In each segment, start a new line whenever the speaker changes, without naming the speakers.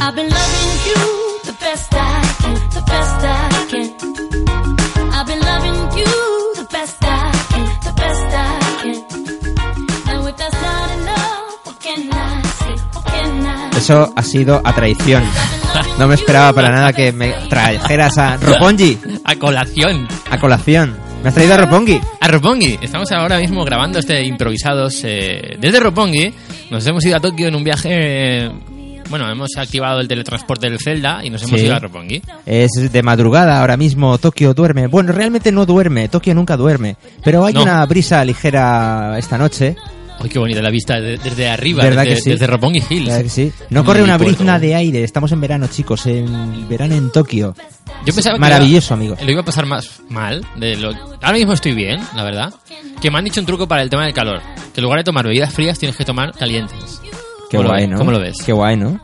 I've been loving you the best I can, the best I can. I've been loving you the best I can, the best I can. Now if that's not enough, what can I say? What can I say?
Eso ha sido a traición. No me esperaba para nada que me trajeras a Ropongi
A colación.
a colación. Me has traído a Ropongi.
A Ropongi. Estamos ahora mismo grabando este improvisados eh, desde Ropongi. Nos hemos ido a Tokio en un viaje. eh, bueno, hemos activado el teletransporte del Zelda y nos hemos
Sí.
ido a Ropongi.
Es de madrugada ahora mismo, Tokio duerme. Bueno, realmente no duerme, Tokio nunca duerme. Pero hay
No.
una brisa ligera esta noche.
Ay, qué bonita la vista de- desde arriba,
¿Verdad
desde,
que sí?
desde Roppongi Hills.
¿Verdad que Eh, sí? No
Mm,
corre una
puerto.
brizna de aire, estamos en verano chicos, el verano en Tokio.
Yo pensaba que
Maravilloso,
iba-
amigo.
Lo iba a pasar más mal. De lo... Ahora mismo estoy bien, la verdad. Que me han dicho un truco para el tema del calor. Que en lugar de tomar bebidas frías, tienes que tomar calientes.
Qué
¿Cómo lo
guay,
ves?
¿no?
¿Cómo lo ves?
Qué guay, ¿no?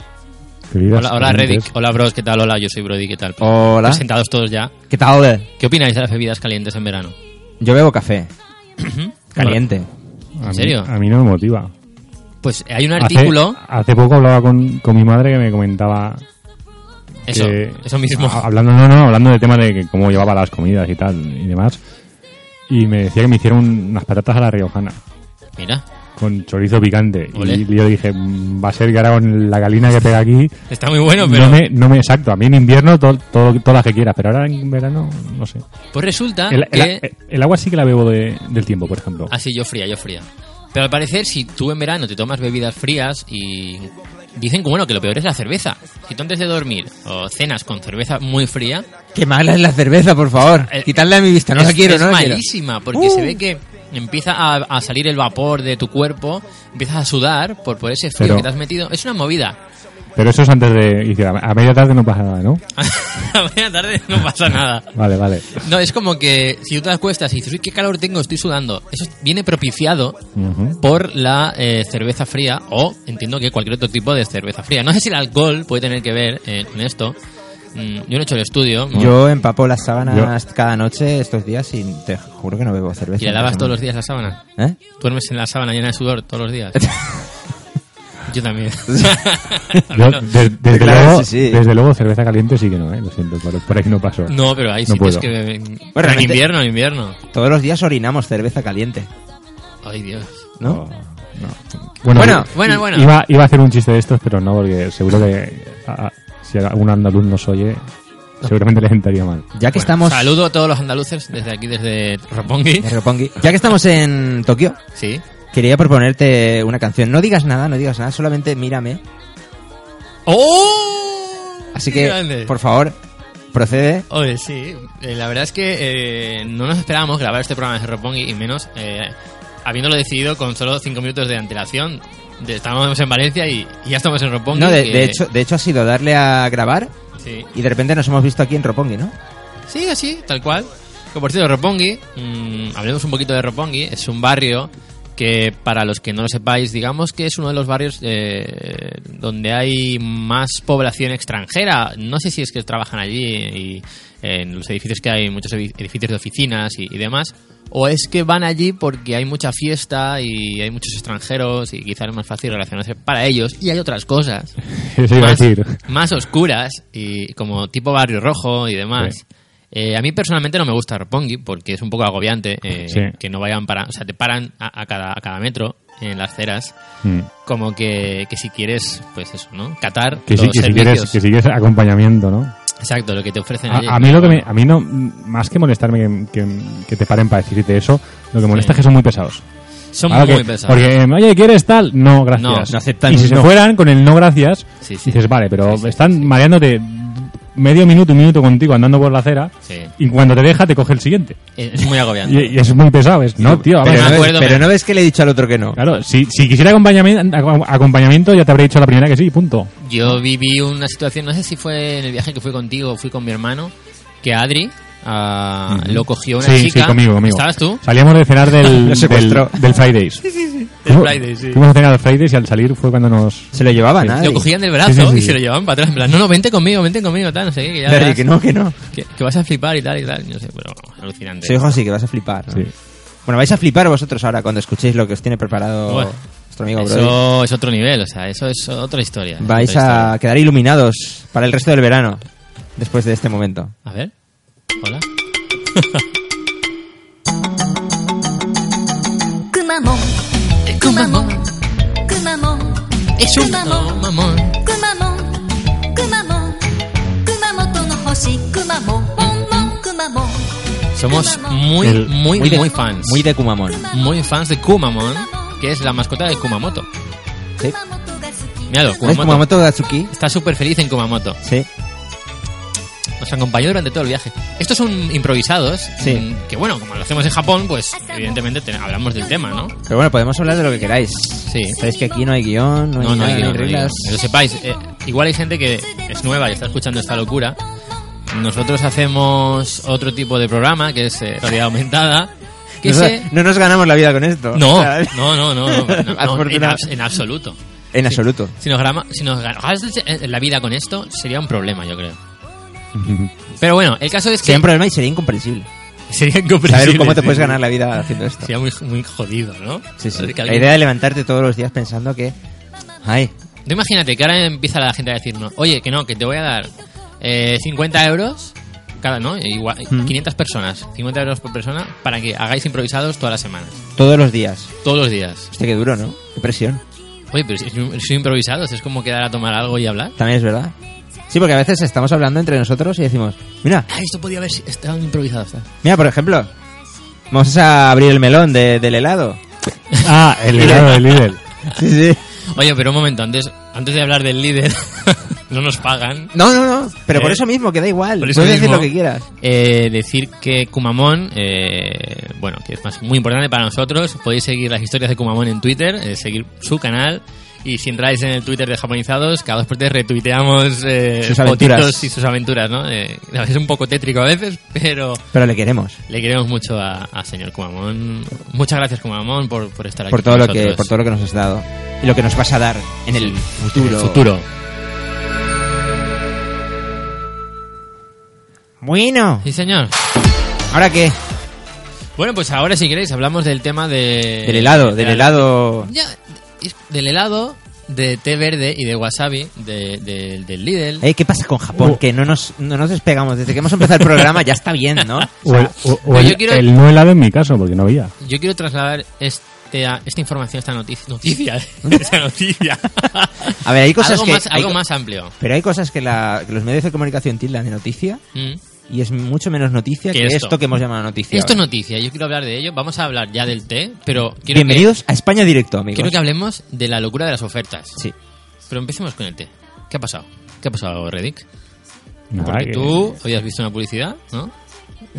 Queridas
Hola, hola
oyentes,
Reddick. Hola, Bros. ¿Qué tal? Hola, yo soy Brody. ¿Qué tal?
Hola.
Presentados todos ya.
¿Qué tal?
¿Qué opináis de las bebidas calientes en verano?
Yo bebo café. Caliente.
a mí-
serio?
A mí no me motiva.
Pues hay un
Hace-
artículo.
Hace, poco hablaba con, con mi madre que me comentaba.
Eso,
que- Ah.
eso mismo.
a- Hablando, no, no, hablando del tema de que cómo llevaba las comidas y tal y demás. Y me decía que me hicieron unas patatas a la riojana
Mira,
con chorizo picante.
Ole.
Y yo dije, "Mm, va a ser que ahora con la galina que pega aquí.
está muy bueno, pero.
no, me, no me exacto. A mí en invierno to- to- todas las que quieras, pero ahora en verano, no sé.
Pues resulta
El,
que.
el- el agua sí que la bebo de- del tiempo, por ejemplo.
Así, yo fría, yo fría. Pero al parecer, si tú en verano te tomas bebidas frías y dicen que bueno, que lo peor es la cerveza. Si tú antes de dormir o cenas con cerveza muy fría,
Qué mala es la cerveza, por favor.
Eh,
Quitarla de mi vista, no
es,
la quiero,
es
no la quiero. Uh.
malísima, porque se ve que empieza a, a salir el vapor de tu cuerpo, empiezas a sudar por, por ese frío
Pero-
que te has metido. Es una movida.
Pero eso es antes de. y que A a media tarde no pasa nada, ¿no?
a media tarde no pasa nada.
Vale, vale.
No, es como que si tú te acuestas y dices, uy, qué calor tengo, estoy sudando. Eso viene propiciado
Ujú.
por la eh, cerveza fría o entiendo que cualquier otro tipo de cerveza fría. No sé si el alcohol puede tener que ver eh, con esto. Mm, yo no he hecho el estudio.
Yo empapo las sábanas cada noche estos días y te juro que no bebo cerveza.
¿Y la lavas todos los días la sábana?
¿Eh?
¿Duermes en la sábana llena de sudor todos los días? yo también.
Yo, de- desde,
Claro,
luego,
sí, sí.
desde luego, cerveza caliente sí que no, ¿eh? Lo siento, por, por ahí no pasó.
no, pero hay
No
sitios
puedo.
que...
Bueno,
en
realmente-
invierno, en invierno.
Todos los días orinamos cerveza caliente,
Ay, Dios.
Oh,
¿no?
Bueno,
Bueno,
i-
bueno, bueno.
Iba, iba a hacer un chiste de estos, pero no, porque seguro que a- a- si algún andaluz nos oye, seguramente le sentaría mal.
Ya que
Bueno,
estamos...
Saludo a todos los andaluces desde aquí, desde Roppongi.
Me repongo. Ya que estamos en Tokio,
Sí.
quería proponerte una canción. No digas nada, no digas nada, solamente mírame.
¡Oh!
Así
¡Qué
que,
grande!
por favor, procede.
Oye, sí, eh, la verdad es que eh, no nos esperábamos grabar este programa de Ropongi y menos eh, habiéndolo decidido con solo 5 minutos de antelación. De- estábamos en Valencia y, y ya estamos en Ropongi.
No, de,
que-
de hecho, de hecho ha sido darle a grabar
Sí,
y de repente nos hemos visto aquí en Ropongi, ¿no?
sí así, tal cual. Que por cierto, Ropongi, mm, hablemos un poquito de Ropongi, es un barrio que para los que no lo sepáis, digamos que es uno de los barrios eh, donde hay más población extranjera. No sé si es que trabajan allí y en los edificios que hay muchos evi- edificios de oficinas y, y demás, o es que van allí porque hay mucha fiesta y hay muchos extranjeros y quizás es más fácil relacionarse para ellos y hay otras cosas
Eso iba a
más,
decir.
más oscuras y como tipo barrio rojo y demás.
Sí.
Eh, a mí personalmente no me gusta Roppongi porque es un poco agobiante eh,
Sí.
que no vayan para, o sea, te paran a, a cada, a cada metro en las ceras.
Mm.
Como que, que si quieres, pues eso, ¿no? Catar
Que
los
sí, que si,
servicios.
quieres, que si quieres acompañamiento, ¿no?
Exacto, lo que te ofrecen allí.
A, a mí lo que me- a mí no, más que molestarme que, que- que te paren para decirte eso, lo que molesta es que son muy pesados.
Son
Ahora
muy
que-
pesados.
Porque, oye, ¿quieres tal? No, gracias.
No, no
aceptan
y si
no.
se fueran con el no gracias,
Sí, sí.
dices, vale, pero
Sí, sí,
están mareándote medio minuto, un minuto contigo andando por la acera
Sí.
y cuando te deja te coge el siguiente.
Es muy agobiante.
Y, y es muy pesado, es, no, tío, a ver,
Pero,
me
no,
acuerdo,
ves, pero
me-
no ves que le he dicho al otro que no.
Claro, si, si quisiera acompañamiento, aco- acompañamiento ya te habría dicho la primera que sí, punto.
Yo viví una situación, no sé si fue en el viaje que fui contigo o fui con mi hermano, que Adri ah, lo cogió una
sí,
chica.
sí, conmigo, conmigo.
¿Estabas tú?
Salíamos de cenar del,
Lo secuestró.
del, del Fridays.
Del Fridays, sí.
Fuimos a cenar al Fridays y al salir fue cuando nos...
Se lo llevaban,
Lo cogían del brazo
Sí, sí, sí,
y
sí.
se lo llevaban para atrás. En plan, no, no, vente conmigo, vente conmigo, tal, no sé qué, que ya verás
que no, que no.
que, que vas a flipar y tal y tal. y No sé, pero alucinante. Ah.
Soy hijo así, que vas a flipar. ¿no?
Sí.
Bueno, vais a flipar vosotros ahora cuando escuchéis lo que os tiene preparado
Bueno,
nuestro amigo Brody.
Eso es otro nivel, o sea, eso es otra historia. es
Vais
otra
a quedar iluminados para el resto del verano después de este momento.
historia. A ver. Hola.
くまモンくまモンくまモン
Es
く
un
まモン
mamón.
くまモンくまモン熊本の星くまモンモンモンくまモン
Somos muy,
El-
muy, muy,
de,
fans.
Muy de Kumamon.
muy fans de Kumamon, que es la mascota de Kumamoto.
熊本が好き
Míralo,
¿No es
Kumamoto.
Kumamoto Gatsuki?
Está súper feliz en Kumamoto.
Sí.
Nos acompañó durante todo el viaje. Estos son improvisados,
Sí.
mm, que bueno, como lo hacemos en Japón, pues evidentemente te- hablamos del tema, ¿no?
Pero bueno, podemos hablar de lo que queráis.
Sí.
Sabéis que aquí no hay guión, no hay,
No, no
nada,
hay
no hay
guión, no hay
reglas.
guión. Que lo sepáis, eh, igual hay gente que es nueva y está escuchando esta locura. Nosotros hacemos otro tipo de programa, que es eh, realidad aumentada. Que
Nos-
se...
No nos ganamos la vida con esto. O
No,
sea,
no, no, no, no, no, en,
Afortunada-
abs- en absoluto.
En absoluto.
Si nos, grama- si nos ganásemos eh, la vida con esto, sería un problema, yo creo. Pero bueno, el caso es que
Sería un problema y sería incomprensible.
sería incomprensible.
Saber cómo te
sí,
puedes
sí.
ganar la vida haciendo esto.
Sería muy, muy jodido, ¿no?
Sí, sí.
Que
La
alguien-
idea de levantarte todos los días pensando que... Ay,
Tú imagínate que ahora empieza la gente a decirnos, oye, que no, que te voy a dar eh, 50 euros cada, ¿no? E Igual,
Mm.
500 personas, 50 euros por persona para que hagáis improvisados todas las semanas,
todos los días.
todos los días.
Hostia, qué duro, ¿no? Qué presión.
Oye, pero si, si improvisados es como quedar a tomar algo y hablar.
También es verdad. Sí, porque a veces estamos hablando entre nosotros y decimos... Mira,
Ah, esto podía haber si- estado improvisado. está.
mira, por ejemplo... Vamos a abrir el melón de- del helado.
Ah, el helado del Lidl.
Sí, sí.
Oye, pero un momento, antes, antes de hablar del líder, no nos pagan.
No, no, no. Pero por
Eh,
eso mismo, que da igual.
por
Puedes
eso
decir
mismo,
lo que quieras.
eh, decir que Kumamon, eh, bueno, que es más, muy importante para nosotros. Podéis seguir las historias de Kumamon en Twitter, eh, seguir su canal. Y si entráis en el Twitter de Japonizados, cada dos por tres retuiteamos eh,
Sus aventuras.
fotitos y sus aventuras, ¿no? Eh, es un poco tétrico a veces, pero
Pero le queremos.
le queremos mucho a, a señor Kumamon. Muchas gracias, Kumamon, por, por estar aquí
Por
con
todo, lo que,
nosotros.
por todo lo que nos has dado. Y lo que nos vas a dar en el
Sí,
futuro.
en el futuro.
Bueno,
Sí, señor.
¿ahora qué?
Bueno, pues ahora si queréis hablamos del tema de...
Del helado,
de
del
la-
helado.
Ya, es- del helado, de té verde y de wasabi, de, de- del Lidl.
Eh, ¿Qué pasa con Japón? Que no nos, no nos despegamos. Desde que hemos empezado el programa ya está bien, ¿no?
O el, o- o el-
yo quiero-
el no helado en mi caso, porque no había.
Yo quiero trasladar este, a- esta información, esta noticia. Noticia, esta noticia.
A ver, hay cosas
algo
que-
Más,
hay
algo
co-
más amplio.
Pero hay cosas que, la, que los medios de comunicación tildan de noticia
Mm.
y es mucho menos noticia
Que
que esto,
esto.
que hemos llamado noticia.
Esto es
ahora.
noticia, yo quiero hablar de ello. Vamos a hablar ya del té, pero quiero,
Bienvenidos a España Directo,
que,
amigos.
quiero que hablemos de la locura de las ofertas.
Sí.
Pero empecemos con el té. ¿Qué ha pasado? ¿Qué ha pasado, Reddick?
Nada,
Porque
que-
tú habías visto una publicidad, ¿no?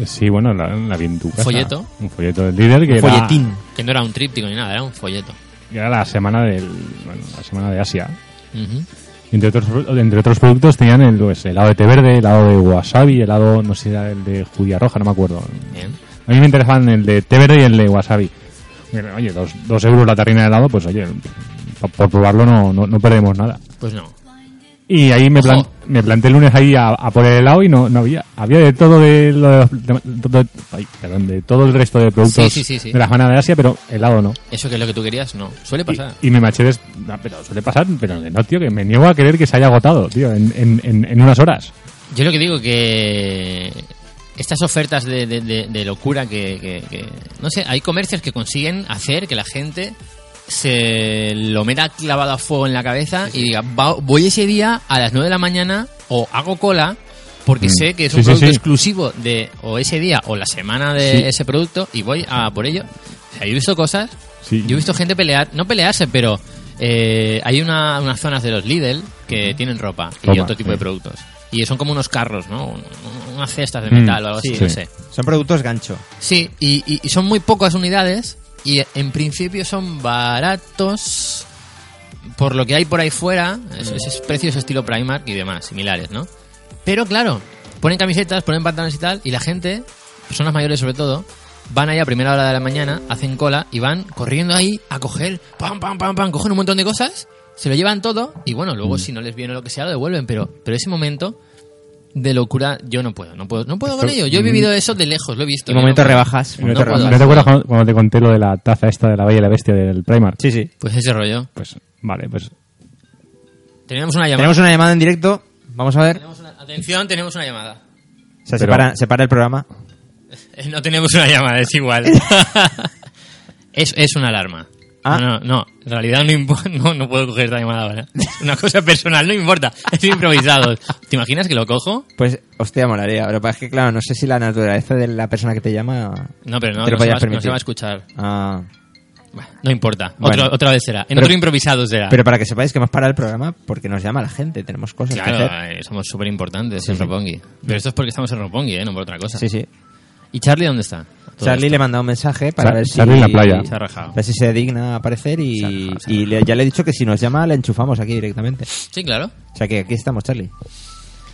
Sí, bueno, la, la vi en tu casa.
folleto.
Un folleto del líder que
Un
era-
folletín.
Que no era un tríptico ni nada, era un folleto.
que era la semana del, bueno, la semana de Asia.
Ujú.
Entre otros, entre otros productos tenían el, pues, helado de té verde, helado de wasabi, helado, no sé, era el de judía roja, no me acuerdo.
Bien.
A mí me interesaban el de té verde y el de wasabi. Bueno, Oye, dos, dos euros la tarrina de helado, pues oye, pa- por probarlo no, no, no perdemos nada.
Pues no.
Y ahí me,
Ojo.
plan- me planté el lunes ahí a, a por el helado y no, no había. Había de todo de, lo de, los- de- de- ay, perdón, de todo el resto de productos
Sí, sí, sí, sí.
de la semana de Asia, pero helado no.
Eso que es lo que tú querías, no. Suele
Y-
pasar.
Y, me maché des- ah, pero suele pasar, pero no, tío, que me niego a creer que se haya agotado, tío, en, en, en, en unas horas.
Yo lo que digo que estas ofertas de, de- de- de locura que, que- que- No sé, hay comercios que consiguen hacer que la gente se lo meta clavado a fuego en la cabeza y diga, "Va- voy ese día a las 9 de la mañana o hago cola porque
Mm.
sé que es
Sí,
un
sí,
producto
sí.
exclusivo de o ese día o la semana de
Sí.
ese producto y voy a por ello. O sea, yo he visto cosas
Sí.
yo he visto gente pelear, no pelearse, pero eh, hay una, unas zonas de los Lidl que tienen ropa y
Ropa,
otro tipo
sí.
de productos. Y son como unos carros, ¿no? Un- un- Unas cestas de
Mm,
metal o algo así,
sí.
no sé.
Son productos gancho.
Sí, y, y- y son muy pocas unidades y en principio son baratos por lo que hay por ahí fuera, es-
Mm.
esos precios estilo Primark y demás, similares, ¿no? Pero claro, ponen camisetas, ponen pantalones y tal, y la gente, personas mayores sobre todo, van ahí a primera hora de la mañana, hacen cola y van corriendo ahí a coger, pam, pam, pam, pam, cogen un montón de
Mm.
cosas, se lo llevan todo y bueno, luego si no les viene lo que sea, lo devuelven, pero, pero ese momento de locura yo no puedo, no puedo, no puedo con
Esto- mm.
ello. Yo he vivido eso de lejos, lo he visto.
Y
yo Pues no
momentos
puedo.
rebajas,
¿No
momentos
puedo
te,
rebajas.
no te
hacer.
acuerdas cuando, cuando te conté lo de la taza esta de la Bella y la Bestia del Primark?
Sí, sí.
Pues ese rollo.
Pues vale, pues
Teníamos una llamada.
Tenemos una llamada en directo. Vamos a ver.
Tenemos una- Atención, tenemos una llamada.
O sea,
Pero-
se, para, se para el programa.
Eh, No tenemos una llamada, es igual. es, es una alarma.
Ah.
No, no, no. En realidad no, impo- no, no puedo coger esta llamada ahora. Es una cosa personal, no me importa. Es improvisado. ¿Te imaginas que lo cojo?
Pues, hostia, molaría. Pero es que, claro, no sé si la naturaleza de la persona que te llama.
No, pero no,
Te lo
no, se
podías
va, a- no
permitir.
se va a escuchar.
Ah.
Bah, No importa.
Bueno.
Otro- otra vez será. En
Pero-
otro improvisado será.
Pero para que sepáis que hemos parado el programa porque nos llama la gente. Tenemos cosas que hacer.
claro, eh, somos súper importantes en Ropongi. Pero esto es porque estamos en Ropongi, ¿eh? no por otra cosa.
Sí, sí.
¿Y Charlie dónde está? Todo
Charlie
esto.
le manda un mensaje para
Char-
ver si.
Charlie en la playa.
Se ha rajado.
Para si se digna a aparecer y,
Se ha rajado, se ha
y le- ya le he dicho que si nos llama le enchufamos aquí directamente.
Sí, claro.
O sea que aquí estamos, Charlie.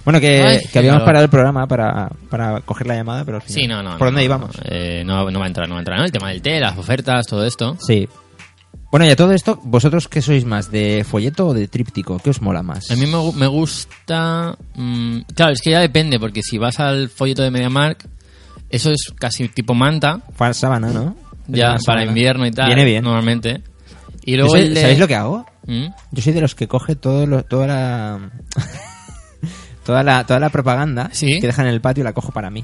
Bueno, que,
Ay,
que
qué
habíamos
calor.
parado el programa para, para coger la llamada, pero... al final-
Sí, no, no.
¿Por
no,
dónde
no,
íbamos?
eh, No, no va a entrar, no va a entrar. ¿no? El tema del té, las ofertas, todo esto.
Sí. Bueno, y a todo esto, ¿vosotros qué sois más? ¿De folleto o de tríptico? ¿Qué os mola más?
A mí me, gu- me gusta. mm, claro, es que ya depende, porque si vas al folleto de MediaMark, eso es casi tipo manta,
Fue sábana, ¿no?
ya
Una
para
sábana.
invierno y tal.
Viene bien.
Normalmente. Y
Yo
luego
soy-
el de-
¿Sabéis lo que hago?
¿Mm?
Yo soy de los que coge todo lo- toda la... toda la toda la propaganda
Sí.
que dejan en el patio la cojo para mí.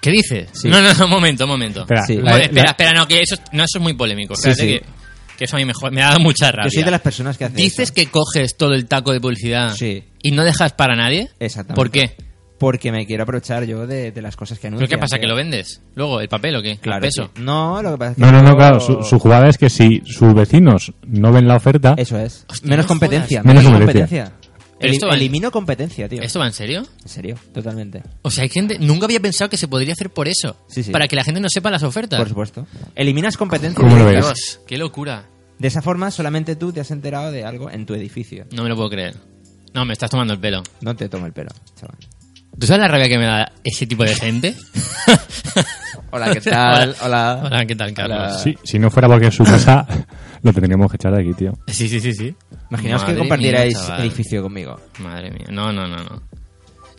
¿Qué dices?
Sí.
No, no, no, un momento, un momento.
Espera,
Sí.
Bueno,
la-
espera,
la-
espera, no, que eso, no, eso es muy polémico.
Sí,
Espérate
sí.
Que, que eso a mí me, jo- me ha dado mucha rabia.
Yo soy de las personas que hacen
Dices
eso.
que coges todo el taco de publicidad
Sí.
y no dejas para nadie.
Exactamente.
¿Por qué?
Porque me quiero aprovechar yo de, de las cosas que
¿Pero
anuncian.
qué pasa? ¿Que
tío.
lo vendes? ¿Luego el papel o qué? ¿El
Claro,
peso?
sí. No, lo que pasa es que...
No, no, no,
yo-
claro. Su, su jugada es que si sus vecinos no ven la oferta,
Eso es.
Hostia,
menos
no
competencia.
jodas.
Menos
Menos
competencia.
Pero
Eli-
esto vale.
Elimino competencia, tío.
¿Esto va en serio?
En serio, totalmente.
O sea, hay gente. Nunca había pensado que se podría hacer por eso.
Sí, sí.
Para que la gente no sepa las ofertas.
Por supuesto. Eliminas competencia.
¿Cómo lo ves?
Pues,
Dios, qué locura.
De esa forma, solamente tú te has enterado de algo en tu edificio.
No me lo puedo creer. No, me estás tomando el pelo.
No te tomo el pelo, chaval.
¿Tú sabes la rabia que me da ese tipo de gente?
Hola, ¿qué tal? Hola.
Hola, ¿qué tal, Carlos?
Hola.
si, si no fuera porque en su casa, lo tendríamos que echar de aquí, tío.
Sí, sí, sí, sí.
Imaginaos
Madre
que compartierais
mía, chaval.
edificio conmigo.
Madre mía. No, no, no, no.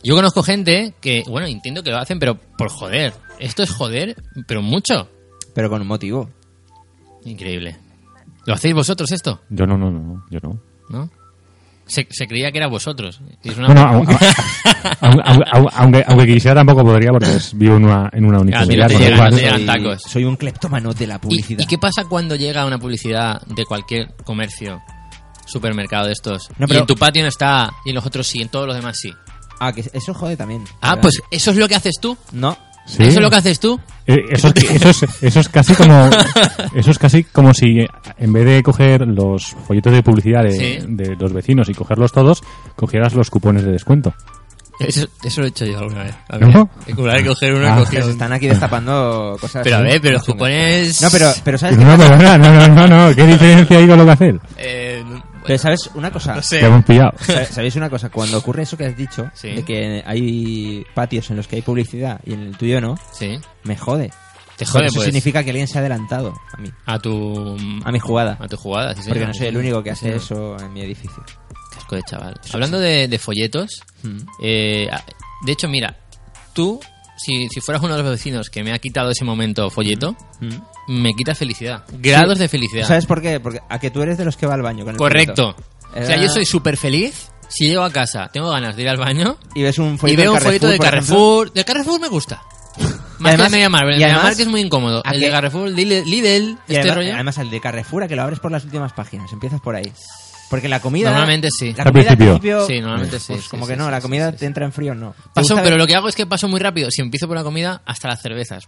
Yo conozco gente que, bueno, entiendo que lo hacen, pero por joder. Esto es joder, pero mucho.
Pero con un motivo.
Increíble. ¿Lo hacéis vosotros esto?
Yo no, no, no, yo no.
¿No? Se, se creía que era vosotros. Y es una-
Bueno, au- au- au- au- au- aunque, aunque quisiera tampoco podría porque es- vivo en una, en una
Ah, mira,
uniformidad.
te
con lo
llegan,
cual-
te llegan.
soy,
tacos.
soy un cleptómano de la
¿Y,
publicidad.
y qué pasa cuando llega una publicidad de cualquier comercio, supermercado de estos?
No,
Y
pero-
en tu patio no está, y en los otros sí, en todos los demás sí.
Ah, que eso jode también.
Ah,
¿verdad?
pues eso es lo que haces tú.
No.
Sí.
Eso es lo que haces tú.
Eh, eso, es- eso es, eso es casi como eso es casi como si eh, en vez de coger los folletos de publicidad de,
Sí.
de los vecinos y cogerlos todos, cogieras los cupones de descuento.
Eso, eso lo he hecho yo alguna vez. A
¿No?
ver, de coger uno y
Ah,
coger
Se
otro.
están aquí destapando cosas.
Pero a
así.
ver, pero supones...
No, pero, pero ¿sabes, qué
No,
pasa?
pero no, no, no, no, no, ¿qué diferencia hay con lo que hacer?
Eh, bueno,
Pero ¿sabes una cosa?
no
Te
sé.
hemos pillado.
Sa- ¿Sabéis una cosa? Cuando ocurre eso que has dicho,
Sí.
de que hay patios en los que hay publicidad y en el tuyo no,
Sí.
me jode.
Te jode,
Porque eso
pues.
significa que alguien se ha adelantado a mí,
A tu...
a mi jugada.
A tu jugada, sí,
Porque
señor.
no soy el único que hace
Sí.
eso en mi edificio.
Casco de chaval. Hablando de, de folletos,
Mm.
eh, a- de hecho, mira, tú, si, si fueras uno de los vecinos que me ha quitado ese momento folleto,
Mm.
me quita felicidad. Grados
Sí.
de felicidad.
¿Sabes por qué? Porque a que tú eres de los que va al baño con el
Correcto.
folleto.
O sea,
Eh,
yo soy súper feliz. Si llego a casa, tengo ganas de ir al baño
Y ves un
y
folleto
veo
de
un folleto de
por ejemplo.
Carrefour. De Carrefour me gusta. Más
además-
que de Mediamar.
y
El de Mediamar
además-
que es muy incómodo.
¿a
El
qué?
de Carrefour, Lidl, Lidl,
Y
este
además,
rollo.
además el de Carrefour, a que lo abres por las últimas páginas, empiezas por ahí. Porque la comida...
Normalmente sí.
La
Al
comida
principio.
Sí, normalmente sí,
pues
sí,
como
sí,
que no,
sí,
la
sí,
comida
sí,
te entra en frío, no. ¿Te
Paso,
gusta-
pero lo que hago es que paso muy rápido. Si empiezo por la comida, hasta las cervezas.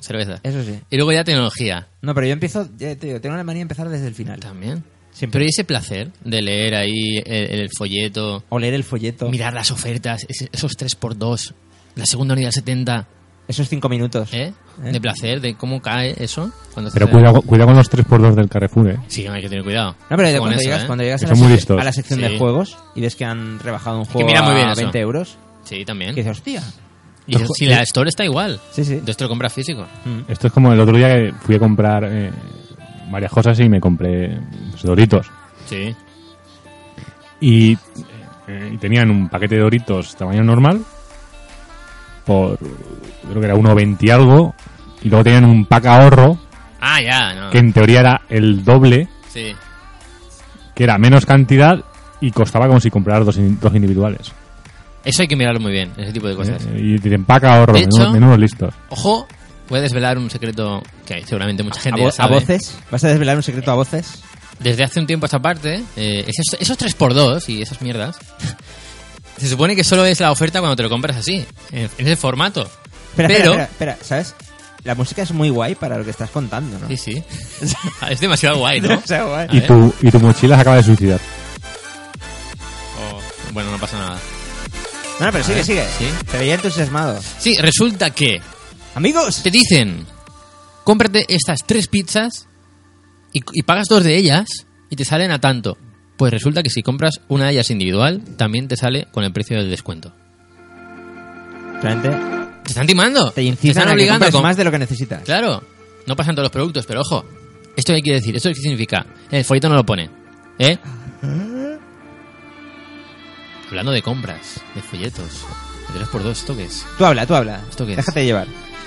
Cerveza.
Eso sí.
Y luego ya tecnología.
No, pero yo empiezo, ya te digo, tengo la manía de empezar desde el final.
También.
Siempre.
Pero ¿y ese placer de leer ahí el, el folleto,
O leer el folleto.
mirar las ofertas, ese- esos 3x2, la segunda unidad 70,
Esos cinco minutos.
¿eh?
¿Eh?
De placer, de cómo cae eso. Cuando
Pero
se-
cuidado, cuidado con los 3x2 del Carrefour, ¿eh?
Sí, hay que tener cuidado.
No, pero
con
cuando,
eso,
llegas,
¿eh?
cuando llegas
Que
a la,
son muy
sec-
listos.
a la sección
Sí.
de juegos y ves que han rebajado un
que
juego
mira muy bien
a
eso.
20 euros,
Sí, también.
que eh. dices, hostia.
Y si la store está igual.
Sí, Mm. sí.
Entonces te lo compras físico.
Esto es como el otro día que fui a comprar eh, varias cosas y me compré pues, Doritos.
Sí.
Y, eh, y tenían un paquete de Doritos tamaño normal por, creo que era 1,20 y algo, y luego tenían un pack ahorro,
Ah, ya, no.
que en teoría era el doble,
Sí.
que era menos cantidad y costaba como si compraras dos, in- dos individuales.
Eso hay que mirarlo muy bien, ese tipo de cosas.
Eh, Y dicen pack ahorro,
De
menudo-
hecho,
menudo listos.
Ojo, voy a desvelar un secreto que hay, seguramente mucha
¿A,
gente
vo-
ya sabe.
a voces? ¿Vas a desvelar un secreto a voces?
Desde hace un tiempo a esta parte, eh, esos, esos 3x2 y esas mierdas, se supone que solo es la oferta cuando te lo compras así, en, en ese formato.
Espera,
Pero...
espera, espera, espera, ¿sabes? La música es muy guay para lo que estás contando, ¿no?
Sí, Ah. sí. es demasiado guay, ¿no?
O sea, guay.
A
Y
ver.
tu, y tu mochila se acaba de suicidar.
O- bueno, no pasa nada.
No, no, pero sigue,
ver,
sigue.
Ah, sí.
Te veía entusiasmado.
Sí, resulta que
Amigos,
te dicen, cómprate estas tres pizzas y, y pagas dos de ellas y te salen a tanto. Pues resulta que si compras una de ellas individual, también te sale con el precio del descuento.
Realmente
Te están timando.
te incitan
están
a que
obligando.
compres
con-
más de lo que necesitas.
Claro, no pasan todos los productos, pero ojo, ¿esto qué quiere decir? ¿Esto qué significa? En el folleto no lo pone. ¿Eh? Hablando de compras, de folletos, de 3x2, ¿esto qué es?
Tú habla, tú habla.
¿Esto qué es?
Déjate llevar.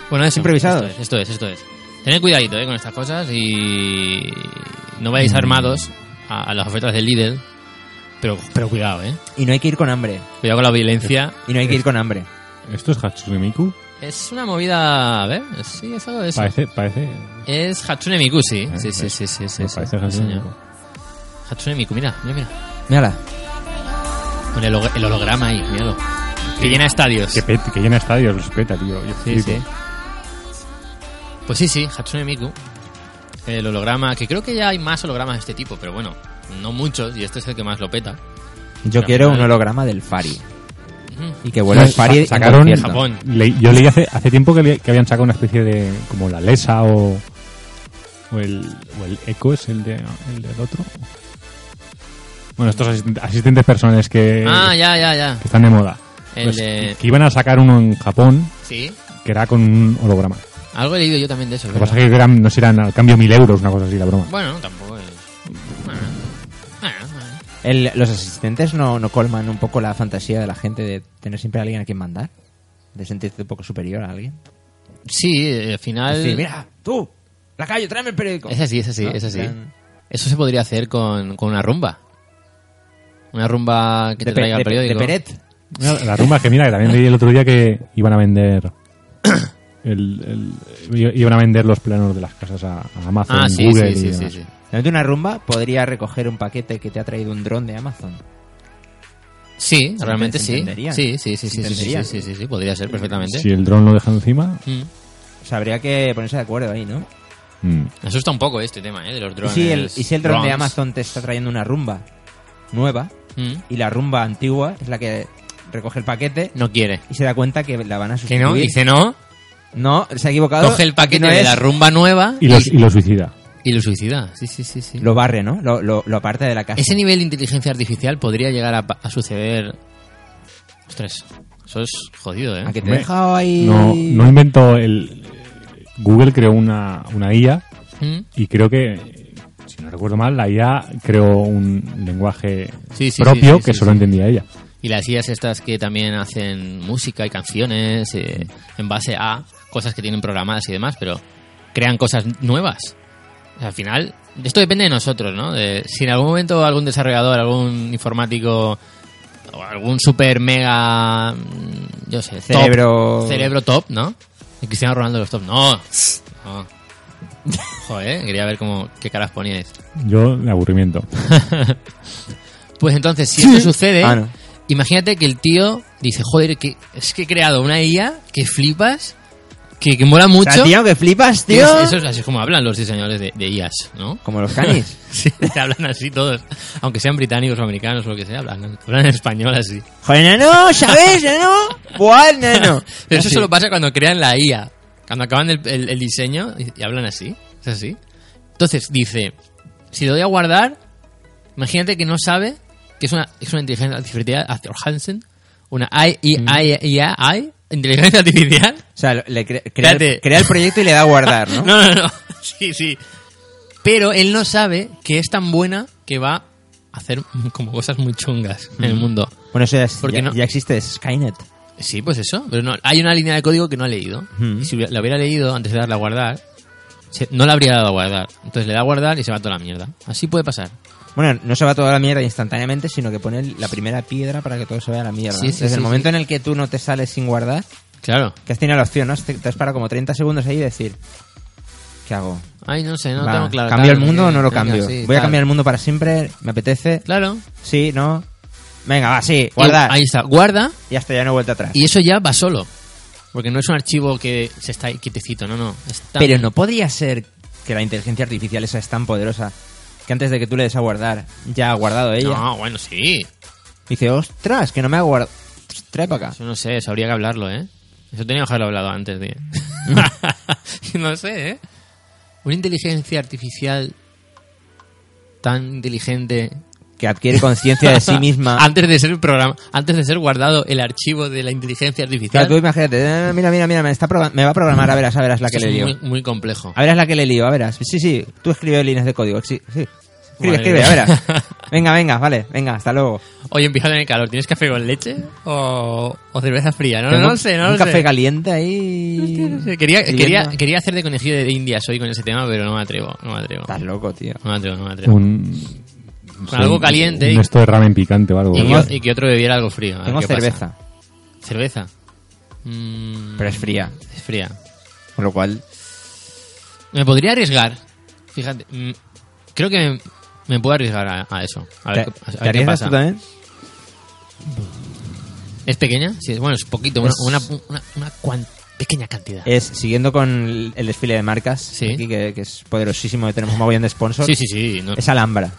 Bueno, eso,
Improvisados.
Esto es, esto es, esto es. Tened cuidadito eh, con estas cosas y no vayáis
Mm.
armados a, a las ofertas del Lidl, pero, pero cuidado, ¿eh?
Y no hay que ir con hambre.
Cuidado con la violencia.
Y no hay que ir con hambre.
¿Esto es Hatsune Miku?
Es una movida, a ver, sí, es algo de eso.
Parece, parece.
Es Hatsune Miku, sí.
¿eh?
Sí, sí,
¿Ves?
sí, sí, sí,
Me
sí,
parece
sí,
Hatsune
señor.
Miku.
Hatsune Miku, mira, mira, mira.
Mírala.
Con el, holo- el holograma ahí, míralo. Que llena estadios.
Que, pet- que llena estadios, los peta, tío. Yo
Sí, sí.
flipo.
Pues sí, sí, Hatsune Miku. El holograma, que creo que ya hay más hologramas de este tipo, pero bueno, no muchos, y este es el que más lo peta.
Yo
Pero
quiero un
mira.
holograma del Fari.
Ujú.
Y que vuelva
Sa-
el Fari. en
sacaron
concierto.
Japón.
Leí- yo leí hace, hace tiempo que, le- que habían sacado una especie de. como la Lesa o. o el, o el Echo es el, de, el del otro. Bueno, estos asisten- asistentes personales que,
Ah, ya, ya, ya.
que están de moda. Pues,
El de-
Que iban a sacar uno en Japón
Sí.
que era con un holograma.
Algo he leído yo también de eso.
Lo que
¿verdad?
pasa es que eran, no sé, eran al cambio mil euros, una cosa así, la broma.
Bueno, tampoco es. Bueno, bueno, bueno.
El- ¿Los asistentes no, no colman un poco la fantasía de la gente de tener siempre a alguien a quien mandar? ¿De sentirte un poco superior a alguien?
Sí, eh, al final.
Decir, mira, tú, la calle, tráeme el periódico.
Es así, es así,
¿No?
es así.
Plan-
Eso se podría hacer con, con una rumba. Una rumba que te
de, pe-
traiga
de-
el
de
periódico.
Peret.
Mira, La rumba que mira, que también leí el otro día que iban a vender el, el- iban a vender los planos de las casas a, a Amazon,
Ah, sí,
Google
sí,
y
sí, sí,
demás.
sí.
Durante una rumba podría recoger un paquete que te ha traído un dron de Amazon.
Sí, realmente
se
sí.
entendería.
Sí, sí,
Se
sí, sí, sí, sí,
entendería.
sí, sí, sí, sí, podría ser perfectamente.
Si el dron lo deja encima,
Mm.
O sea, habría que ponerse de acuerdo ahí, ¿no?
mm,
Me asusta un poco este tema, ¿eh? De los
¿Y
drones.
si, el, y si el dron de
drones.
Amazon te está trayendo una rumba nueva
Mm.
y la rumba antigua es la que recoge el paquete
No quiere.
y se da cuenta que la van a
Que
sustituir?
no, dice no,
No, se ha equivocado.
coge el
aquí
paquete
no
de
es.
la rumba nueva
y, lo, y lo suicida.
y lo suicida. Sí, sí, sí, sí.
Lo barre, ¿no? Lo, lo, lo aparta de la casa.
Ese nivel de inteligencia artificial podría llegar a, pa- a suceder. Ostras, eso es jodido, ¿eh?
¿A Ah, que te
Hombre,
he dejado ahí?
No, no inventó el Google creó una, una IA
Mm.
y creo que si no recuerdo mal, la IA creó un lenguaje
Sí, sí,
propio
sí, sí,
que
sí,
solo
sí.
entendía ella.
Y las IAs estas que también hacen música y canciones eh, en base a cosas que tienen programadas y demás, pero crean cosas nuevas. O sea, al final, esto depende de nosotros, ¿no? De, si en algún momento algún desarrollador, algún informático o algún super mega, mm, yo sé, top,
Cerebro-
cerebro top, ¿no? El Cristiano Ronaldo de los top, no. no. Joder, quería ver cómo qué caras poníais.
Yo de aburrimiento.
Pues entonces, si esto sucede,
Ah, no.
imagínate que el tío dice, joder, que es que he creado una IA que flipas, que, que mola
O
mucho.
sea, tío, que flipas,
Que es-
tío.
eso es así como hablan los diseñadores de, de IAs, ¿no?
Como los canis.
Sí, te hablan así todos, aunque sean británicos o americanos o lo que sea, hablan, hablan en español así.
Joder, nano, ¿sabes, nano? Buah, nano.
Pero eso
Así.
solo pasa cuando crean la IA. Cuando acaban el, el- el diseño y, y hablan así. Es así. Entonces dice, si le doy a guardar, imagínate que no sabe que es una, es una inteligencia artificial, hacia Hansen, una I, I- I- IA, I, inteligencia artificial.
O sea, le cre- crea,
Espérate.
el, crea el proyecto y le da a guardar, ¿no?
No, no, no. Sí, sí. Pero él no sabe que es tan buena que va a hacer como cosas muy chungas en el mundo.
Bueno, eso ya, es-
Porque
ya,
no-
ya existe Skynet.
Sí, pues eso. Pero no, hay una línea de código que no ha leído.
Hmm.
Y si hubiera- la hubiera leído antes de darle a guardar, se- no la habría dado a guardar. Entonces le da a guardar y se va toda la mierda. Así puede pasar.
Bueno, no se va toda la mierda instantáneamente, sino que pone la primera piedra para que todo se vaya a la mierda.
Sí, sí,
Desde
sí,
el momento en el que tú no te sales sin guardar,
Claro.
que has tenido la opción, ¿no? Te, te has parado como 30 segundos ahí y decir, ¿qué hago?
Ay, no sé, no
Va,
tengo claro.
¿Cambio
tal,
el mundo
que-
o no lo
venga,
cambio?
sí,
Voy a
tal.
cambiar el mundo para siempre, me apetece.
Claro.
Sí, ¿no? Venga, va, sí, guardar.
Ahí está. Guarda
Y hasta ya no he vuelto atrás.
y eso ya va solo. Porque no es un archivo que se está ahí quietecito, no, no. Está-
Pero no podría ser que la inteligencia artificial esa es tan poderosa que antes de que tú le des a guardar, ya ha guardado ella.
No, bueno, sí.
Dice, ostras, que no me ha guardado. Trae para acá.
Eso no sé, eso habría que hablarlo, ¿eh? Eso tenía que haberlo hablado antes de... no sé, ¿eh? Una inteligencia artificial tan inteligente...
Que adquiere conciencia de sí misma.
antes de ser el programa, antes de ser guardado el archivo de la inteligencia
Claro,
artificial.
tú imagínate, eh, mira, mira, mira, me, está progra- me va a programar, a verás, a verás la que
Eso
le
es
lío.
muy, muy complejo.
A verás la que le lío, a verás. Sí, sí, tú escribes líneas de código, sí, sí. Escribe,
Madre
escribe,
mía.
a verás. Venga, venga, vale, venga, hasta luego.
Oye, empieza en el calor, ¿tienes café con leche o, o cerveza fría? No,
Tengo
no sé, no
Un
lo
café
sé.
caliente ahí.
Hostia, no sé. Quería,
Hirviendo.
quería, quería hacer de conejillo de indias hoy con ese tema, pero no me atrevo, no me atrevo.
Estás loco, tío.
No me atrevo, no me atrevo.
Un,
Con algo caliente y-
Un esto de ramen picante o algo.
Y
¿no?
que, y que otro bebiera algo frío. a ver
Tengo
qué pasa.
cerveza,
¿Cerveza? Mm,
pero es fría.
es fría.
Con lo cual,
Me podría arriesgar. Fíjate. mm, creo que me, me puedo arriesgar a, a eso. A ver,
¿Te-
qué- a
¿te
ver qué
arriesgas
pasa.
tú también?
¿Es pequeña? Sí, es- bueno, es poquito. Una,
Es- Eh,
una, una- una cuan- pequeña cantidad.
Es, siguiendo con el el desfile de marcas,
Sí.
aquí, que, que es poderosísimo, que tenemos un mogollón de sponsors,
sí, sí, sí. no-
es Alhambra.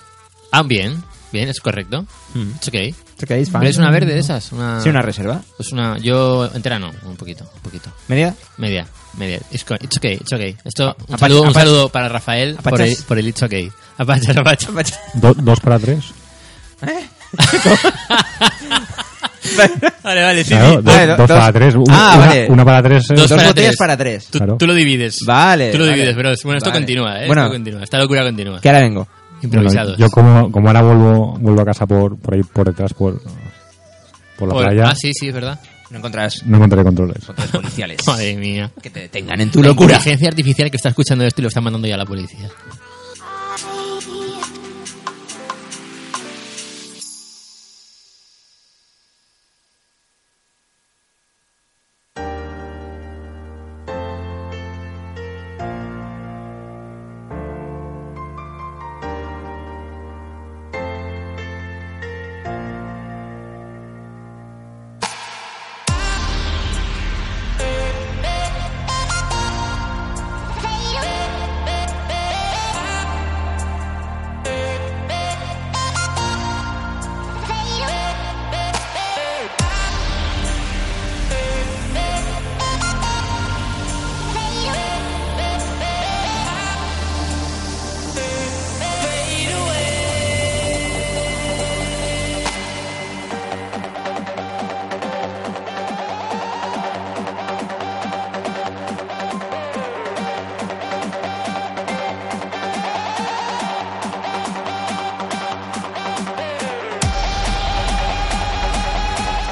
Ah, bien. Bien, es correcto.
Mm.
It's okay.
¿Te quedáis fan?
Pero es una verde de esas. Una,
Sí, una reserva.
Es una... Yo entera no. Un poquito. Un poquito.
¿Media?
Media, media. It's, co- it's okay, it's okay. Esto, un,
Apache-
saludo, un
Apache-
saludo para Rafael
Apaches.
por el, por el it's okay. Apache, apache.
Do- dos para tres.
Vale, vale, sí,
Claro,
sí.
dos,
Vale, do-
dos para
dos-
tres. Un-
Ah,
una,
vale.
una para tres. eh,
Dos
Dos
para
botellas
tres.
para tres.
Tú,
Claro.
tú lo divides.
Vale,
Tú lo
vale.
divides, bro. Bueno, esto
Vale.
continúa, ¿eh?
Bueno.
Esto continúa. Esta locura continúa.
Que ahora vengo.
Bueno,
Improvisados.
yo como, como ahora vuelvo, vuelvo a casa por, por ahí, por detrás, por, por la
Por-
playa,
Ah, sí, sí, es verdad.
No encontrarás
no encontraré controles.
botellas policiales
Madre mía.
que te detengan en tu
La
locura.
inteligencia artificial que está escuchando esto y lo está mandando ya a la policía.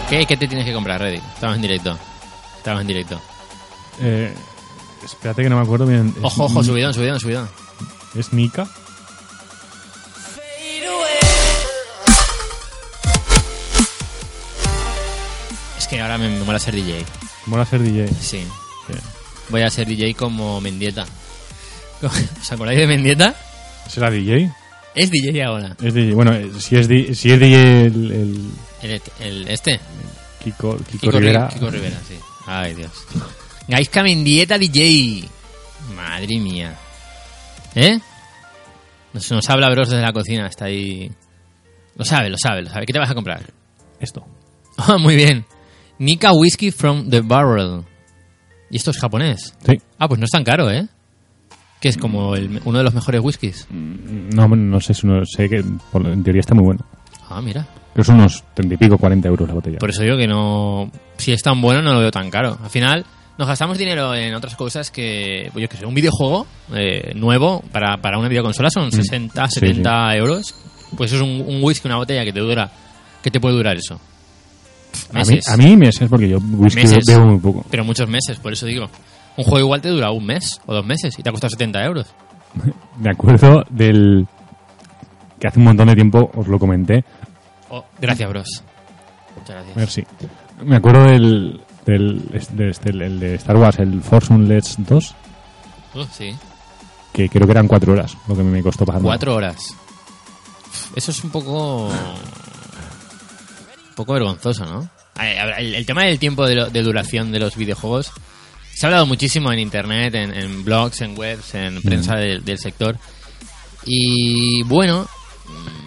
¿Qué, qué te tienes que comprar, Reddit? Estamos en directo. Estamos en directo.
Eh, espérate que no me acuerdo bien. ¿Es-
Ojo, ojo, subidón, subidón, subidón.
¿Es Nika?
Es que ahora me, me mola ser DJ.
Mola ser DJ.
Sí.
Sí.
Voy a ser DJ como Mendieta. ¿Os acordáis de Mendieta?
¿Será DJ?
Es DJ ahora.
Es DJ. Bueno, eh, si es, di- si es DJ el, el
El, el- este.
Kiko, Kiko,
Kiko
Rivera.
Rivera. Kiko Rivera, sí. Ay, Dios. Gaisca Mendieta DJ. Madre mía. ¿Eh? Nos, nos habla Bros desde la cocina, está ahí. Lo sabe, lo sabe, lo sabe. ¿Qué te vas a comprar?
Esto.
Ah, muy bien. Nika Whiskey from the Barrel. ¿Y esto es japonés?
Sí.
Ah, pues no es tan caro, ¿eh? Que es como el- uno de los mejores whiskies.
No, no sé, si no sé que por- en teoría está muy bueno.
Ah, mira.
Que son unos 30 y pico, 40 euros la botella.
Por eso digo que no. Si es tan bueno, no lo veo tan caro. Al final, nos gastamos dinero en otras cosas que. Pues yo qué sé, un videojuego eh, nuevo para, para una videoconsola son 60,
Mm. Sí,
70 euros. Pues eso es un, un whisky, una botella que te dura. que te puede durar eso?
A mí,
Meses.
a mí meses, porque yo whisky
Meses.
bebo muy poco.
Pero muchos meses, por eso digo. Un juego igual te dura un mes o dos meses y te ha costado 70 euros.
Me acuerdo del... que hace un montón de tiempo os lo comenté.
Oh, gracias, bros. Muchas gracias.
Merci. Me acuerdo del... del de este- el de Star Wars, el Force Unleashed 2,
Uh, sí.
que creo que eran cuatro horas lo que me costó pasar.
Cuatro horas. Uf, Eso es un poco. Un poco vergonzoso, ¿no? A ver, a ver, El, el tema del tiempo de, lo- de duración de los videojuegos se ha hablado muchísimo en internet, en, en blogs, en webs, en prensa del, del sector. Y bueno,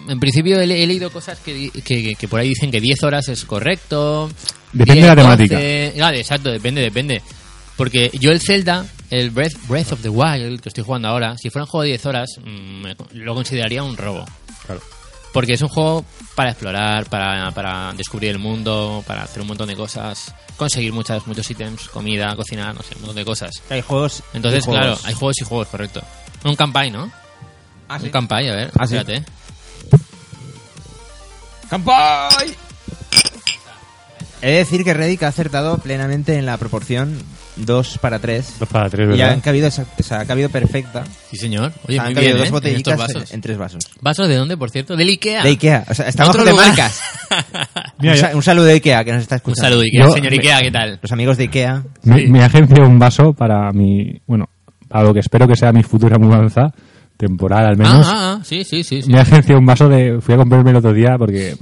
mm, en principio he, le- he leído cosas que, di- que- que- que por ahí dicen que 10 horas es correcto.
Depende de la
10,
temática.
12. Claro, exacto, depende, depende. Porque yo el Zelda, el Breath, Breath of the Wild que estoy jugando ahora, si fuera un juego de 10 horas, mm, me- lo consideraría un robo.
Claro.
Porque es un juego para explorar, para, para descubrir el mundo, para hacer un montón de cosas, conseguir muchas, muchos ítems, comida, cocinar, no sé, un montón de cosas.
Hay juegos.
Entonces, claro, hay juegos y juegos, correcto. Un campai, ¿no? un campai, a ver,
Ah, sí.
espérate.
¡Campoy! He de decir que Reddick ha acertado plenamente en la proporción 2 para 3.
Dos para tres,
Y
¿verdad?
han cabido, esa- o sea, ha cabido perfecta.
Sí, señor. Oye,
han cabido
muy bien,
dos
¿eh? En estos
botellitas
vasos.
en, en tres vasos.
¿Vasos de dónde, por cierto? Del Ikea.
De Ikea. O sea, está
Otro
bajo de
lugar.
marcas.
Mira,
un,
yo-
sa- un saludo de Ikea que nos está
un
escuchando.
saludo, Ikea.
Yo-
Señor
me-
Ikea, ¿qué tal?
Los amigos de Ikea.
Me,
Sí.
me agencié un vaso para mi. Bueno, para lo que espero que sea mi futura mudanza, temporal al menos.
Ah, ah, ah, sí, sí, sí. sí.
Me agencié un vaso de. Fui a comprarme el otro día porque.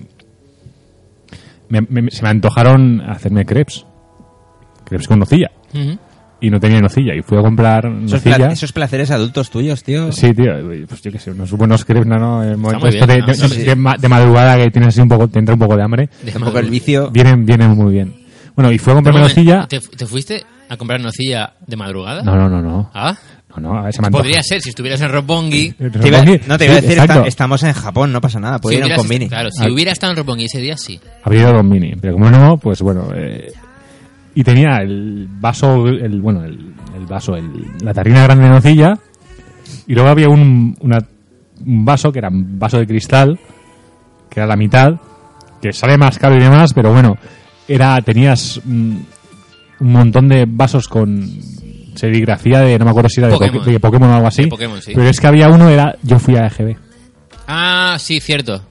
me- me- se me antojaron hacerme crepes. Crepes con nocilla.
Ujú.
Y no tenía nocilla. Y fui a comprar
Esos, pla-
nocilla.
esos placeres adultos tuyos, tío.
Sí, tío, y, pues yo qué sé, unos buenos crepes, ¿no? no? El momento
muy
esto
bien,
de,
¿no? Sí,
de-
sí.
de ma- de madrugada que tienes así un poco, te entra un poco de hambre.
De
Tampoco el
madrugada.
vicio.
Vienen, vienen muy bien. Bueno, y fui a comprarme nocilla.
¿Te, te fuiste a comprar nocilla de madrugada?
No, no, no, no.
Ah,
No, no, a ver, se me antoja.
podría ser si estuvieras en Roppongi.
El
Te iba-
Roppongi-
no, te iba a
sí,
decir,
exacto.
esta- estamos en Japón, no pasa nada.
Si
Puede ir a un
hubieras-
combini.
Claro, si
Ah.
hubiera estado en Roppongi ese día, sí.
Habría ido con mini, pero como no, pues bueno. eh, y tenía el vaso, el, bueno, el, el vaso, el- la tarrina grande de nocilla. Y luego había un, una- un vaso que era un vaso de cristal, que era la mitad, que sale más caro y demás, pero bueno, era tenías mm, un montón de vasos con serigrafía de, no me acuerdo si era de
Pokémon.
Poké- de Pokémon o algo así.
De Pokémon, sí.
Pero es que había uno, era yo fui a EGB.
Ah, sí, cierto.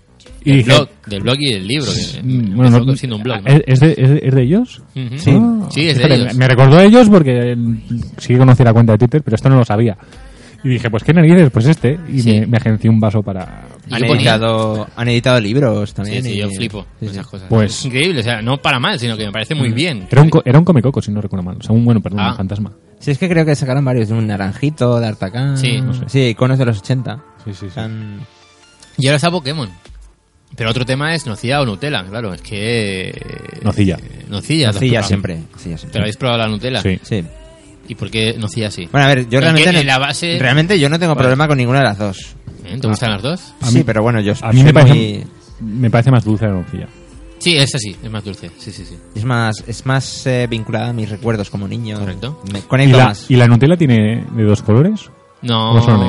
Y
del,
dije-
blog, del blog y del libro. Que
Mm,
bueno,
no-
Pues, siendo un blog. ¿no?
¿es, es de, es- es de ellos?
Ujú.
eh, Sí.
Ah,
Sí, es de
espera,
ellos.
Me recordó a ellos porque mm, sí que conocí la cuenta de Twitter, pero esto no lo sabía. Y dije, pues qué narices, pues este. Y
Sí.
me, me agencié un vaso para...
¿Y
Han
qué ponía?
editado, han editado libros
Sí,
también.
sí,
y-
yo flipo
sí,
con
sí.
esas cosas.
Pues-
es increíble, o sea, no para mal, sino que me parece muy bien.
Era un, co- era un comecoco, si no recuerdo mal. O sea, un bueno, perdón,
Ah.
un fantasma.
Sí, es que creo que sacaron varios. Un naranjito, de Artacán.
Sí. No
sé.
sí, iconos de los 80.
Sí, sí, sí.
Han-
Y ahora está Pokémon. Pero otro tema es nocilla o Nutella, claro, es que...
Nocilla.
Eh, Nocilla.
Sí, ya
¿no?
siempre. Sí, ya siempre.
¿Pero habéis probado la Nutella?
Sí.
Sí.
¿Y por qué nocilla sí?
Bueno, a ver, yo
¿En
realmente,
qué-
no-
en la base-
realmente yo no tengo
Vale.
problema con ninguna de las dos.
¿Eh? ¿Te gustan las dos?
A
sí,
mí-
pero bueno, yo
A mí
soy
me parece,
muy-
me parece más dulce la nocilla.
Sí, esa sí, es más dulce. Sí, sí, sí.
es más, es más eh, vinculada a mis recuerdos como niño.
Correcto.
Me
¿Y
conecto
la,
más.
¿Y la Nutella tiene de dos colores? ¿Cómo son
No,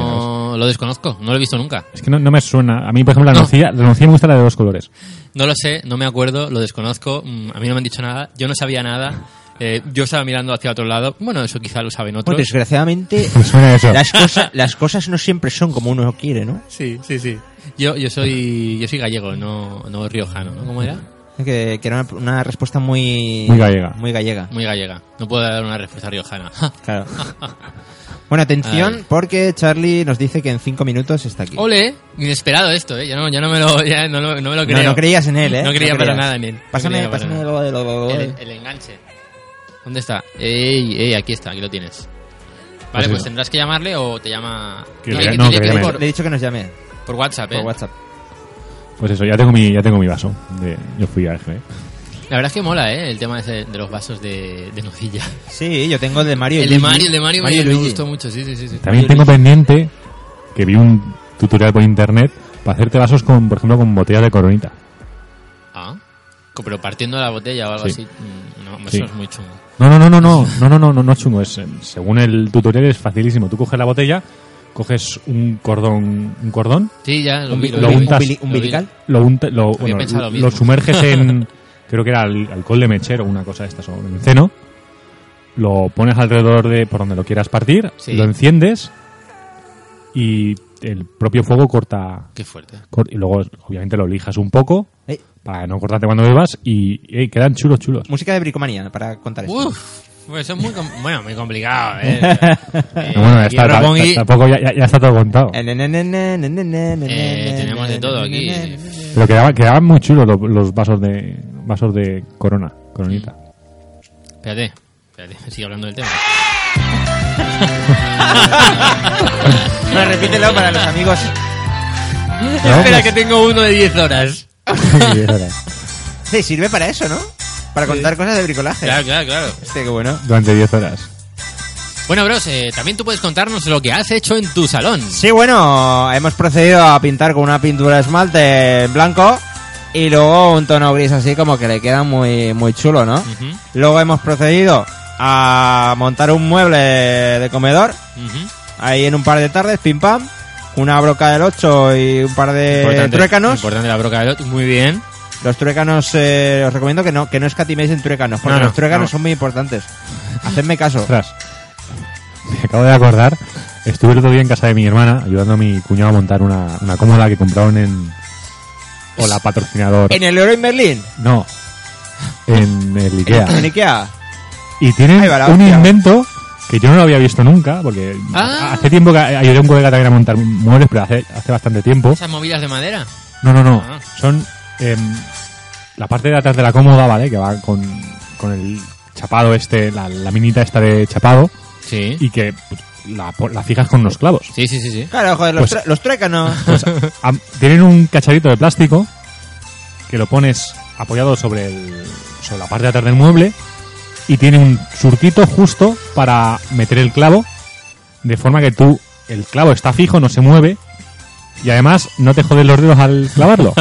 negras?
lo desconozco, no lo he visto nunca.
Es que no, no me suena. A mí, por ejemplo, la
No.
nocilla, la nocilla me gusta la de dos colores.
No lo sé, no me acuerdo, lo desconozco, mm, a mí no me han dicho nada, yo no sabía nada, eh, yo estaba mirando hacia otro lado, bueno, eso quizá lo saben
Bueno,
otros.
desgraciadamente,
Me suena eso.
las, cosas las cosas no siempre son como uno quiere, ¿no?
Sí, sí, sí. Yo, yo soy yo soy gallego, no, no riojano, ¿no? ¿Cómo era?
Que, que era una, una respuesta muy...
Muy gallega.
Muy gallega,
Muy gallega. No puedo dar una respuesta riojana.
claro. bueno, atención,
Ay.
porque Charlie nos dice que en cinco minutos está aquí.
Ole, inesperado esto, ¿eh? Ya no, ya no me lo, ya no, lo- Oh, no me lo creo.
No, no creías en él, ¿eh?
No creía para
creías.
nada en él. No
Pásame,
creía para
pásame
nada.
lo de lo- lo-
El, el enganche. ¿Dónde está? Ey, ey, aquí está, aquí lo tienes. Vale,
Pues
pues
eso.
tendrás que llamarle o te llama...
Que
Dile
le-
que-
no,
dile
que
que
le llame.
Le
por,
he dicho que nos llame
por WhatsApp, ¿eh?
por WhatsApp.
Pues eso, ya tengo mi, ya tengo mi vaso. de- yo fui a EGB.
La verdad es que mola, ¿eh? El tema ese de los vasos de, de nocilla.
Sí, yo tengo el de Mario. y
El de
Luigi.
Mario, el de Mario, me-
y
me,
Luigi.
gustó mucho, sí, sí, sí. sí.
También tengo pendiente que vi un tutorial por internet para hacerte vasos con, por ejemplo, con botellas de coronita.
Ah, co- pero partiendo la botella o algo
Sí.
así. mm, No, eso
Sí.
es muy chungo.
No, no, no, no, no, no, no, no, no, no es chungo. Es, eh, según el tutorial es facilísimo. Tú coges la botella, coges un cordón, un cordón,
Sí, ya lo vi.
lo
vi.
untas.
umbilical.
lo unta- lo,
Había
bueno,
pensado lo
Ah, lo
mismo.
sumerges en, creo que era al- alcohol de mechero, una cosa de estas, o enceno, lo pones alrededor de por donde lo quieras partir,
Sí.
lo enciendes y el propio fuego corta,
Qué fuerte.
cor- y luego obviamente lo lijas un poco
Eh,
para no cortarte cuando bebas y eh, quedan chulos, chulos.
música de bricomanía para contar esto.
Uf, pues eso es muy, com- bueno, muy complicado, ¿eh? Eh,
Pero bueno, ya
aquí
está, ta-
Roppongi,
ta- tampoco ya, ya- ya está todo contado.
Eh,
eh, tenemos de todo aquí.
Pero quedaban, quedaban muy chulos lo- los, vasos de vasos de corona, coronita.
Espérate, espérate, sigue hablando del tema.
No, repítelo para los amigos.
Espera
pues-
que tengo uno de 10 horas.
Y era-
Sí, sirve para eso, ¿no? Para contar cosas de bricolaje.
Claro, claro, claro.
Este, qué bueno.
Durante 10 horas.
Bueno, bros, eh, también tú puedes contarnos lo que has hecho en tu salón.
Sí, bueno, hemos procedido a pintar con una pintura de esmalte en blanco y luego un tono gris así como que le queda muy, muy chulo, ¿no?
Ujú,
Luego hemos procedido a montar un mueble de comedor
ujú.
ahí en un par de tardes, pim pam, una broca del 8 y un par
Eh,
de
Importante-
truécanos.
Importante la broca de lot. Muy bien.
Los truécanos, eh, os recomiendo que no, que no escatiméis en truécanos, porque
No, no,
los truécanos
no.
son muy importantes. Hacedme caso.
Ostras. Me acabo de acordar. Estuve el otro día en casa de mi hermana ayudando a mi cuñado a montar una, una cómoda que compraron en. Hola, patrocinador.
En el Euro en Berlín,
No. En el Ikea.
en Ikea.
Y tienen
Ahí va la
un
hostia.
invento que yo no lo había visto nunca, porque
Ah.
hace tiempo que ayudé a un colega también a montar muebles, pero hace, hace bastante tiempo.
Esas movidas de madera.
No, no, no.
Ah.
Son em, la parte de atrás de la cómoda, ¿vale? Que va con, con el chapado este, la, la minita esta de chapado,
Sí.
y que pues, la, po- la fijas con unos clavos.
Sí, sí, sí, sí.
Claro, joder, los,
Pues-
tru- los truécanos.
Pues, am- tienen un cacharrito de plástico que lo pones apoyado sobre, el, sobre la parte de atrás del mueble y tiene un surtito justo para meter el clavo, de forma que tú, el clavo está fijo, no se mueve. Y además no te jodes los dedos al clavarlo,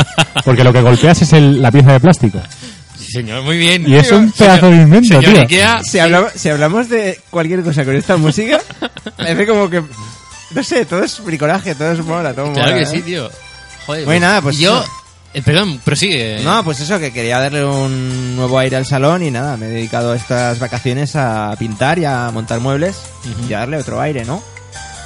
porque lo que golpeas es el- la pieza de plástico.
Sí, señor, muy bien.
Y es un pedazo de invento,
Señor
tío.
Ikea,
Si hablamos, si hablamos de cualquier cosa con esta música, parece como que. No sé, todo es bricolaje, todo es mola, todo
Claro
mola,
que
¿eh?
sí, tío. Joder,
Bueno, nada, pues
Yo.
eso.
eh, perdón, prosigue.
No, pues eso, que quería darle un nuevo aire al salón y nada, me he dedicado estas vacaciones a pintar y a montar muebles
Ujú. Pues
y a darle otro aire, ¿no?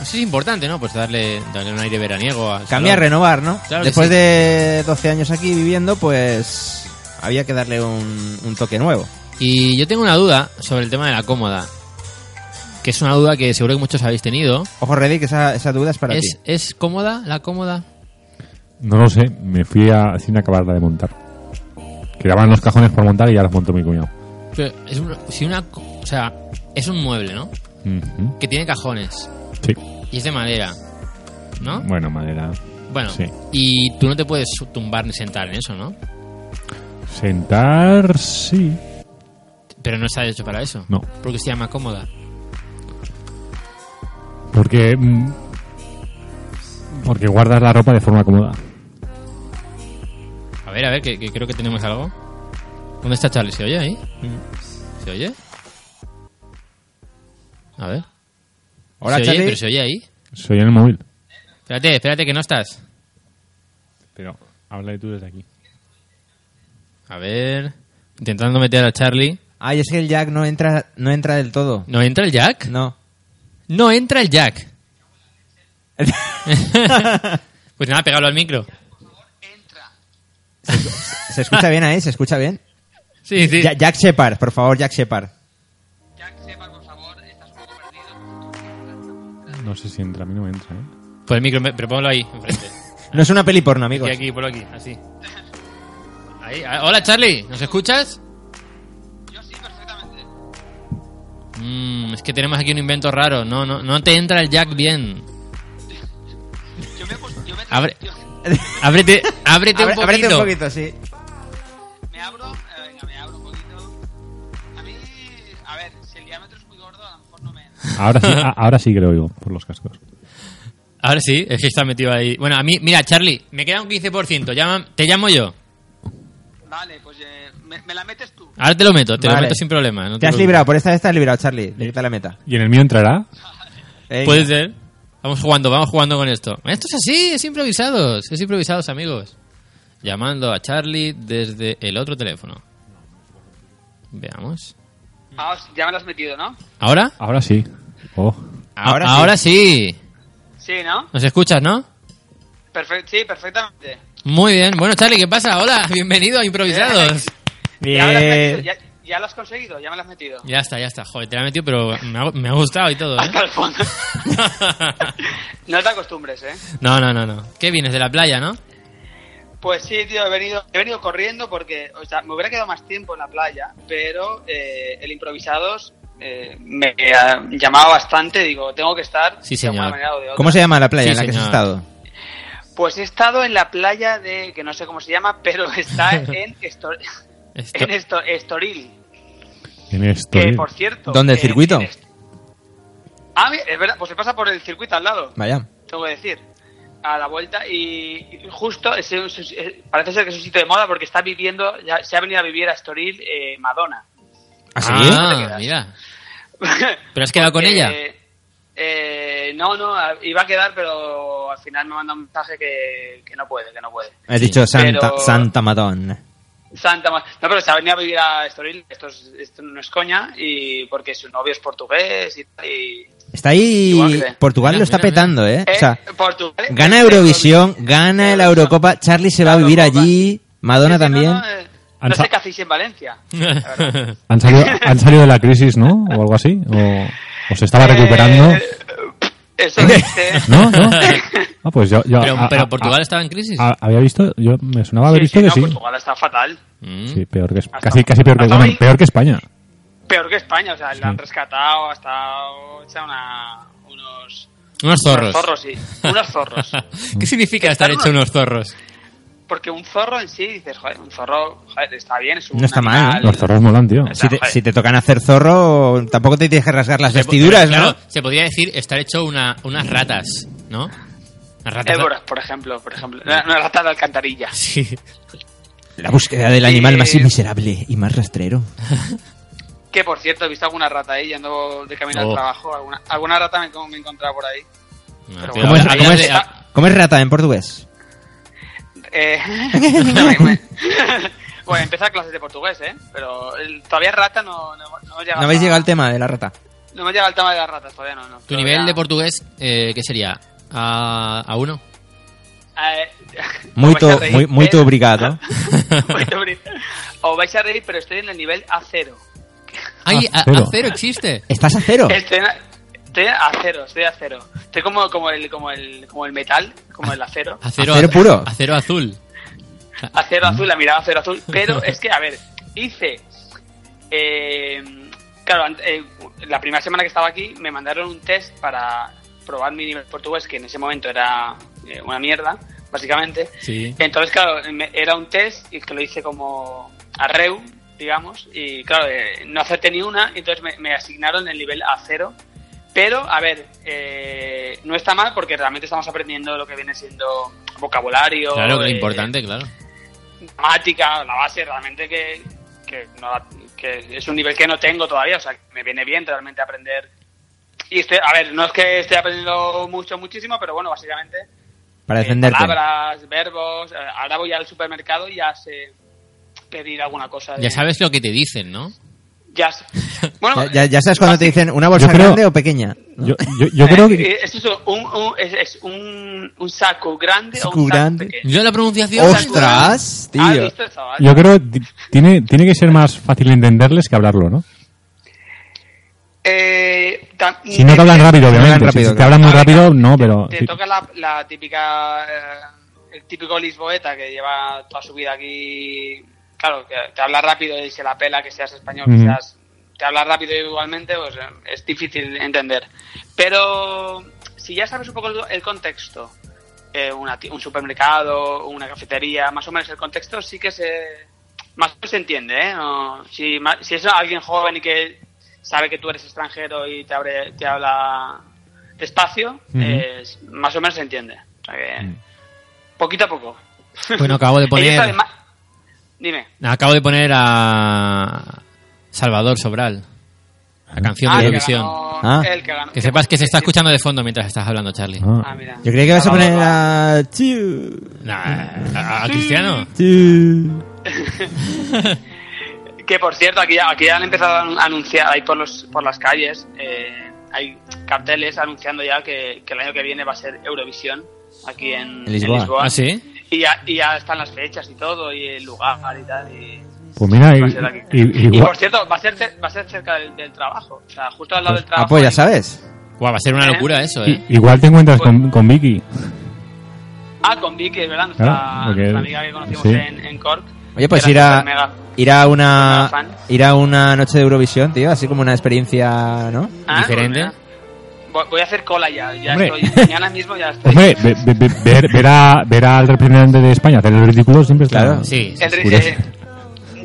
Eso es importante, ¿no? Pues darle, darle un aire veraniego al
Cambiar,
salón.
renovar, ¿no?
Claro que
Después
sí.
de 12 años aquí viviendo, pues había que darle un, un toque nuevo.
Y yo tengo una duda sobre el tema de la cómoda. Que es una duda que seguro que muchos habéis tenido.
Ojo, Reddy, que esa, esa duda es para ti.
¿Es, ¿Es cómoda la cómoda?
No lo sé, me fui a, sin acabarla de montar. Quedaban los cajones por montar y ya los montó mi cuñado.
Pero es una- si una, co- o sea, es un mueble, ¿no?
Ujú,
Que tiene cajones
Sí,
y es de madera, ¿no?
bueno, madera.
Bueno,
sí.
y tú no te puedes tumbar ni sentar en eso, ¿no?
Sentar, sí.
Pero no está hecho para eso.
No.
Porque se llama cómoda.
Porque. mm, Porque guardas la ropa de forma cómoda.
A ver, a ver, que, que creo que tenemos algo. ¿Dónde está Charlie? ¿Se oye ahí? ¿Se oye? A ver.
Hola,
¿Se oye?
Charlie.
¿Pero se oye ahí?
Soy en el móvil.
Espérate, espérate, que no estás.
Pero habla de tú desde aquí.
A ver. Intentando meter a Charlie.
Ay, es que el Jack no entra, no entra del todo.
¿No entra el Jack?
No.
No entra el Jack. pues nada, pégalo al micro.
¿Se escucha bien ahí? ¿Se escucha bien?
Sí, sí.
Ja- Jack Shepard, por favor, Jack Shepard.
No sé si entra, a mí no me entra, ¿eh?
Por Pues el micro, me- pero ponlo ahí, enfrente.
No es una peli porno,
Aquí,
amigos.
aquí, ponlo aquí, así. Ahí, ah, Hola, Charlie, ¿nos escuchas? Yo sí, perfectamente. Mm, es que tenemos aquí un invento raro. No, no, no te entra el Jack bien. Abre- ábrete, ábrete
Abre-
un poquito.
ábrete un poquito, sí.
Me abro, eh, venga, me abro un poquito. A mí, a ver, si el diámetro es muy gordo, a lo mejor no me.
Ahora sí, a- ahora sí creo yo, por los cascos.
Ahora sí, es que está metido ahí. Bueno, a mí, mira, Charlie, me queda un 15%. Llama- te llamo yo.
Vale, pues eh, me, me la metes tú.
Ahora te lo meto, te lo
Vale.
meto sin problema. no
Te has
preocupes.
librado, por esta vez te has librado, Charlie. Le quita la meta.
¿Y en el mío entrará?
Venga.
Puede ser. Vamos jugando, vamos jugando con esto. Esto es así, es improvisados, es improvisados, amigos. Llamando a Charlie desde el otro teléfono. Veamos.
Ah, os- ya me lo has metido, ¿no?
¿Ahora?
Ahora sí. Oh.
Ahora
A-
sí.
Ahora sí.
Sí, ¿no?
¿Nos escuchas, no?
Perfecto, sí, perfectamente.
Muy bien. Bueno, Charlie, ¿qué pasa? Hola, bienvenido a Improvisados.
Ya, me lo has metido,
Bien.
ya, ya lo has conseguido, ya me lo has metido.
Eh. Ya está, ya está. Joder, te la he metido, pero me ha, me ha gustado y todo, ¿eh?
Hasta el fondo. no te acostumbres, ¿eh?
No, no, no, no. ¿Qué vienes de la playa, no?
Pues sí, tío, he venido, he venido corriendo porque, o sea, me hubiera quedado más tiempo en la playa, pero eh, el improvisados eh, me eh, llamaba bastante, digo, tengo que estar
Sí,
de alguna
señor.
manera o de otra.
¿Cómo se llama la playa
Sí,
en la que has
señor.
estado?
Pues he estado en la playa de, que no sé cómo se llama, pero está en, Estor-
Esto-
en Esto- Estoril.
En esto.
Que,
eh.
por cierto...
¿Dónde el
eh,
circuito?
en Est- Ah, mira, es verdad, pues se pasa por el circuito al lado.
Vaya.
tengo que decir, a la vuelta y y justo es un- es- es- parece ser que es un sitio de moda porque está viviendo, ya, se ha venido a vivir a Estoril eh, Madonna.
¿Ah, sí?
No te
Ah,
quedas.
mira. ¿Pero has quedado con
Eh,
ella?
eh, no, no, a- iba a quedar, pero al final me manda un mensaje que, que no puede, que no puede.
Has dicho Santa,
Pero-
Santa Matón.
Santa Ma- No, pero se ha venido a vivir a Estoril, esto, es- esto no es coña, y porque su novio es portugués y... y-
Está ahí.
Igual que-
Portugal
Mira,
lo está
mira, mira.
petando, ¿eh? O sea,
Eh, portugués-
gana Eurovisión, gana la Eurocopa. Charlie se va a vivir
Eurocopa.
allí. Madonna
Sí, sí,
también.
No, no, eh, no
Anfa-
sé qué hacéis en Valencia.
Han, salido, han salido de la crisis, ¿no? O algo así. O, o se estaba recuperando.
Eh, eso dice.
¿No? ¿No? Ah, pues yo. yo-
Pero,
a-
pero
a-
ah,
Portugal
a-
estaba en crisis.
a- había visto. Yo me sonaba
Sí,
haber Ah, visto
sí,
que
no,
sí.
Portugal está fatal.
Mm.
Sí, peor que. es-
Hasta-
Casi, casi peor que.
hasta
bueno,
hoy.
peor que España.
Peor que España, o sea,
Sí.
la han rescatado, ha estado hecha una, unos
Unos zorros.
unos zorros, sí. Unos zorros.
¿Qué significa estar hecho unos zorros?
Porque un zorro en sí, dices, joder, un zorro joder, está bien, es un
No está mal,
animal.
¿eh?
Los zorros molan, tío.
Sí.
Si te, si te tocan hacer zorro, tampoco te tienes que rasgar las vestiduras,
Pero,
¿no?
claro, se podría decir estar hecho una, unas ratas, ¿no? Unas ratas.
Éboras, por ejemplo, por ejemplo.
Mm.
Una, una rata de alcantarilla.
Sí.
La búsqueda del animal más
Sí.
miserable y más rastrero.
Que por cierto, he visto alguna rata ahí yendo de camino
Oh.
al trabajo. Alguna, alguna rata me, me he encontrado por ahí.
No,
Pero
¿Cómo es,
bueno, Ah,
cómo
hablas
es-
de- a-
cómo es rata en portugués?
Eh, bueno, empieza clases de portugués, ¿eh? Pero el- todavía rata no, no, no he
No habéis
a-
llegado al tema de la rata.
No me llega el tema de las ratas, todavía no. no.
tu
Todavía-
nivel de portugués, eh, ¿qué sería? A, a uno.
Eh,
Muy
os vais a
to-
reír,
muy, muy
eh.
to obrigado.
Muy to obri- Os vais a reír, pero estoy en el nivel A0.
Ay,
A
a,
cero.
a cero existe.
Estás a cero.
Estoy, en, estoy a cero, estoy a cero. Estoy como, como, el, como, el, como el metal, como el acero.
A cero,
A cero puro.
A cero azul.
Acero azul, la mirada acero azul. Pero es que, a ver, hice... eh, claro, ant- eh, la primera semana que estaba aquí me mandaron un test para probar mi nivel portugués, que en ese momento era eh, una mierda, básicamente.
Sí.
Entonces, claro, me- era un test y que lo hice como a reu, digamos, y claro, eh, no acerté ni una, y entonces me, me asignaron el nivel A0. Pero, a ver, eh, no está mal porque realmente estamos aprendiendo lo que viene siendo vocabulario,
Claro, que
eh,
es importante, claro.
gramática, la base realmente que, que, no la- que es un nivel que no tengo todavía, o sea, que me viene bien realmente aprender. Y estoy, a ver, no es que esté aprendiendo mucho, muchísimo, pero bueno, básicamente
Para
eh,
defenderte.
palabras, verbos. eh, Ahora voy al supermercado y ya sé pedir alguna cosa. de-
Ya sabes lo que te dicen, ¿no?
Ya sé. Bueno,
Ya, ya- ya sabes
Ah,
cuando te dicen una bolsa
Yo creo-
grande o pequeña.
Yo, yo, yo creo que.
Esto Eh, es un, un- es, es un, un saco grande o
Saco
un saco
grande.
pequeño.
Yo la pronunciación.
¡Ostras,
¿Has
tío!
visto, chaval?
Yo creo que ti- tiene, tiene que ser más fácil entenderles que hablarlo, ¿no?
Eh, tam-
Si no te hablan
Si no
rápido, obviamente.
hablan
Si-
rápido, Ah,
si te hablan muy
claro.
rápido, no, pero.
Te
sí.
toca la, la típica. eh, el típico lisboeta que lleva toda su vida aquí. Claro, que te habla rápido y se la pela que seas español, que
Ujú.
seas. Te habla rápido igualmente, pues eh, es difícil entender. Pero si ya sabes un poco el, el contexto, eh, una ti- un supermercado, una cafetería, más o menos el contexto sí que se. Más o menos se entiende, ¿eh? No- si, ma- si es alguien joven y que sabe que tú eres extranjero y te, abre, te habla despacio, es- más o menos se entiende. O sea que,
Mm.
Poquito a poco.
Bueno, acabo de
Ellos
poner.
además- Dime.
Acabo de poner a Salvador Sobral. La canción
Ah,
de
el que
Eurovisión.
ganó-
Ah.
el que ganó-
Que sepas que se está escuchando de fondo mientras estás hablando, Charlie.
Ah.
Ah, mira.
Yo creía que ibas a
Vamos,
poner
va.
a... Chiu,
Nah, a, a Cristiano.
chiu.
Que, Que por cierto, aquí ya, aquí ya han empezado a anunciar, ahí por, los, por las calles, eh, hay carteles anunciando ya que, que el año que viene va a ser Eurovisión, aquí en,
En Lisboa.
¿Ah, sí?
Y ya, y ya están las fechas y todo, y el lugar y tal. Y,
Pues mira,
va
y,
a ser aquí.
y-
Y
igual-
por cierto, va a ser, cer- va a ser cerca del, del trabajo, o sea, justo al lado del trabajo.
Ah, pues ya sabes.
Guau, va a ser una locura eso, ¿eh?
i- igual te encuentras con, con Vicky.
Ah, con Vicky, ¿verdad? Nuestra,
Ah, porque-
nuestra amiga que conocimos
sí.
en, en Cork.
Oye, pues
que
ir
era
a,
súper mega.
ir a una
Mega fan.
ir a una noche de Eurovisión, tío, así como una experiencia, ¿no?
Ah,
Diferente.
pues mira. Voy- Voy a hacer cola ya, ya
Hombre.
estoy. Mañana mismo ya estoy.
Hombre, ve- ve- ve- ver, ver, a- ver al representante de España hacer el ridículo siempre está...
Claro.
Sí, sí.
El ri-
curioso.
eh,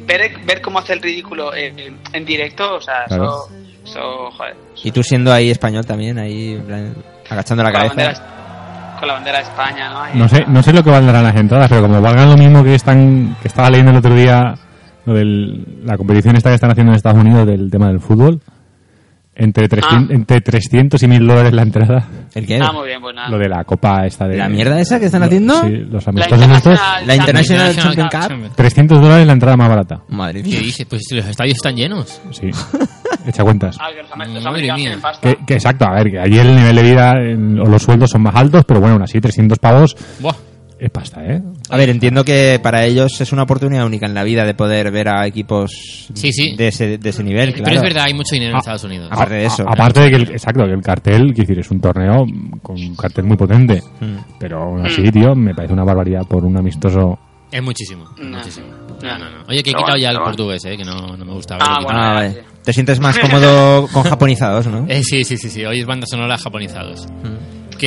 ver, ver cómo hace el ridículo eh, en, en directo, o sea,
Claro.
eso, eso, joder.
Y tú siendo ahí español también, ahí en plan, agachando la
con, la
cabeza.
bandera, con la bandera de España, ¿no? Ahí.
No sé, no sé lo que valdrán las entradas, pero como valgan lo mismo que están que estaba leyendo el otro día lo del, la competición esta que están haciendo en Estados Unidos del tema del fútbol, entre 300,
Ah.
entre 300 y 1000 dólares la entrada,
¿El qué?
Ah, muy bien, pues nada.
lo de la copa esta de...
¿La mierda esa que están haciendo?
Sí, los
La
amistosos estos,
International
La International
Champions
Champions
Cup.
Cup.
300 dólares la entrada más barata.
Madre
¿Qué
mía.
dices? Pues si los estadios están llenos.
Sí, echa cuentas.
Ah, que los amer- los
Madre
americanos
mía.
tienen pasta.
Que, que exacto, a ver, que allí el nivel de vida en- o los sueldos son más altos, pero bueno, aún así 300 pavos
Buah.
es pasta, ¿eh?
A ver, entiendo que para ellos es una oportunidad única en la vida de poder ver a equipos
Sí, sí.
De, ese, de ese nivel, claro.
Pero es verdad, hay mucho dinero en
Ah,
Estados Unidos.
aparte de eso.
A- aparte de que el, exacto, que el cartel, quiero decir, es un torneo con un cartel muy potente,
Mm.
pero aún
Mm.
así, tío, me parece una barbaridad por un amistoso.
Es muchísimo. es
No.
muchísimo.
No.
No, no, no. Oye, que he
Pero
quitado
bueno,
ya el
pero bueno.
portugués, ¿eh? Que no, no me gusta.
Ah,
haberlo quitado.
Ah,
Bueno,
vale.
sí.
Te sientes más cómodo con japonizados, ¿no?
Eh, sí, sí, sí, sí. Hoy es banda sonora japonizados. Que-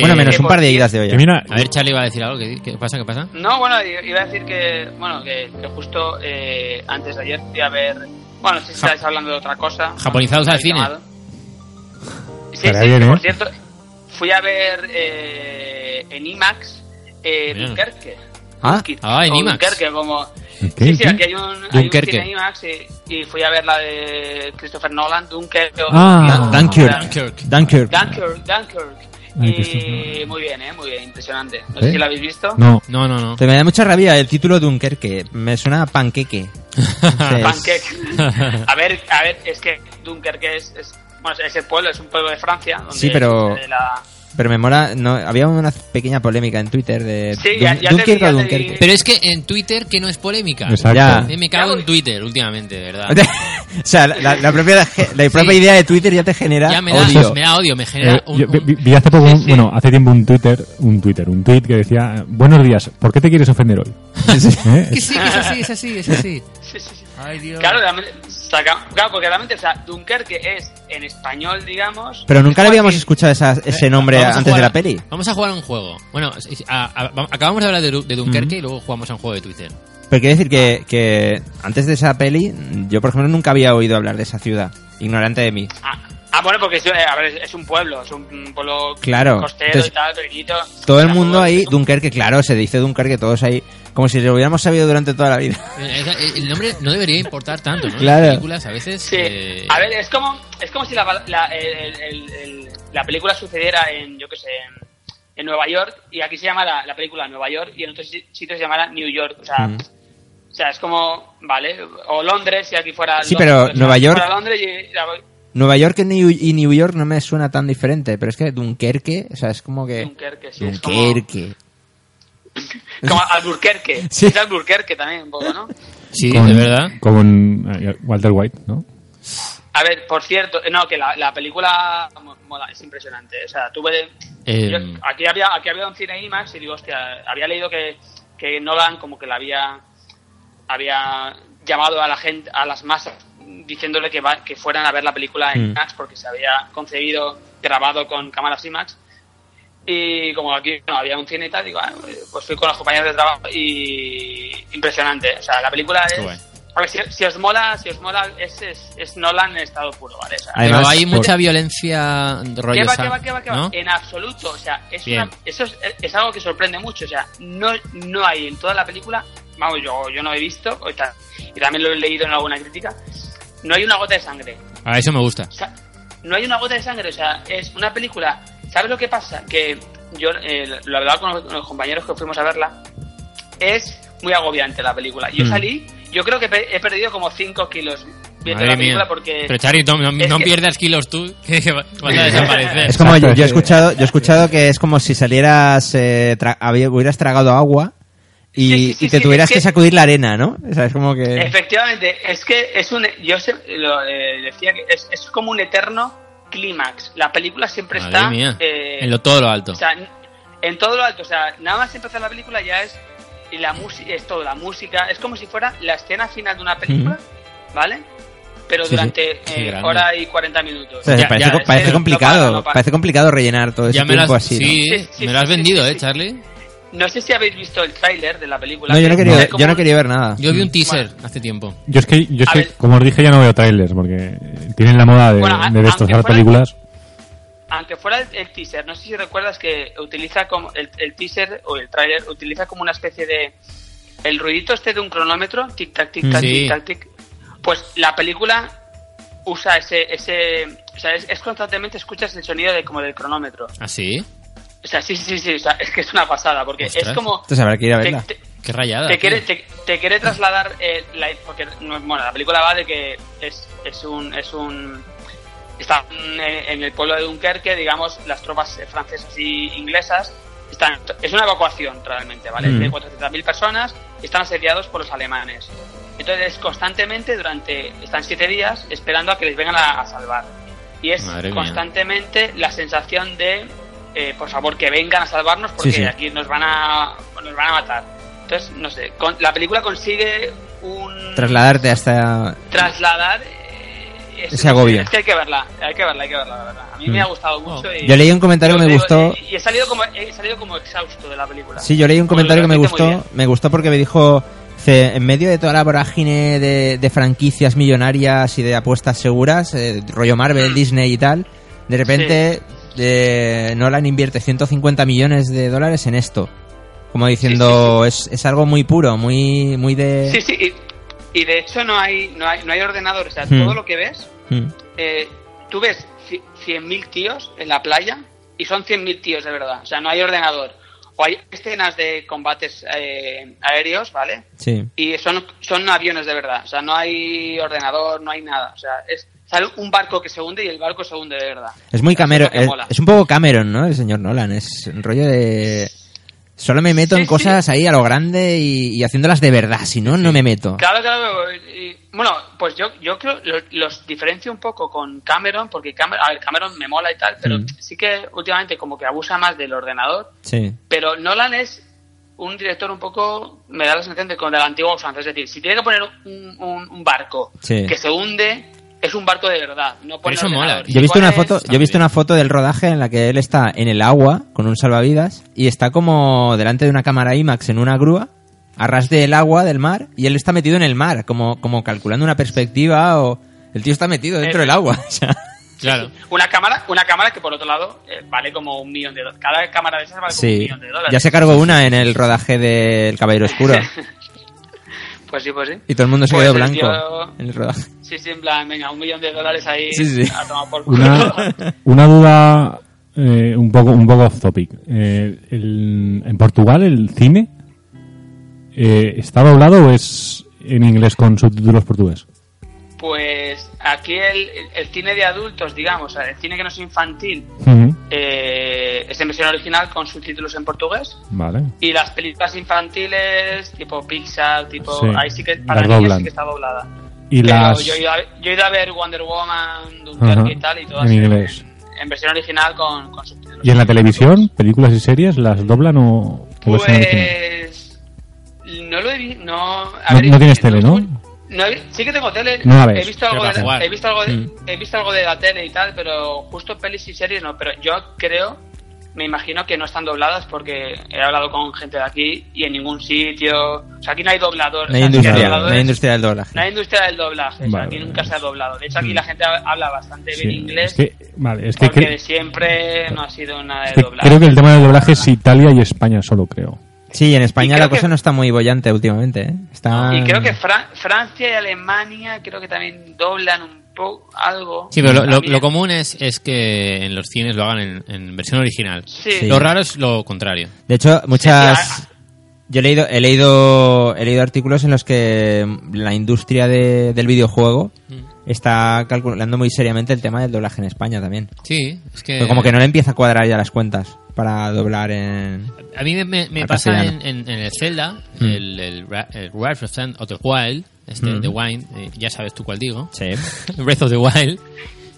Mm. Bueno, menos
que
un
por
par de
cierto-
idas de
Que
olla.
mira,
A ver, Charlie va a decir algo. ¿Qué, qué pasa? ¿Qué pasa?
No, bueno, i- iba a decir que, bueno, que, que justo eh, antes de ayer fui a ver. Bueno, no sé si estáis hablando de otra cosa.
Japonizados al cine.
Sí,
Estaría
sí,
bien,
que,
¿eh?
por cierto, fui a ver eh, en IMAX eh,
Bien.
Dunkerque.
Ah,
Dunkirk,
Ah, en
o
IMAX.
Dunkerque, como.
¿Qué?
Sí, sí,
¿Qué?
aquí hay un, hay un
Dunkerque.
cine IMAX y, y fui a ver la de Christopher Nolan, Dunkerque. o-
Ah.
Dan- Dunkirk.
Dunkirk.
Dunkirk.
Dunkirk, Dunkirk.
Ay, Christopher
y muy bien, ¿eh? Muy bien, impresionante. No sé
¿Eh?
si la habéis visto.
no,
No, no, no.
Te me da mucha rabia el título Dunkerque. Me suena a panqueque. Entonces,
Pancake. A ver, a ver, es que Dunkerque es, es, bueno, es el pueblo, es un pueblo de Francia. Donde
Sí, pero-
sucede la-
Pero me mola... No, había una pequeña polémica en Twitter de
Sí, ya- ya te-
Dunkerque
ya
o
te
Dunkerque.
Pero es que en Twitter que no es polémica.
exacto.
Ya.
Eh, me cago en Twitter últimamente, de verdad.
o sea, la, la propia, la propia idea de Twitter ya te genera
Ya me da,
odio.
me da odio, me genera
Eh,
un-
yo vi,
un-
vi- vi hace poco,
Sí,
un-
sí.
bueno, hace tiempo un Twitter, un Twitter, un tweet que decía, buenos días, ¿por qué te quieres ofender hoy? ¿Eh?
Que sí, que es así, es así, es así.
Sí, sí, sí.
Ay, Dios.
Claro, realmente, saca- claro, porque realmente, o sea, Dunkerque es en español, digamos.
Pero nunca
es
le habíamos
como decir-
escuchado esa- ese nombre
Vamos a
antes de
jugar-
la peli.
Vamos a jugar a un juego. Bueno, es- a- a- va- acabamos de hablar de, Lu- de Dunkerque y luego jugamos a un juego de Twitter.
Pero quiero decir que, que antes de esa peli, yo por ejemplo nunca había oído hablar de esa ciudad. Ignorante de mí.
Ah, ah, bueno, porque es, eh, a ver, es- es un pueblo, es un pueblo
Claro.
costero
Entonces,
y tal, pequeñito.
Todo el
Era
mundo
muy-
ahí, Dunkerque, claro, se dice Dunkerque, todos ahí, como si lo hubiéramos sabido durante toda la vida.
Eh, eh, El nombre no debería importar tanto, ¿no?
Claro.
Las películas a veces...
Sí.
eh,
A ver, es como, es como si la, la- el- el- el- la película sucediera en, yo qué sé, en, en Nueva York y aquí se llama la, la película Nueva York y en otros si- sitios se llamará New York. O sea, o sea, es como, ¿vale? O Londres si aquí fuera.
Sí,
Londres,
pero
o sea,
Nueva York-
fuera Londres y la-
Nueva York y New, y New York no me suena tan diferente, pero es que Dunkerque, o sea, es como que...
Dunkerque, sí. es como-
Eh, Dunkerque.
Como Alburquerque.
Sí.
Es Alburquerque también, un poco, ¿no?
Sí,
Con-
de verdad.
Con eh, Walter White, ¿no?
A ver, por cierto, eh, no, que la, la película mo- mola, es impresionante. O sea, tuve.
Eh,
aquí, había, aquí había un cine IMAX y digo, hostia, había leído que, que Nolan como que la había, había llamado a la gente, a las masas, diciéndole que, va- que fueran a ver la película en
Mm.
IMAX porque se había concebido, grabado con cámaras IMAX. Y como aquí no había un cine y tal, digo, ah, pues fui con los compañeros de trabajo y impresionante. O sea, la película
Qué
es...
guay.
A ver, si, si os mola, si os mola, es, es, es Nolan en estado puro, ¿vale? O sea,
Además,
pero hay
por-
mucha violencia
¿Qué
rollo...
va,
esa-
qué va, qué va, Eh, qué va?
¿no?
En absoluto. O sea, es
Bien.
una- eso es, eh, es algo que sorprende mucho. O sea, no, no hay en toda la película, vamos, yo, yo no he visto, o tal, y también lo he leído en alguna crítica, no hay una gota de sangre.
Ah, eso me gusta.
O sea, no hay una gota de sangre. O sea, es una película. ¿Sabes lo que pasa? Que yo eh, lo
Hmm.
hablaba con los, con los compañeros que fuimos a verla. Es muy agobiante la película. Yo salí Yo creo que pe- he perdido como 5 kilos viendo
Madre
la película
mía.
porque.
Pero Chari, no, no-
es
no
que-
pierdas kilos tú, que va- vas a desaparecer.
Es como yo,
Exacto,
yo he
sí.
escuchado, yo he escuchado que es como si salieras, eh, tra- había- hubieras tragado agua y,
Sí, sí, sí,
y te
sí,
tuvieras
es
que...
que-
sacudir la arena, ¿no? O sea, es como que
Efectivamente, es que es un. Yo se- lo, eh, decía que es, es como un eterno clímax. La película siempre
Madre
está.
mía.
eh,
en lo, todo lo alto.
O sea, n- en todo lo alto. O sea, nada más empezar la película ya es. Y la música, es todo, la música. Es como si fuera la escena final de una película, ¿vale? Pero
Sí,
durante
sí.
eh,
Qué grande.
hora y 40 minutos.
o sea,
Ya-
parece,
ya,
co-
es
parece
que no
complicado,
para, no para.
parece complicado rellenar todo ese
ya me lo
tiempo
has,
así. ¿no?
sí,
¿no? Sí, sí,
me lo has
sí, sí,
vendido,
sí,
¿eh,
sí.
Charlie?
No sé si habéis visto el tráiler de la película.
No, yo
que
no
es
quería,
como
yo no
un-
quería ver nada.
Yo vi un teaser hace tiempo.
Yo es que, yo es
A
que,
ver.
como os dije, ya no veo trailers porque tienen la moda de,
Bueno, a-
de destrozar
aunque fuera-
películas.
Aunque fuera el, el teaser, no sé si recuerdas que utiliza como el, el teaser o el tráiler utiliza como una especie de el ruidito este de un cronómetro, tic tac tic tac
Sí.
tic tac tic. Pues la película usa ese ese o sea, es, es constantemente escuchas el sonido de como del cronómetro.
¿Ah, sí?
O sea, sí, sí, sí, sí, o sea, es que es una pasada porque
Ostras.
es como
Entonces habrá que ir a verla.
te- te-
Qué rayada.
te quiere,
tío.
te, te quiere trasladar eh, la, porque no- bueno, la película va de que es, es un es un está en en el pueblo de Dunkerque digamos las tropas eh, francesas y inglesas están es una evacuación realmente vale
Mm.
de 400.000 personas están asediados por los alemanes entonces constantemente durante están siete días esperando a que les vengan a, a salvar y es
Madre mía.
constantemente la sensación de eh, por favor que vengan a salvarnos porque
Sí, sí.
aquí nos van a nos van a matar entonces no sé con- la película consigue un
Trasladarte hasta
trasladar eh, es-
Ese agobio. Mm.
es que hay que verla hay que verla hay que verla la verdad a mí me ha gustado mucho y,
Yo leí un comentario que me
y-
gustó.
y, he salido como he salido como exhausto de la película
Sí, yo leí un
Como
comentario que me
lo transmite muy
gustó. Me gustó porque me dijo, dice, en medio de toda la vorágine de, de franquicias millonarias y de apuestas seguras, eh, rollo Marvel, Disney y tal, de repente eh, Nolan invierte 150 millones de dólares en esto. Como diciendo, Es, es algo muy puro, muy, muy de...
sí sí y, y de hecho no hay no hay no hay ordenador o sea
Hmm.
todo lo que ves
Mm.
eh, tú ves ci- 100.000 tíos en la playa y son 100.000 tíos de verdad. O sea, no hay ordenador. O hay escenas de combates eh, aéreos, ¿vale?
Sí.
Y son, son aviones de verdad. O sea, no hay ordenador, no hay nada. O sea, es, sale un barco que se hunde y el barco se hunde de verdad.
Es muy
Eso
Cameron,
lo que
es,
mola.
es un poco Cameron, ¿no? El señor Nolan, es un rollo de... Solo me meto
Sí,
en
sí.
cosas ahí a lo grande y, y haciéndolas de verdad, si no, no me meto.
Claro, claro. y- bueno, pues yo, yo creo lo- los diferencio un poco con Cameron, porque Cameron, a ver, Cameron me mola y tal, pero
Mm.
sí que últimamente como que abusa más del ordenador
Sí.
Pero Nolan es un director un poco, me da la sensación de con de la antigua usanza. Es decir, si tiene que poner un, un- un barco
Sí.
que se hunde, es un barco de verdad. No pone
eso mola,
ordenador.
tío.
Yo he visto una
Pones-
foto, yo he
muy
visto
bien.
una foto del rodaje en la que él está en el agua con un salvavidas y está como delante de una cámara IMAX en una grúa a ras del agua del mar y él está metido en el mar, como como calculando una perspectiva o el tío está metido dentro
Eh.
del agua, o sea,
Claro.
Una cámara, una cámara que por otro lado eh, vale como un millón de dólares. Cada cámara de esas vale como un
sí.
millón de dólares.
Ya se cargó una en el rodaje del Caballero Oscuro
Pues sí, pues sí.
y todo el mundo se
Pues
quedó
el
blanco
tío-
en el rodaje.
Sí, sí, en plan, venga, un millón de dólares ahí
Sí, sí.
a tomar por culo.
Una, una duda eh, un poco un poco off topic. Eh, el- en Portugal el cine eh, está doblado o es en inglés con subtítulos portugués.
Pues aquí el, el cine de adultos, digamos, o sea, el cine que no es infantil,
Ujú,
eh, es en versión original con subtítulos en portugués.
Vale.
Y las películas infantiles, tipo Pixar, tipo.
Sí,
ahí sí que.
las
Para niños
doblan.
sí que está doblada.
Y
Pero
las
yo, he ido a, yo he ido a ver Wonder Woman, Dunkerque
Ajá,
y tal, y todas.
en inglés.
En versión original con, con subtítulos.
y en la televisión, películas y series las doblan o, o es en original?
Pues. No lo he visto. No, a
No-
ver,
no tienes
eh,
tele, ¿no?
no he vi- sí que tengo tele.
No la ves,
he, visto algo
pero
de,
para jugar.
la- he, visto algo de,
Mm.
he visto algo de la tele y tal, pero justo pelis y series no. Pero yo creo, me imagino que no están dobladas porque he hablado con gente de aquí y en ningún sitio. O sea, aquí no hay doblador.
No hay
o sea, sí que
industria,
hay
no hay
dobladores,
industria del doblaje.
no hay industria del doblaje. o sea,
Vale,
aquí
vale,
nunca
vale. Mm.
se ha doblado. De hecho, aquí la gente habla bastante
Sí,
bien inglés.
es que, vale, es que,
porque
cre-
de siempre no ha sido nada
es
de
que
doblaje.
creo que el tema del doblaje es Italia y España solo, creo.
Sí, en España
Y
la
creo
cosa
que-
no está muy bollante últimamente, ¿eh? Está
Y
Ah.
creo que Fra- Francia y Alemania creo que también doblan un poco algo.
Sí, pero lo, lo-
También.
lo común es, es que en los cines lo hagan en, en versión original.
Sí.
Sí.
Lo raro es lo contrario.
De hecho, muchas
Sí, ah,
Yo he leído, he leído, he leído artículos en los que la industria de- del videojuego
Mm.
está calculando muy seriamente el tema del doblaje en España también.
Sí, es que...
Pero Pues como que no le empieza a cuadrar ya las cuentas para doblar en...
A mí me, me- me
Al
pasa en,
castellano.
en- en el Zelda,
Mm.
el, el, Ra- el Breath of the- of the Wild, este,
Mm.
The Wild, eh, ya sabes tú cuál digo,
Sí.
Breath of the Wild,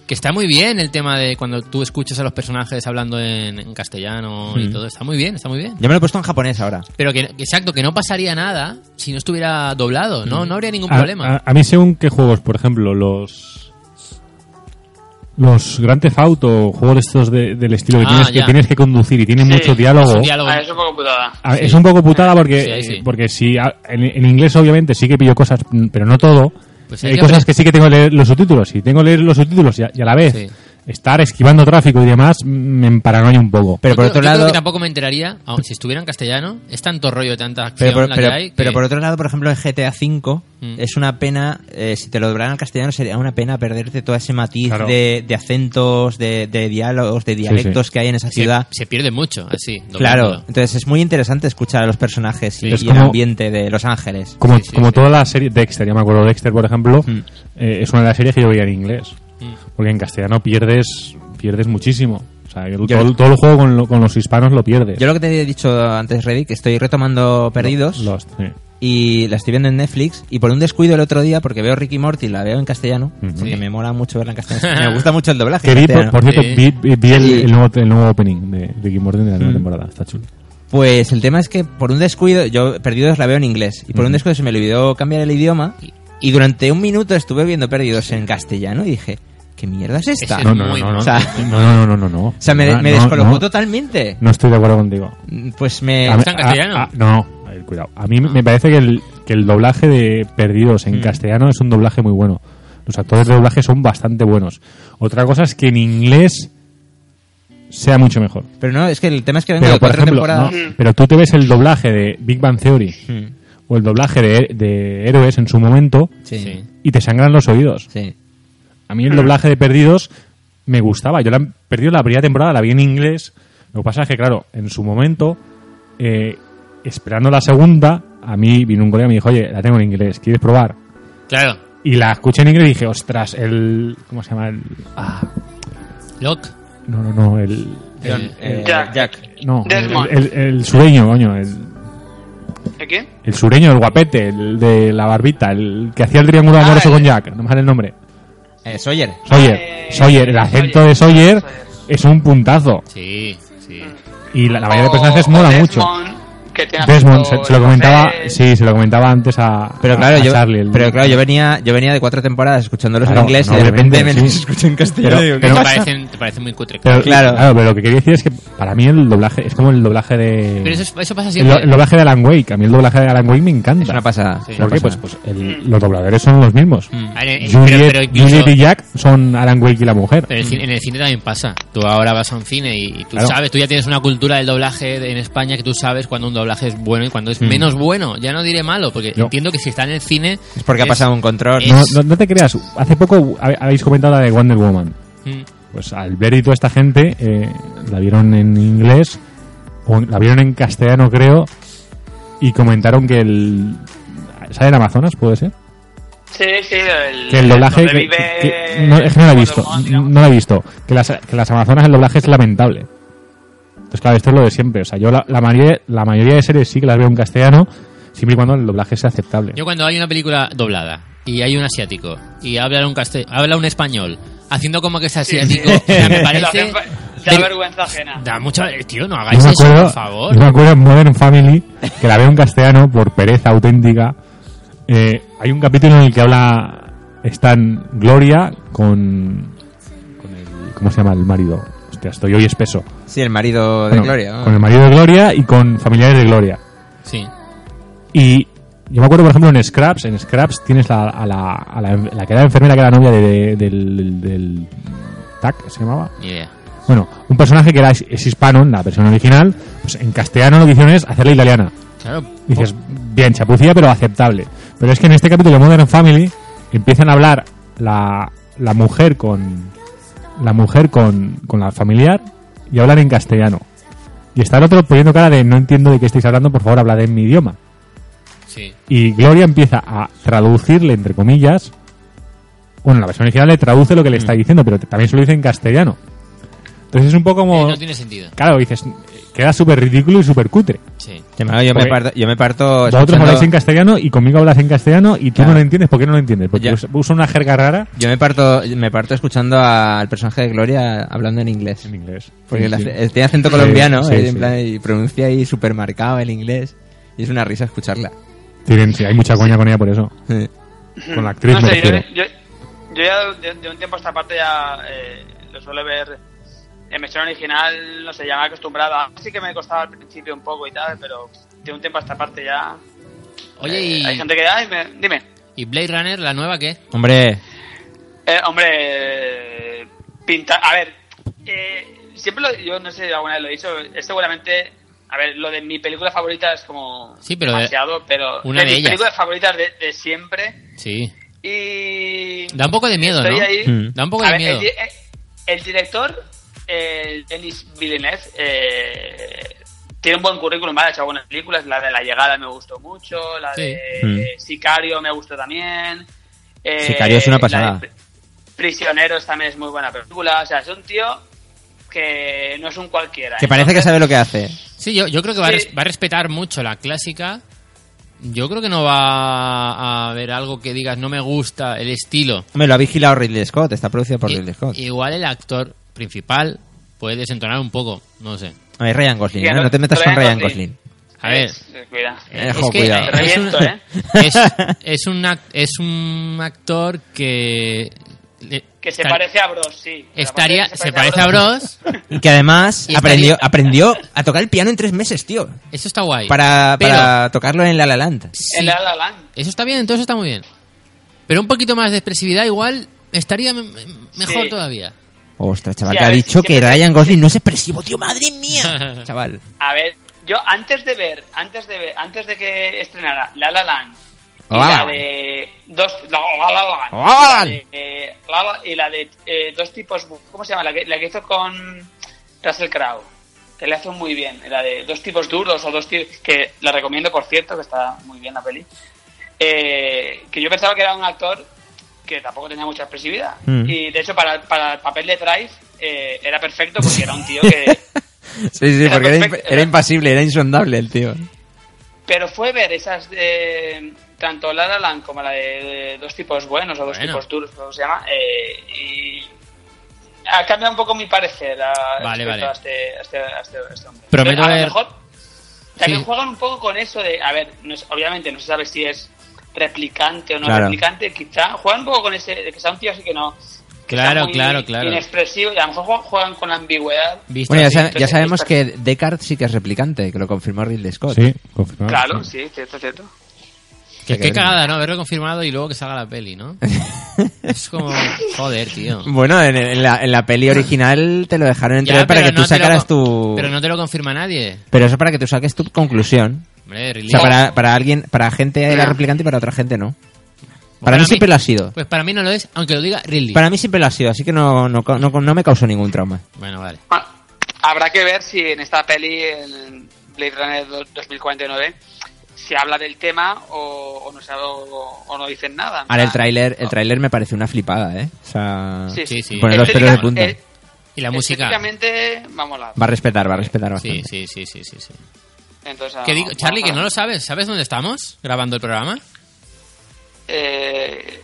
que está muy bien el tema de cuando tú escuchas a los personajes hablando en, en castellano y
Mm.
todo, está muy bien, está muy bien.
Yo me lo he puesto en japonés ahora.
Pero que, que exacto, que no pasaría nada si no estuviera doblado,
Mm.
no, no habría ningún
Ah,
A-
problema.
A, a mí según qué juegos, por ejemplo, los los Grand Theft Auto, juegos de estos de- del estilo que,
Ah,
tienes que
ya.
tienes que conducir y tienen
Sí,
mucho
es
diálogo.
un diálogo.
Ah, es un poco putada.
A-
Sí. Ah,
Es un poco putada
Sí,
porque
sí.
porque si a- en, en inglés obviamente sí que pillo cosas, mm, pero no todo.
Pues hay
Hay
que
cosas
aprend-
que sí que tengo que leer los subtítulos y tengo que leer los subtítulos y a, y a la vez
Sí.
estar esquivando tráfico y demás mm, me emparanoia un poco.
Pero
Yo
por
creo-
otro
yo creo
lado...
que tampoco me enteraría, aun si estuviera en castellano, es tanto rollo, tanta acción
Pero por,
la
pero-
que hay. que-
pero por otro lado, por ejemplo, en GTA V
Mm.
es una pena, eh, si te lo doblaran al castellano sería una pena perderte todo ese matiz
Claro.
de, de acentos, de, de diálogos, de dialectos que hay en esa
se,
ciudad.
se pierde mucho, así.
Claro,
doblándolo.
entonces es muy interesante escuchar a los personajes y,
Es
y el
como-
ambiente de Los Ángeles.
Como,
Sí, sí,
como
sí.
toda la serie Dexter, yo me acuerdo Dexter, por ejemplo,
Mm.
eh, es una de las series que yo veía en inglés.
Mm.
Porque en castellano pierdes pierdes muchísimo. O sea, el-
Yo-
todo, todo el juego con, lo- con los hispanos lo pierdes.
Yo lo que te he dicho antes, Reddy, que estoy retomando Perdidos
Lost, sí.
y la estoy viendo en Netflix y por un descuido el otro día, porque veo Ricky Morty, la veo en castellano,
Ujú.
porque
Sí.
me mola mucho verla en castellano. me gusta mucho el doblaje.
Que
en
vi, por,
castellano.
por cierto,
Sí.
vi, vi- vi el,
Sí.
el nuevo, el nuevo opening de Ricky Morton de la nueva
Mm.
temporada. Está chulo.
Pues el tema es que por un descuido, yo Perdidos la veo en inglés, y por un
Ujú.
descuido se me olvidó cambiar el idioma, y durante un minuto estuve viendo Perdidos en castellano y dije, ¿qué mierda es esta?
Es
No, no, no,
muy
no, no,
bueno.
O sea-
no, no, no, no, no.
O sea, me,
No,
me
no,
descolocó
no.
totalmente.
No estoy de acuerdo contigo.
Pues me...
A mí-
Eh, ¿Está en castellano? Ah.
no, a ver, cuidado. A mí me parece que el, que el doblaje de Perdidos
Mm.
en castellano es un doblaje muy bueno. Los actores de doblaje son bastante buenos. Otra cosa es que en inglés sea mucho mejor.
Pero no, es que el tema es que vengo
Pero,
de
por
cuatro
ejemplo,
temporadas...
no, pero tú te ves el doblaje de Big Bang Theory
Mm,
o el doblaje de, de Héroes en su momento
Sí, sí.
y te sangran los oídos. A mí el doblaje de Perdidos me gustaba. Yo la perdido la primera temporada, la vi en inglés. Lo que pasa es que, claro, en su momento, eh, esperando la segunda, a mí vino un colega y me dijo, oye, la tengo en inglés, ¿quieres probar?
Claro.
Y la escuché en inglés y dije, ostras, el... ¿Cómo se llama? El, ah,
Locke.
no, no, no, el...
John, eh,
Jack.
No, el,
Desmond.
el- el sureño, coño, el,
¿De quién?
el sureño, el guapete, el de la barbita, el que hacía el triángulo amoroso
Ah, el-
con Jack, no me sale el nombre.
Eh, Sawyer.
Sawyer,
Eh,
Sawyer, el acento de
Sawyer.
Sawyer es un puntazo.
Sí, sí.
Y la, la mayoría
O-
de personajes
o
mola mucho.
Oh, Desmond, Que tiene
Desmond, se,
acento
se lo comentaba,
escocés.
sí, se lo comentaba antes a,
Pero
a-
claro,
Ah, a
yo,
Charlie. el-
pero claro, yo venía, yo venía de cuatro temporadas escuchándolos
Claro,
en inglés
no,
y de repente me
obviamente,
los
sí.
escuché en castellano.
Pero-
y digo,
Te
¿qué pasa?
parecen, te parecen muy cutre.
pero,
claro.
claro. pero lo que quería decir es que para mí el doblaje es como el doblaje de.
Pero eso, es- eso pasa
el, do-
siempre.
el doblaje de Alan Wake. A mí el doblaje de Alan Wake me encanta.
es una pasada.
Sí.
es una
¿Por qué? Pues,
pasada.
pues el- los dobladores son los mismos.
Mm. A ver, eh,
Juliet,
pero, pero incluso-
Juliet y Jack son Alan Wake y la mujer.
pero en el cine- en el cine también pasa. Tú ahora vas a un cine y, y tú
Claro.
sabes, tú ya tienes una cultura del doblaje de- en España que tú sabes cuando un doblaje es bueno y cuando es menos bueno. Ya no diré malo, porque
Mm. No.
entiendo que si está en el cine.
Es porque ha
es-
pasado un control.
es-
No, no- no te creas, hace poco habe- habéis comentado la de Wonder Woman.
Mm.
Pues Albert y toda esta gente eh, la vieron en inglés, o en- la vieron en castellano creo, y comentaron que el... ¿Sale en Amazonas, puede ser?
Sí, sí, el,
Que el doblaje... Que,
sobrevive
que- no, es que no la he visto,
Wonder Woman, digamos.
no la he visto. Que las, que las Amazonas el doblaje es lamentable. Entonces claro, esto es lo de siempre. O sea, yo la, la mayoría, la mayoría de series sí que las veo en castellano, siempre y cuando el doblaje sea aceptable.
Yo cuando hay una película doblada y hay un asiático y habla un castel- habla un español haciendo como que es asiático, o sea, me parece.
Da vergüenza ajena.
Da mucha. eh, Tío, no
Yo
hagáis
me
eso,
acuerdo,
por favor.
yo me acuerdo en Modern Family que la veo en castellano por pereza auténtica. Eh, hay un capítulo en el que habla están Gloria con, con el ¿cómo se llama el marido? Hostia, estoy hoy espeso.
Sí, el marido de
Bueno,
Gloria. ¿no?
Con el marido de Gloria y con familiares de Gloria.
Sí.
Y yo me acuerdo, por ejemplo, en Scraps, en Scraps tienes la, a la, a la, la que era enfermera que era novia de, de- del, del TAC, se llamaba.
Ni idea.
Bueno, un personaje que era, es hispano en la versión original, pues en castellano lo que hicieron es hacerla italiana.
Claro.
Dices, bien, chapucía, pero aceptable. Pero es que en este capítulo de Modern Family empiezan a hablar la, la mujer con la mujer con, con la familiar y hablan en castellano. Y está el otro poniendo cara de no entiendo de qué estáis hablando, por favor, hablad en mi idioma.
Sí.
Y Gloria empieza a traducirle, entre comillas. Bueno, la versión original le traduce
Mm.
lo que le está diciendo, pero también se lo dice en castellano. Entonces es un poco
Eh,
como.
no tiene sentido.
Claro, dices, queda súper ridículo y súper cutre.
Sí.
Sí, claro, Ah, yo, me
Porque-
parto, yo me parto
Vosotros
Pues, escuchando-
habláis en castellano y conmigo hablas en castellano y tú
Claro.
no lo entiendes. ¿Por qué no lo entiendes? Porque
Ya.
us- usa una jerga rara
yo me parto, me parto escuchando al personaje de Gloria hablando en inglés.
en inglés.
Porque
Sí,
la-
sí.
eh, tiene acento
Sí,
colombiano
sí,
eh, en
sí.
plan, y pronuncia ahí súper marcado el inglés. Y es una risa escucharla.
Tienen- sí, hay mucha coña con ella por eso.
Sí.
Con la actriz
Mm. No
me
sé, yo,
refiero.
yo- yo ya de, de un tiempo a esta parte ya eh, lo suelo ver en versión original, no sé, ya me he acostumbrado. A, sí que me costaba al principio un poco y tal, pero de un tiempo a esta parte ya...
Oye,
eh,
y,
Hay gente que... Ay, me- dime.
¿y Blade Runner, la nueva qué?
Hombre,
Eh, hombre, eh, pinta. A ver, eh, siempre lo, yo no sé si alguna vez lo he dicho, es seguramente. A ver, lo de mi película favorita es como
Sí, pero de-
demasiado, pero
una de
mis
ellas.
películas favoritas de, de siempre
Sí.
y
Da un poco de miedo,
estoy
¿no?
ahí.
Mm.
Da un poco
A
de
ver,
miedo.
El, di- eh, el director, el Denis Villeneuve, eh, tiene un buen currículum, ¿vale? Ha hecho algunas películas. La de La Llegada me gustó mucho. La
Sí.
de Sicario me gustó también. eh,
Sicario es una
la de
pasada.
Pri- Prisioneros también es muy buena película. O sea, es un tío que no es un cualquiera.
que parece que
Entonces,
sabe lo que hace.
Sí, yo, yo creo que va, a
Sí.
res- va a respetar mucho la clásica. Yo creo que no va a haber algo que digas no me gusta el estilo.
Hombre, lo ha vigilado Ridley Scott, está producido por
I-
Ridley Scott.
Igual el actor principal puede desentonar un poco, no sé.
A ver, Ryan Gosling,
Sí,
¿eh?
no-
no te metas con
Ryan
Ryan
Gosling.
Gosling.
A ver.
es- cuidado.
Eh, jo,
que
cuidado.
Te
es, un,
reviento, ¿eh?
es, es un ac- es un actor que... le-
Que se
estar-
parece a Bros, sí. Pero
Estaría,
aparte de que
se parece a Bros.
Y que además
Y
aprendió,
estaría-
aprendió a tocar el piano en tres meses, tío.
Eso está guay.
Para,
Pero-
para tocarlo en La La Land.
Sí.
En La La Land.
Eso está bien, todo eso está muy bien. Pero un poquito más de expresividad igual estaría me- me- mejor
Sí.
todavía.
Ostras, chaval,
Sí,
que
a
ha
ver,
dicho
sí,
que
sí, sí.
Ryan Gosling no es expresivo, tío, madre mía. Chaval.
A ver, yo antes de ver, antes de ver, antes de que estrenara La La Land y
La La
la
Land.
de dos la, La La Land,
La La Land.
y la de, eh, La La- y la de eh, dos tipos, ¿cómo se llama? La que, la que hizo con Russell Crowe, que le hace muy bien, la de dos tipos duros o dos tipos que la recomiendo por cierto, que está muy bien la peli. Eh, que yo pensaba que era un actor que tampoco tenía mucha expresividad
Mm.
y de hecho para, para el papel de Drive eh, era perfecto porque era un tío que
Sí, sí,
Era
porque era, imp-
perfecto.
era impasible, era insondable el tío.
Pero fue ver esas de. Tanto La La Land como la de, Dos Tipos Buenos o Dos
Bueno.
Tipos Duros, como se llama. eh, y. Ha cambiado un poco mi parecer a,
Vale, vale.
respecto a este, a este- a este- a este hombre.
Prometo
Pero a
ver-
lo mejor. También
Sí.
juegan un poco con eso de. A ver, no es- obviamente no se sabe si es replicante o no
Claro.
replicante. Quizá juegan un poco con ese. De que sea un tío así que no. que sea
Claro,
muy
claro, claro.
Inexpresivo y a lo mejor juegan- juegan con la ambigüedad.
Visto
Bueno, ya,
así.
sa- ya
pero-
sabemos que Descartes sí que es replicante, que lo confirmó Ridley Scott.
Sí, confirmado.
Claro,
Sí.
sí, cierto, cierto.
Qué
Que, qué
cabrón.
cagada, ¿no? Haberlo confirmado y luego que salga la peli, ¿no? es como... Joder, tío.
Bueno, en, en la, en la peli original te lo dejaron
Ya,
entrar para
pero
que
no
tú
te lo
sacaras
con-
tu...
Pero no te lo confirma nadie.
Pero eso para que tú saques tu conclusión.
Hombre, Ridley.
O sea, para, para alguien, para gente era
Claro.
replicante y para otra gente no. Para
Para
mí
Pues mí-
siempre lo ha sido.
Pues para mí no lo es, aunque lo diga Ridley.
Para mí siempre lo ha sido, así que no, no, no, no me causó ningún trauma.
Bueno, vale.
Bueno, habrá que ver si en esta peli, en Blade Runner do- 2049, se habla del tema o, o no se habla- o, o no dicen nada.
Ahora el
Ah,
tráiler, el tráiler me parece una flipada, ¿eh? O sea,
Sí, sí.
Poner los pelos de
Estética-
punta.
eh,
Y la música.
Estéticamente, vamos a
va a respetar, va a respetar bastante.
Sí, sí, sí, sí, sí. sí.
Entonces,
¿Qué
ah,
digo?
vamos
Charlie,
a-
que no lo sabes. ¿Sabes dónde estamos grabando el programa?
Eh,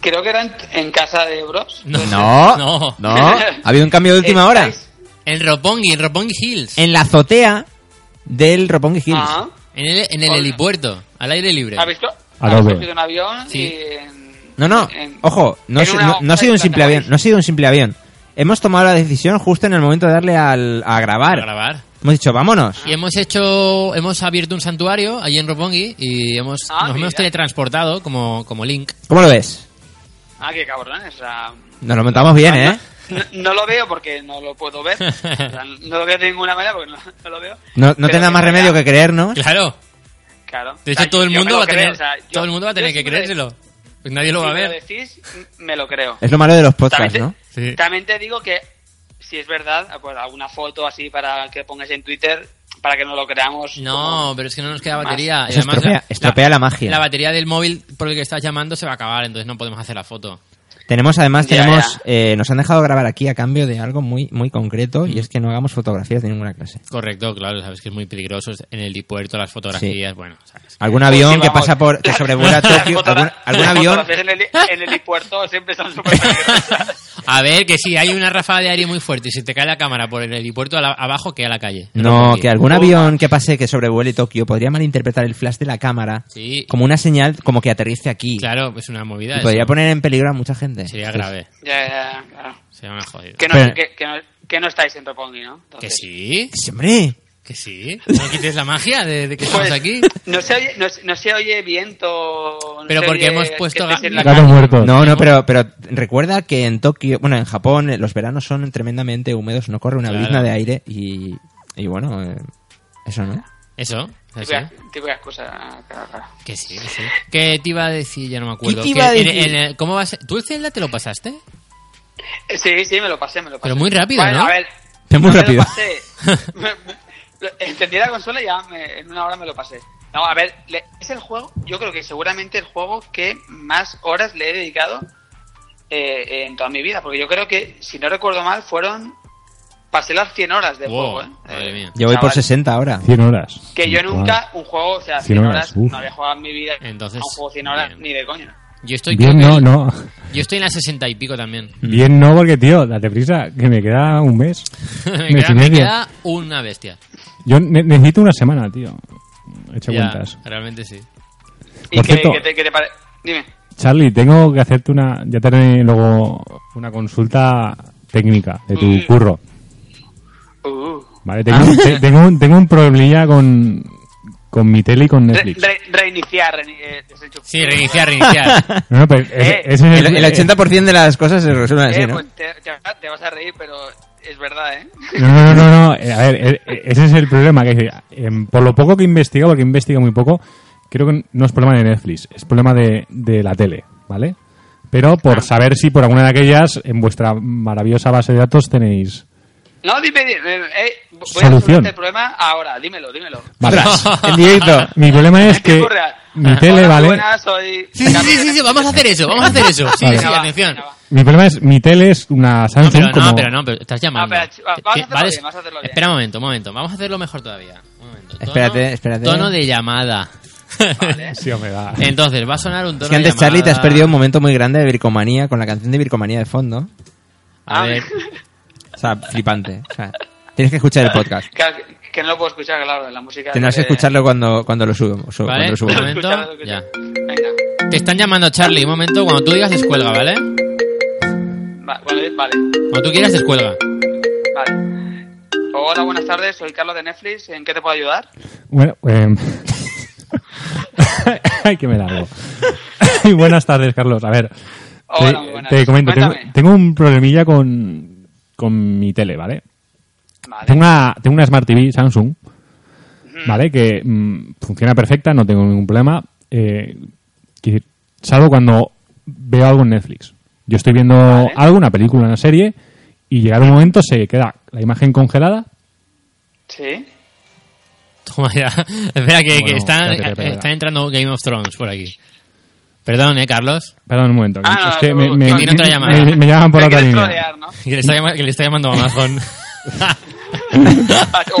creo que era en, en casa de Bros.
No,
No.
no, Ha habido un cambio de última hora.
Estáis-
En Ropongi, en Ropongi Hills. En,
En la azotea del Ropongi Hills.
Ah,
el, en el
Hola.
helipuerto, al aire libre.
¿Habéis co-
Adobe.
habéis cogido un avión?
Sí.
Y en-
No, no,
en-
ojo, no,
en
ha si-
una
no- no ha
hoja
sido un
de
simple avión,
plataforma.
no ha sido un simple avión. Hemos tomado la decisión justo en el momento de darle al, a
Para
grabar.
grabar.
Hemos dicho,
Ah.
vámonos.
Y hemos hecho, hemos abierto un santuario allí en Ropongi y hemos,
Ah,
nos hemos
mira.
teletransportado como, como Link.
¿Cómo lo ves?
Ah, qué cabrones. O sea,
Nos lo montamos bien, ¿eh?
No, no lo veo porque no lo puedo ver. O sea, no lo veo de ninguna manera porque no, no lo veo.
No, no
Pero
tendrá
que
más remedio
vaya-
que creernos.
Claro.
Claro.
De
O sea,
hecho, todo el
yo me
mundo
lo
va a
creo,
tener,
o sea, yo-
todo el mundo va a
yo
tener que
siempre-
creérselo. Pues nadie lo va a
si me
ver.
decís, me lo creo.
Es lo malo de los
También
podcasts,
te,
¿no?
Sí.
también te digo que si es verdad, pues alguna foto así para que pongas en Twitter para que no lo creamos.
No,
como-
pero es que no nos queda
Más.
batería. Y
Eso
además
estropea- estropea la magia.
La batería del móvil por el que estás llamando se va a acabar, entonces no podemos hacer la foto.
Tenemos, además,
Ya,
tenemos,
ya.
eh, nos han dejado grabar aquí a cambio de algo muy, muy concreto y es que no hagamos fotografías de ninguna clase.
Correcto, claro, sabes que es muy peligroso es en el puerto las fotografías, bueno, sabes.
Algún
Pues sí,
avión que
vamos.
pasa por, que sobrevuela
Las
Tokio,
fotogra-
algún, algún
las
avión,
fotografías en el, en el helipuerto siempre están súper peligrosas.
A ver, que sí, hay una ráfaga de aire muy fuerte y si te cae la cámara por el helipuerto a la- abajo, que a la calle.
no,
te
que algún avión que pase que sobrevuele Tokio podría malinterpretar el flash de la cámara
Sí.
como una señal como que aterrice aquí
Claro, es una movida.
y
eso.
podría poner en peligro a mucha gente.
Sería
Entonces,
grave,
ya, ya, ya, claro.
sería una jodida.
Que
Pero-
no, que, que no, que no estáis en Topongi, ¿no?
Que
Entonces-
sí,
Sí, hombre,
que sí. No quites la magia de, de que estamos
Pues,
aquí.
No se oye, no, se- no se oye viento. no
Pero
se
porque
oye
hemos puesto
que estés
ga-
en la
Gatos
calle.
muertos.
No, no, pero, pero recuerda que en Tokio, bueno, en Japón eh, los veranos son tremendamente húmedos, no corre una
Claro.
brizna de aire y, y bueno, eh, eso no.
Eso, eso.
Típica- típica cosa, claro, claro.
Que sí, que sí. ¿Qué te iba a decir? Ya no me acuerdo.
¿Qué te iba
Que
a
en-
decir?
en el- ¿Cómo vas? ¿Tú el Zelda te lo pasaste?
Eh, Sí, sí, me lo pasé, me lo pasé.
Pero muy rápido,
Bueno,
¿no?
a ver.
Es muy
no me lo
rápido.
pasé. Me- Encendí la consola y ya me- en una hora me lo pasé. No, a ver, le- es el juego, yo creo que seguramente el juego que más horas le he dedicado eh, en toda mi vida, porque yo creo que, si no recuerdo mal, fueron... Pasé las 100 horas de
Wow,
juego, ¿eh?
madre
Eh,
mía.
Yo voy por
chaval.
60 ahora.
100 horas.
Que yo nunca, un juego, o sea, 100 horas,
uf.
no había jugado en mi vida
Entonces,
a un juego 100 horas
bien.
ni de coño.
Yo estoy.
Bien,
creo
no,
que-
no.
Yo estoy en la 60 y pico también.
Mm.
Bien, no, porque, tío, date prisa, que me queda un mes.
me,
mes
queda,
y
me
medio.
queda una bestia.
Yo ne- necesito una semana, tío. Echa
Ya,
cuentas.
realmente sí.
¿Y
Por
qué,
cierto-
qué te, qué te parece? Dime.
Charlie, tengo que hacerte una. Ya te haré luego una consulta técnica de tu
Mm.
curro.
Uh.
Vale, tengo, te- tengo, un- tengo un problemilla con, con mi tele y con
Re-
Netflix.
re- reiniciar, reini- eh, desenchufar.
Sí, reiniciar, reiniciar.
No, no, pero ese-
Eh,
ese es
El, el 80% de las cosas se
Ah,
resuelven así,
Eh,
¿no?
pues te, te- te vas a reír, pero es verdad, ¿eh?
No, no, no, no, no, eh, A ver, eh, eh, ese es el problema. Que, eh, em, por lo poco que investiga, porque investiga muy poco, creo que no es problema de Netflix, es problema de, de la tele, ¿vale? Pero
Ah.
por saber si por alguna de aquellas, en vuestra maravillosa base de datos tenéis...
No, dime, dime, eh, voy a
Solución.
resolverte el problema ahora, dímelo, dímelo.
Vale,
En directo.
mi problema es
En
que
tiempo real.
mi tele,
Hola,
¿vale?
buenas, soy...
Sí, sí, sí, sí, sí, vamos a hacer eso, vamos a hacer eso. Sí,
Vale.
sí,
Venga, va,
atención.
venga, va.
Mi problema es, mi tele es una
No,
Samsung
pero no,
como-
pero no, pero estás llamando.
Ah, espera, ch- vamos a
Que-
hacerlo
vales-
bien, vamos a hacerlo bien.
Espera un momento, un momento. Vamos a hacerlo mejor todavía. Un momento. Tono-
Espérate, espérate.
Tono de llamada.
Vale.
Sí, hombre, va.
Entonces, va a sonar un tono
Es que
de
antes,
llamada.
Charlie, te has perdido un momento muy grande de Vircomanía con la canción de Vircomanía de fondo.
A
Ah,
ver,
O sea, flipante. O sea, tienes que escuchar el podcast.
Claro, que, que no lo puedo escuchar, claro, la música...
Tendrás que
eh,
escucharlo cuando, cuando lo subo. su- cuando
Vale.
lo subo.
Un momento,
escucharlo, escucharlo. Venga,
te están llamando Charlie. Un momento, cuando tú digas descuelga, ¿vale?
va, vale, vale,
Cuando tú quieras descuelga.
vale. Hola, buenas tardes, soy Carlos de Netflix, ¿en qué te puedo ayudar?
Bueno, em, Ay, que me largo. Y buenas tardes, Carlos. A ver,
Hola,
te-
muy buenas.
te, comento, tengo,
Cuéntame.
tengo un problemilla con, con mi tele, ¿vale?
Vale.
Tengo una, tengo una Smart TV Samsung, ¿vale? Que mm, funciona perfecta, no tengo ningún problema. eh, quiero decir, salvo cuando veo algo en Netflix. Yo estoy viendo algo, una película, una serie, y llegado un momento se queda la imagen congelada
¿Sí?
Toma ya. Espera, que, que
Bueno,
están,
espérate, espérate.
están entrando Game of Thrones por aquí. Perdón, ¿eh, Carlos?
Perdón un momento. que-
Ah,
es que
no,
me,
no,
me-
tiene otra
me-
llamada.
me- me llaman por
Me
otra
quieres
línea.
trolear, ¿no?
Que le está, llama- que le está llamando Amazon.
O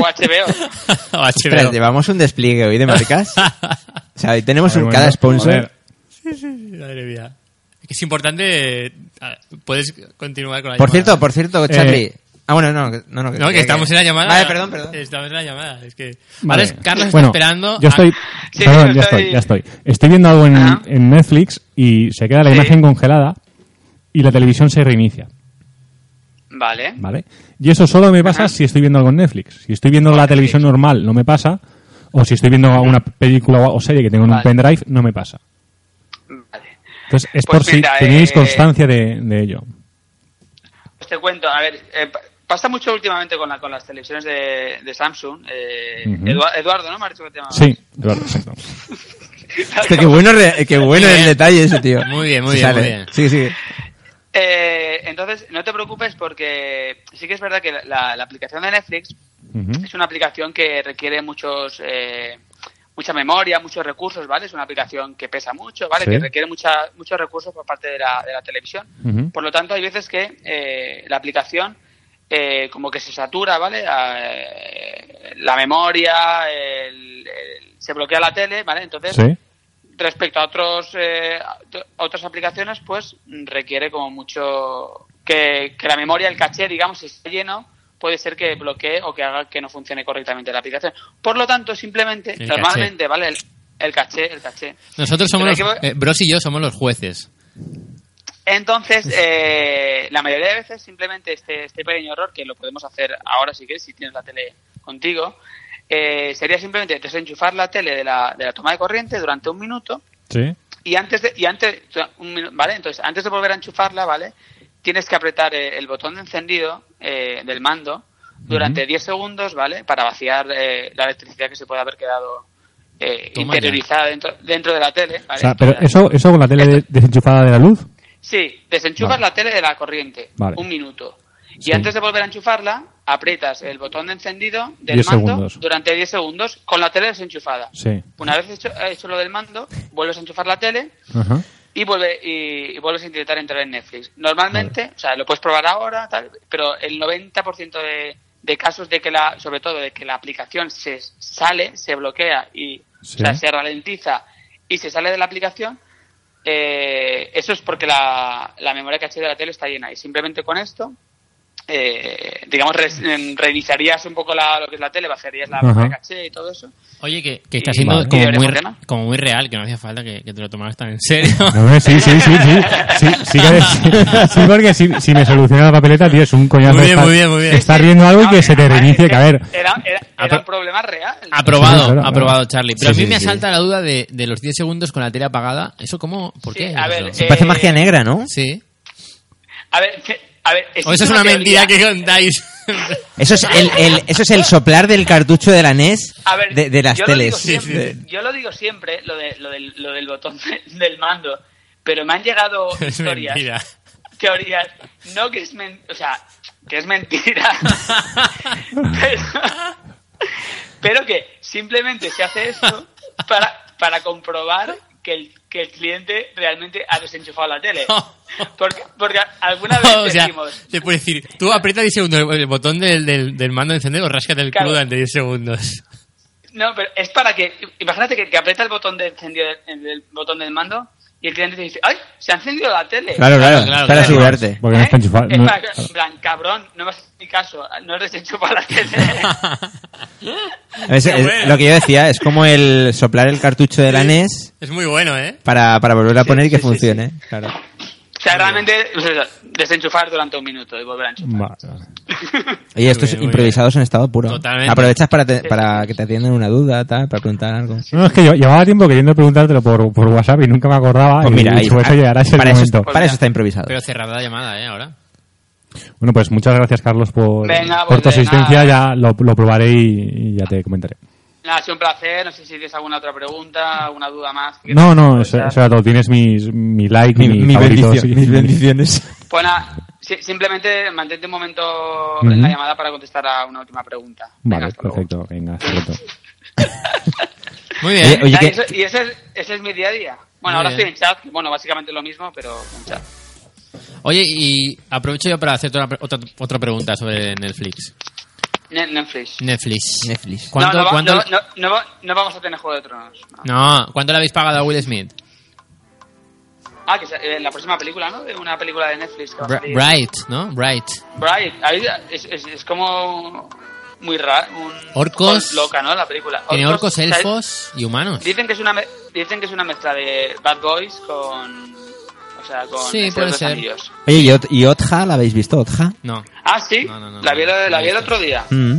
HBO.
o HBO.
Espera, llevamos un despliegue hoy de marcas. O sea, hoy tenemos
Ay,
un
bueno,
cada sponsor.
joder.
Madre mía. Es importante. eh, ah, Puedes continuar con la
Por
llamada.
cierto, por cierto, Charlie. Ah, bueno, no, que- no, no.
No, que estamos en la llamada. Eh,
Vale, perdón, perdón.
Estamos en la llamada. Es que. Ahora
Vale.
es- Carlos
Bueno,
está esperando.
Yo
a-
estoy.
Sí,
perdón,
yo
ya
estoy-
estoy, ya estoy. Estoy viendo algo en,
Ajá.
en Netflix y se queda la
Sí.
imagen congelada y la televisión se reinicia,
Vale.
¿vale? Y eso solo me pasa
Ajá.
si estoy viendo algo en Netflix. Si estoy viendo la televisión normal, no me pasa. O si estoy viendo una película o serie que tengo en un
Vale.
pendrive, no me pasa.
Vale.
Entonces, es
Pues
por si
mira,
tenéis
eh,
constancia de, de ello.
Pues te cuento, a ver, eh, pa- pasa mucho últimamente con, la- con las televisiones de, de Samsung. eh,
Ujú.
Eduard- Eduardo, ¿no? Me ha dicho que te llamaba.
Sí, Eduardo, exacto.
Hostia, qué bueno, re- qué bueno el detalle ese, tío.
Muy bien, muy
Se
bien,
sale.
muy bien.
Sigue, sigue.
Eh, entonces, no te preocupes porque sí que es verdad que la, la aplicación de Netflix
Ujú.
es una aplicación que requiere muchos eh, mucha memoria, muchos recursos, ¿vale? Es una aplicación que pesa mucho, ¿vale?
Sí.
Que requiere mucha, muchos recursos por parte de la, de la televisión.
Ujú.
Por lo tanto, hay veces que eh, la aplicación eh, como que se satura, ¿vale? Ah, Eh, la memoria, el- el- se bloquea la tele, ¿vale? Entonces,
Sí.
respecto a otros eh, a to- otras aplicaciones pues requiere como mucho que, que la memoria el caché digamos si está lleno puede ser que bloquee o que haga que no funcione correctamente la aplicación por lo tanto simplemente
El
normalmente vale el, el caché el caché
Nosotros somos los,
Pero hay que-
eh, Bros y yo somos los jueces.
entonces eh, la mayoría de veces simplemente este, este pequeño error que lo podemos hacer ahora si quieres si tienes la tele contigo eh, sería simplemente desenchufar la tele de la, de la toma de corriente durante un minuto
Sí.
y antes de, y antes un minu- vale entonces antes de volver a enchufarla vale tienes que apretar eh, el botón de encendido eh, del mando durante 10 segundos vale para vaciar eh, la electricidad que se puede haber quedado eh,
Toma ya.
interiorizada dentro, dentro de la tele
O
¿vale?
sea, pero
Entonces,
eso, eso con la tele de- desenchufada de la luz.
sí desenchufas
Vale.
la tele de la corriente
Vale.
un minuto y
Sí.
antes de volver a enchufarla aprietas el botón de encendido del
10
mando
segundos.
durante 10 segundos con la tele desenchufada
Sí.
una vez hecho, hecho lo del mando vuelves a enchufar la tele
Ajá.
y, vuelve, y, y vuelves a intentar entrar en Netflix. Normalmente, o sea, lo puedes probar ahora, tal, pero el 90% de, de casos de que la, sobre todo de que la aplicación se sale, se bloquea y
Sí.
o sea, se ralentiza y se sale de la aplicación, eh, eso es porque la, la memoria caché de la tele está llena. Y simplemente con esto, eh, digamos, res- em, reiniciarías un poco la, lo que es la tele, bajarías la
Ajá.
memoria caché y todo eso.
Oye, que, que está
Y-
siendo
Vale.
como,
¿Y
muy,
veremos tema?
como muy real, que no hacía falta que, que te lo tomaras tan en serio.
No, eh, sí, sí, sí, sí, sí, sí, que- sí, sí, porque si, si me soluciona la papeleta, tío, es un coñazo.
Muy bien,
estar-
muy bien, muy bien.
estar viendo algo y
No,
que se te
era-
reinicie, que a ver.
Era, era- era
Apro-
un problema real.
aprobado,
Sí, claro,
aprobado,
claro.
Charlie. Pero
Sí,
a mí
sí,
me
sí.
asalta la duda de, de los 10 segundos con la tele apagada. ¿Eso cómo? ¿Por
Sí,
qué?
a ver,
Eso?
eh,
Parece magia negra, ¿no?
sí.
A ver, que- a ver,
O eso
existe
es una
teoría.
mentira que contáis.
Eso es el, el- eso es el soplar del cartucho de la NES
A ver,
de, de las
yo
teles.
Lo digo siempre,
De-
Yo lo digo siempre, lo, de, lo, del, lo del botón de- del mando, pero me han llegado
es
historias,
mentira.
teorías, no que es mentira, o sea, que es mentira, pero, pero que simplemente se hace esto para, para comprobar que el, que el cliente realmente ha desenchufado la tele. Porque, porque alguna vez
o sea,
decimos,
te puedo decir, tú aprieta 10 segundos el el botón del, del, del mando de encender o rascate el
Claro.
culo durante 10 segundos.
No, pero es para que. Imagínate que, que aprieta el botón de encendido del, del botón del mando y el cliente te dice, ¡ay! Se ha encendido la tele. ¿Eh?
Claro, claro,
claro,
para
claro.
asegurarte.
Porque no está enchufado.
Es
no-
para que- en plan, cabrón, no me haces ni caso, no has desenchufado la tele.
Es- es- lo que yo decía es como el soplar el cartucho de la NES
Es muy bueno, ¿eh?
para, para volver a poner y que
sí, sí,
funcione. Claro.
o sea, realmente o sea, desenchufar durante un minuto y volver a enchufar.
Va- va.
Oye, estos
bien, muy
improvisados en estado puro.
Totalmente.
Aprovechas para, te- para que te atiendan una duda, tal, para preguntar algo.
No, es que yo llevaba tiempo queriendo preguntártelo por, por WhatsApp y nunca me acordaba.
Pues
y-
mira,
y
ahí-
sobre todo llegará ese
para, eso,
momento.
para eso está improvisado.
Pero cerrada la llamada, ¿eh? Ahora.
Bueno, pues muchas gracias, Carlos, por,
Venga,
por tu
pues de
asistencia. Ya lo, lo probaré y, y ya te comentaré.
Nada, ha sido un placer. No sé si tienes alguna otra pregunta, alguna duda más. que pues
No, no,
quieras
eso,
aprovechar.
eso era todo. Tienes mis, mi like,
Mi-
mis
mi
favoritos
bendición-
y-
mis bendiciones.
Pues nada, si- simplemente mantente un momento en
Ujú.
la llamada para contestar a una última pregunta.
Vale,
Venga, hasta luego.
perfecto. Venga, hasta pronto.
Muy bien.
Oye, oye,
Ah,
que-
y eso- y ese es, ese es mi día a día. Bueno,
Muy
ahora
bien.
estoy en chat, que, bueno, básicamente lo mismo, pero en chat.
Oye, y aprovecho yo para hacerte una pre- otra, otra pregunta sobre Netflix.
Ne- Netflix.
Netflix.
Netflix.
¿Cuánto,
no, no, va-
cuánto-
no, no, no va- no vamos a tener Juego de Tronos. no.
No, ¿cuánto le habéis pagado a Will Smith?
Ah, que sa- eh, la próxima película, ¿no? De Una película de Netflix. Que va a
Bra-
salir.
Bright, ¿no? Bright.
Bright. Ahí Es, es- es como muy raro.
Orcos.
Loca, ¿no? La película.
Tiene orcos,
o sea,
elfos y humanos.
Dicen que, es una me- dicen que es una mezcla de Bad Boys con... O sea, con...
Sí,
Señor
puede
de los
ser.
Anillos.
Oye, ¿y, Ot- y Otja? ¿La habéis visto, Otja?
No.
Ah, sí.
No, no, no,
la vi,
no,
el- la
no
vi el
sé.
otro día.
Mm.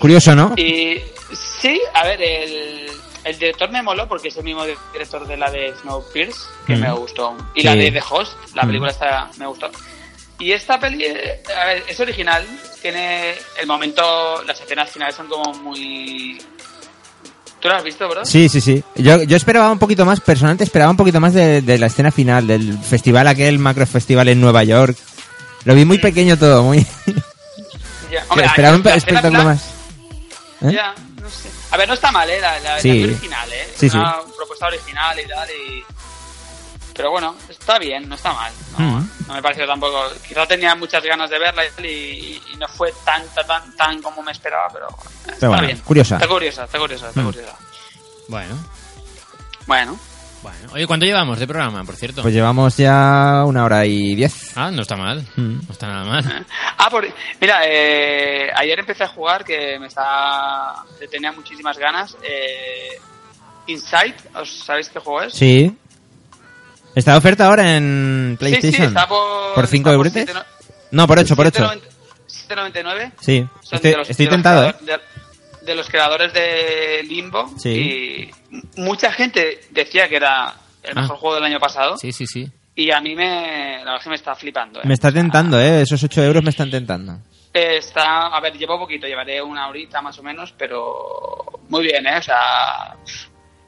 Curioso, ¿no?
Y sí, a ver, el, el director me moló porque es el mismo director de la de Snowpiercer, que
Mm.
me gustó. Y
Sí.
la de The Host, la
Mm.
película esta me gustó. Y esta peli, eh, a ver, es original, tiene el momento, las escenas finales son como muy ¿Tú lo has visto, bro?
Sí, sí, sí. Yo, yo esperaba un poquito más, personalmente esperaba un poquito más de, de la escena final, del festival aquel, macro festival en Nueva York. Lo vi muy pequeño todo, muy...
Ya. Hombre,
esperaba un
la- la
espectáculo
escena
más.
final-
¿Eh?
Ya, no sé. A ver, no está mal, ¿eh? La, la,
Sí.
la idea original, ¿eh?
Sí,
Una propuesta original y tal, y... Pero bueno, está bien, no está mal. No,
Mm.
No me pareció tampoco... Quizá tenía muchas ganas de verla y, tal, y- y no fue tan, tan, tan, tan como me esperaba, pero... Está
bueno,
bien.
curiosa.
Está curiosa, está curiosa, está
Mm.
curiosa.
Bueno,
Bueno,
bueno. Oye, ¿cuánto llevamos de programa, por cierto?
Pues llevamos ya una hora y diez.
Ah, no está mal.
Mm.
No está nada mal.
Ah, por, mira, eh, ayer empecé a jugar que me está, le tenía muchísimas ganas. Eh, Inside, ¿os sabéis qué juego es?
Sí. Está de oferta ahora en PlayStation.
Sí, sí, está por,
¿Por 5
está
euros?
siete no-
No, por 8, por 8.
7,90 7,99.
Sí.
Son
Estoy,
de los-
estoy
de los
tentado, ¿eh?
creador- De, de los creadores de Limbo.
Sí.
Y m- mucha gente decía que era el
Ah.
mejor juego del año pasado.
Sí, sí, sí.
Y a mí me, la verdad es que me está flipando. ¿eh?
Me está
O sea,
tentando, ¿eh? Esos 8 euros me están tentando.
Está, a ver, llevo poquito, llevaré una horita más o menos, pero muy bien, ¿eh? O sea,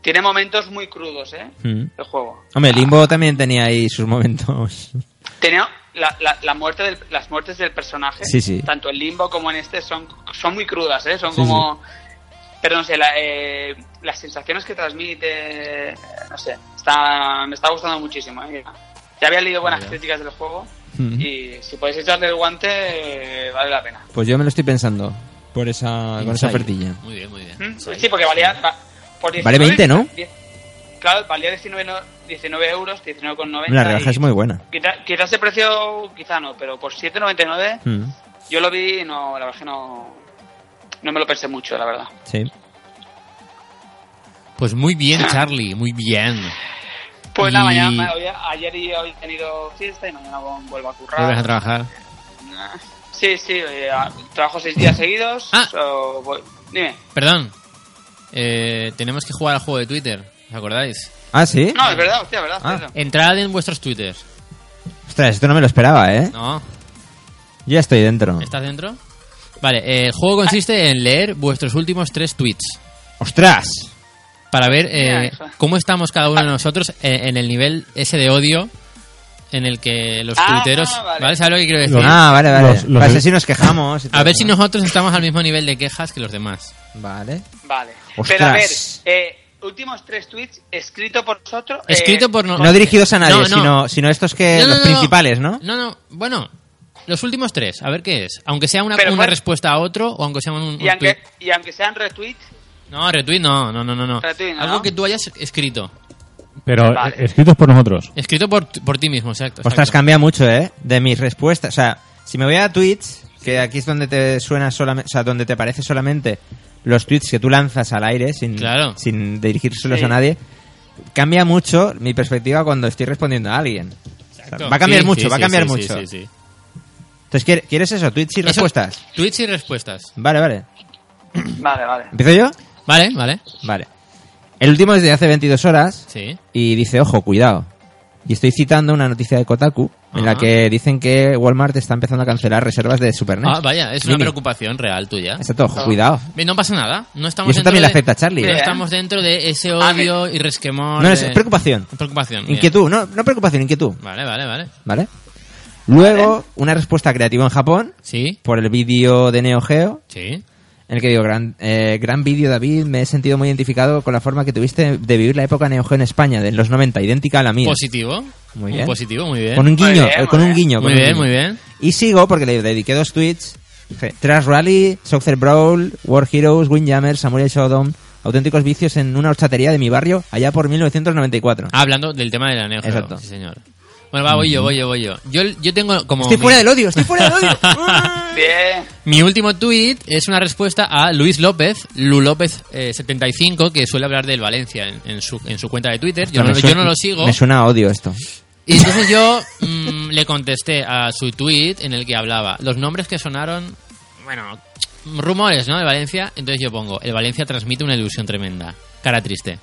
tiene momentos muy crudos, ¿eh?
Mm.
El juego.
Hombre, Limbo también tenía ahí sus momentos.
Tenía la, la, la muerte del- las muertes del personaje,
Sí, sí.
tanto en Limbo como en este, son, son muy crudas, ¿eh? Son
Sí,
como... Pero no sé, la, eh, las sensaciones que transmite, eh, no sé, está, me está gustando muchísimo. ¿eh? Ya había leído buenas críticas del juego
Mm.
y si podéis echarle el guante, eh, vale la pena.
Pues yo me lo estoy pensando. Por esa, Ah, con esa
Inside.
ofertilla.
Muy bien, muy bien.
¿Mm?
Inside.
Sí, porque valía. va- por
Vale 20, ¿no?
10 claro, valía 19, no- 19 euros, 19,90.
La rebaja
y
es muy buena.
quizá- Quizás ese precio, quizá no, pero por 7,99
Mm.
yo lo vi y no, la verdad es que no. No me lo pensé mucho, la verdad.
Sí.
Pues muy bien, Charlie, muy bien.
Pues nada,
Y-
mañana, hoy- ayer y hoy he tenido fiesta y mañana vuelvo a currar.
Vuelves a trabajar.
Sí, sí, eh, a- trabajo seis días seguidos.
Ah.
so, voy- Dime.
Perdón. Eh, tenemos que jugar al juego de Twitter. ¿Os acordáis?
Ah, sí.
No, es verdad, hostia, es verdad.
Ah.
cierto.
Entrad en vuestros Twitters.
Ostras, esto no me lo esperaba, ¿eh?
No,
Yo ya estoy dentro.
¿estás dentro? Vale, eh, el juego consiste en leer vuestros últimos tres tweets.
¡Ostras!
para ver eh,
Ya, eso. Ah.
cómo estamos cada uno de nosotros eh, en el nivel ese de odio en el que los
Ah,
tuiteros...
vale.
¿vale? ¿Sabes lo que quiero decir?
Los-
Ah, vale, vale.
Los- los-
Para ver si nos quejamos. y
A
todo.
ver si nosotros estamos al mismo nivel de quejas que los demás.
Vale.
Vale.
Ostras.
Pero a ver, eh, últimos tres tweets escrito por vosotros. eh,
Escrito por no-
No dirigidos a nadie,
No, no.
Sino, sino estos que.
No, no,
los
no, no.
principales, ¿no?
No, no, bueno, los últimos tres, a ver qué es. Aunque sea una,
Pero
una
fue-
respuesta a otro o aunque sea un, un
Y aunque,
tuit.
y aunque sean retweets,
No, retweet no, no, no, no. no.
Retweet, ¿no?
Algo que tú hayas escrito.
Pero
Vale.
eh, escritos por nosotros.
Escrito por, por ti mismo, exacto.
Ostras,
exacto.
cambia mucho, ¿eh? De mis respuestas. O sea, si me voy a tweets, que aquí es donde te suena solamente. O sea, donde te parece solamente los tweets que tú lanzas al aire sin,
Claro.
sin dirigírselos
Sí.
a nadie. Cambia mucho mi perspectiva cuando estoy respondiendo a alguien. O sea,
Exacto.
va a cambiar
Sí,
mucho,
sí,
va a
sí,
cambiar
sí,
mucho.
sí, sí, sí.
Entonces, ¿quiere- ¿quieres eso? ¿Tweets y
Eso-
respuestas?
Tweets y respuestas.
Vale, vale.
vale, vale.
¿Empiezo yo?
Vale, vale.
Vale. El último es de hace 22 horas.
Sí.
y dice, ojo, cuidado. Y estoy citando una noticia de Kotaku en la
Ajá.
que dicen que Walmart está empezando a cancelar reservas de Super NES.
Ah, vaya, es una
Mini.
preocupación real tuya.
Exacto, ojo, cuidado.
Bien, No pasa nada. No
Y
estamos
eso
dentro
también le
de-
afecta a Charlie,
No
¿eh?
estamos dentro de ese
Ah,
odio y resquemor.
No, es
de-
preocupación.
Preocupación. bien.
Inquietud, no, no preocupación, inquietud.
Vale, vale, vale.
¿Vale? Luego, una respuesta creativa en Japón
Sí,
por el vídeo de Neo Geo
sí.
en el que digo, gran, eh, gran vídeo David, me he sentido muy identificado con la forma que tuviste de vivir la época Neo Geo en España, de los 90, idéntica a la mía.
Positivo.
Muy
Un
bien.
Positivo, muy bien.
Con un
Muy
guiño,
bien,
eh, con
muy
un
bien.
guiño.
Muy
con un
bien,
guiño.
muy bien.
Y sigo porque le dediqué dos tweets. Dije, Trash Rally, Southern Brawl, War Heroes, Windjammer, Samurai Shodown, auténticos vicios en una horchatería de mi barrio allá por 1994.
Ah, hablando del tema de la neo.
Exacto.
Sí, señor. Bueno, va, voy yo, voy yo, voy yo. Yo, yo tengo como.
estoy
mi-
fuera del odio, estoy fuera del odio. Ah.
Bien.
Mi último tweet es una respuesta a Luis López, Lu López eh, 75, que suele hablar del Valencia en, en su, en su cuenta de Twitter. Yo, no,
Me
yo
suena-
no lo sigo.
Me suena a odio esto.
Y entonces yo mm, le contesté a su tweet en el que hablaba los nombres que sonaron, bueno, rumores, ¿no? De Valencia. Entonces yo pongo, el Valencia transmite una ilusión tremenda. Cara triste.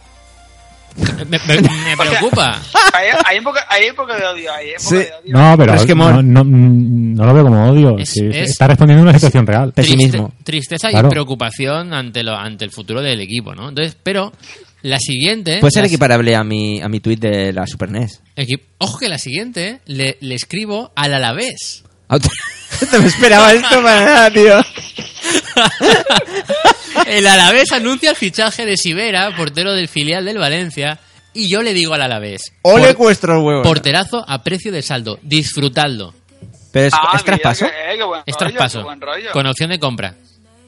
Me, me- me
O sea,
preocupa.
Hay, hay un poco, hay un poco de odio ahí. hay un poco
Sí.
de odio.
No, pero
Pero es que
no,
Mor-
no, no lo veo como odio.
Es-
sí,
es-
está respondiendo a una situación real.
Pesimismo.
Triste- tristeza
Claro.
y preocupación ante, lo, ante el futuro del equipo, ¿no? Entonces, pero la siguiente...
Puede ser
¿Eh? las-
equiparable a mi, a mi tweet de la Super E NES.
equi- Ojo que la siguiente le, le escribo al Alavés.
no me esperaba esto para nada, tío.
El Alavés anuncia el fichaje de Sibera, portero del filial del Valencia, y yo le digo al Alavés...
Ole
por-
vuestros huevos.
porterazo a precio de saldo. Disfrutadlo.
Pero es,
Ah,
es traspaso
mira, qué- eh, qué buen
Es
rollo,
traspaso.
qué buen rollo.
Con opción de compra.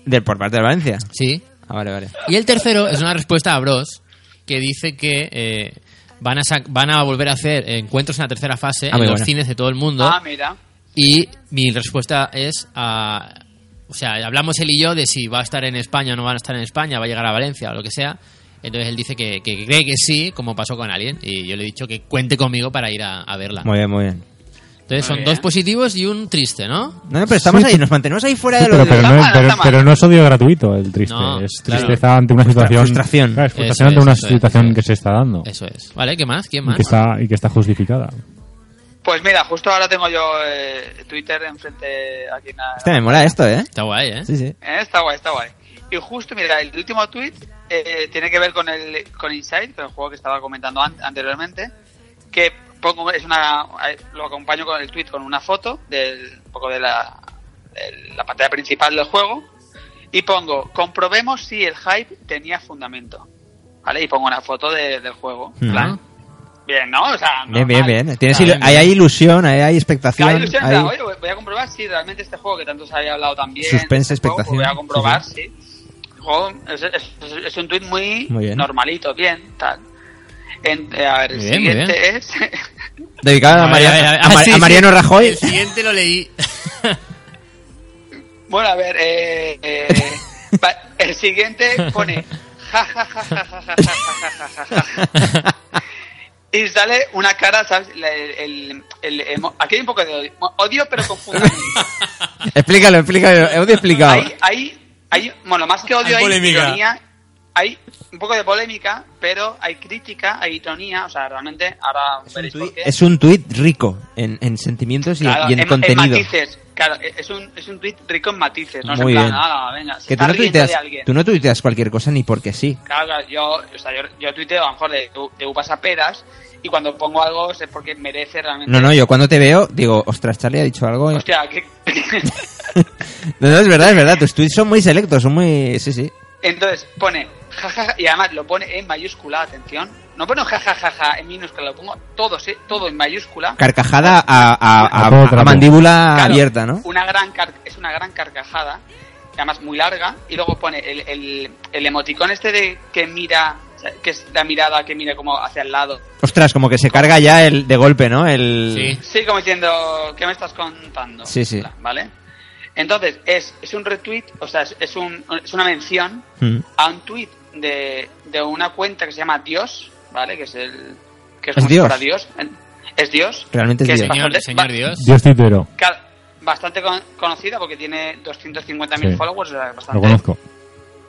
del por parte de Valencia.
Sí.
Ah, vale, vale.
Y el tercero es una respuesta a Bros, que dice que eh, van, a sac- van a volver a hacer encuentros en la tercera fase
Ah,
en
muy
los
buena.
cines de todo el mundo.
Ah, mira.
y mi respuesta es a... O sea, hablamos él y yo de si va a estar en España o no va a estar en España, va a llegar a Valencia o lo que sea. Entonces él dice que, que cree que sí, como pasó con Alien. Y yo le he dicho que cuente conmigo para ir a, a verla.
Muy bien, muy bien.
Entonces son
Muy bien.
dos positivos y un triste, ¿no?
No, no, pero estamos
Sí,
ahí, nos mantenemos ahí fuera
Sí,
de lo
pero,
de-
pero,
está
no,
mal,
pero-
está mal.
pero no es odio gratuito el triste.
No,
es
claro.
tristeza ante una situación.
frustración.
Claro, es frustración
Eso
ante
es,
una
eso es,
situación
eso es.
que se está dando.
Eso es. Vale, ¿qué más? ¿Quién
Y
más?
que está, y que está justificada.
Pues mira, justo ahora tengo yo eh, Twitter enfrente aquí en la-
Hostia, me mola esto, ¿eh?
Está guay, ¿eh?
Sí, sí.
Eh, está guay, está guay. Y justo, mira, el último tweet eh, tiene que ver con el con Inside, con el juego que estaba comentando an- anteriormente, que pongo es una eh, lo acompaño con el tweet con una foto del un poco de la, de la pantalla principal del juego y pongo comprobemos si el hype tenía fundamento, ¿vale? Y pongo una foto de- del juego. en
Ujú.
plan, bien, ¿no? O sea,
Hmm. Bien, bien,
normal.
bien. Tienes
Está
ilu-
bien,
ahí
bien.
hay ilusión, ahí hay expectación.
Claro, ilusión,
hay-
claro, ¿eh? oye, voy- voy a comprobar si realmente este juego que tanto se había hablado también.
Suspense,
este juego, pues Voy a
expectación,
comprobar, sí. El juego es, es- es- es un tweet muy,
Muy bien.
normalito, bien, tal. En- eh, a ver, el
Muy bien, muy
siguiente es.
Dedicada a,
ver,
Maria-
ver, ver.
a
Ah,
Mar-
sí,
a
sí.
Mariano Rajoy.
El siguiente lo leí.
bueno, a ver, eh, eh, va- el siguiente pone. "Ja, ja, ja, ja, ja, ja, ja, ja, ja, ja, ja". Y sale una cara, ¿sabes? La- el- el- el emo- aquí hay un poco de odio, odio pero con fundamento.
Explícalo, explícalo. He explicado.
Hay, hay, hay- bueno, más que odio,
Hay
hay,
polémica.
ironía. Hay un poco de polémica, pero hay crítica, hay ironía. O sea, realmente, ahora veréis por qué.
Es un tuit rico en, en sentimientos y,
Claro,
y en,
en- en
contenido.
matices. Claro, es un, es un tweet rico en matices. No es
Muy
en plan,
bien.
"Ah, venga, se
que tú
está
no,
riendo
tuiteas,
de alguien.
tú no tuiteas cualquier cosa ni porque sí.
Claro, claro, yo, o sea, yo, yo tuiteo a lo mejor de, de uvas a peras y cuando pongo algo es porque merece realmente.
No, no, yo cuando te veo digo, ostras, Charlie ha dicho algo. No,
Hostia, que-
no, es verdad, es verdad. Tus tweets son muy selectos, son muy... Sí, sí.
Entonces pone jajaja y además lo pone en mayúscula, atención. No pone jajajaja en minúscula, lo pongo todo, sí, todo en mayúscula.
Carcajada a, a- a-
A todo
a
trapo.
mandíbula
Claro,
abierta, ¿no?
Una gran car- es una gran carcajada, y además muy larga, y luego pone el, el, el emoticón este de que mira, o sea, que es la mirada que mira como hacia el lado.
Ostras, como que se carga ya el de golpe, ¿no? El...
Sí.
Sí, como diciendo, ¿qué me estás contando?
Sí, sí.
¿Vale? Entonces, es, es un retweet, o sea, es, es un, es una mención
Mm.
a un tweet de, de una cuenta que se llama Dios, ¿vale? Que es el. Que
Es
es, como si
Dios.
fuera Dios. Es Dios.
Realmente es
que
Dios.
Señor,
bastante-
señor
ba-
Dios.
Dios titero,
Claro, bastante con- conocida porque tiene 250.000
Sí.
followers, o sea, bastante.
lo conozco.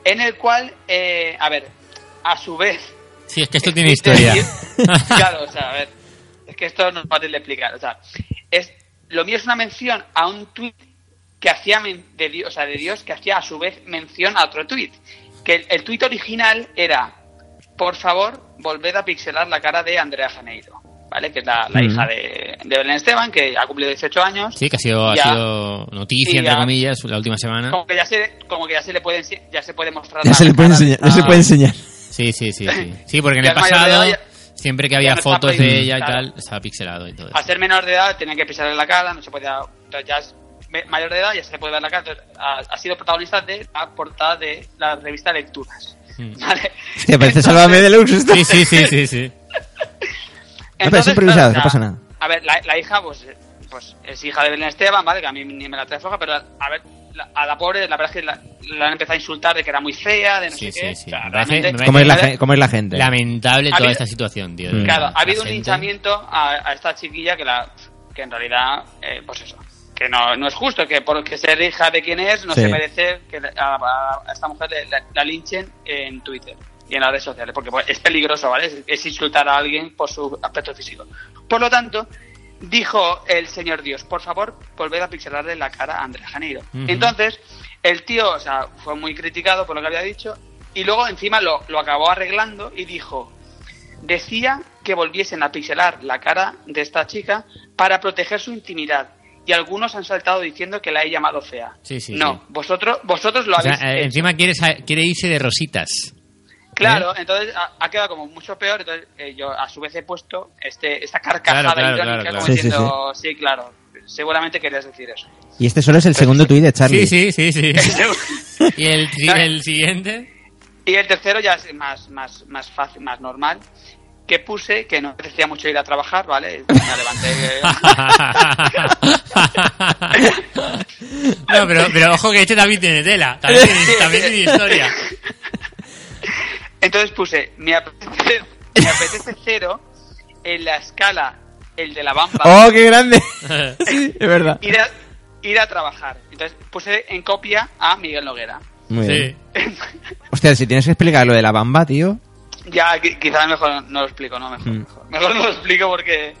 En el cual, eh, a ver, a su vez.
Sí, es que esto tiene historia.
claro, o sea, a ver, es que esto no es fácil de explicar. O sea, es, lo mío es una mención a un tuit que hacía men- de Dios, o sea, de Dios que hacía a su vez mención a otro tuit. Que el, el tuit original era, por favor, volved a pixelar la cara de Andrea Janeiro. ¿Vale? Que es la, la
Mm.
hija de, de Belén Esteban, que ha cumplido 18 años.
Sí, que ha sido, ha
Ya.
sido noticia,
Sí,
entre
ya.
comillas, la última semana.
como que ya se como que ya se le puede ense- ya se puede mostrar
Ya
la
se le puede
cara de
enseñar, ya
esta-
se puede enseñar.
Sí, sí, sí, sí. Sí, porque en
Ya
el
es mayor de
pasado,
edad,
siempre que había
no está
fotos de
prohibido,
ella y
claro.
tal, estaba pixelado y todo eso.
al ser menor de edad tenía que pisarle la cara no se podía entonces ya es me- mayor de edad ya se le puede ver la cara entonces, ha, ha sido protagonista de la portada de la revista Lecturas
Mm.
vale
Hostia, parece Sálvame Deluxe esto.
Sí, sí, sí, sí, sí.
No, pero es improvisado, no pasa nada.
A ver, la, la hija, pues, eh, pues es hija de Belén Esteban, ¿vale? Que a mí ni me la trae floja, pero a ver, la- a la pobre, la verdad es que la, la han empezado a insultar de que era muy fea, de no
Sí,
sé
sí,
qué.
sí.
O sea,
Me parece-
realmente-
me
¿Cómo es la,
Vale,
gen- cómo es la gente?
Lamentable
Ha
toda
habido-
esta situación, tío.
Mm.
Claro,
La
ha habido un
gente-
linchamiento a, a esta chiquilla que la que en realidad, eh, pues eso, que no, no es justo, que porque ser hija de quien es, no
Sí.
se merece que le- a, a- a esta mujer le- la, la linchen en Twitter. y en las redes sociales, porque pues, es peligroso, ¿vale? Es, es insultar a alguien por su aspecto físico. Por lo tanto, dijo el señor Dios, por favor, volved a pixelarle la cara a Andrés Janeiro.
Ujú.
Entonces, el tío, o sea, fue muy criticado por lo que había dicho, y luego encima lo, lo acabó arreglando y dijo, decía que volviesen a pixelar la cara de esta chica para proteger su intimidad. Y algunos han saltado diciendo que la he llamado fea.
Sí, sí,
no,
sí.
vosotros vosotros lo
O sea,
habéis
eh,
hecho.
encima quiere, sa- quiere irse de rositas.
Claro,
¿eh?
entonces ha, ha quedado como mucho peor. Entonces eh, yo a su vez he puesto este, esta carcajada
Claro, claro,
irónica
claro,
como
claro. Sí, sí,
diciendo, sí, claro, seguramente querías decir eso.
Y este solo es el segundo tuit de Charlie.
Sí, sí, sí, sí. y el, si- el siguiente.
y el tercero ya es más, más, más fácil, más normal, que puse que no me apetecía mucho ir a trabajar, ¿vale? Me levanté... eh,
no, pero, pero ojo que este también tiene tela. También tiene, también tiene historia.
Entonces puse, me apetece, me apetece cero en la escala, el de la bamba.
¡Oh, qué grande! sí, es verdad.
ir a, ir a trabajar. Entonces puse en copia a Miguel Noguera.
Muy
sí.
bien. Hostia, si tienes que explicar lo de la bamba, tío.
Ya, qui- quizás mejor no lo explico, no, mejor,
Hmm.
Mm.
mejor. Mejor no lo explico porque...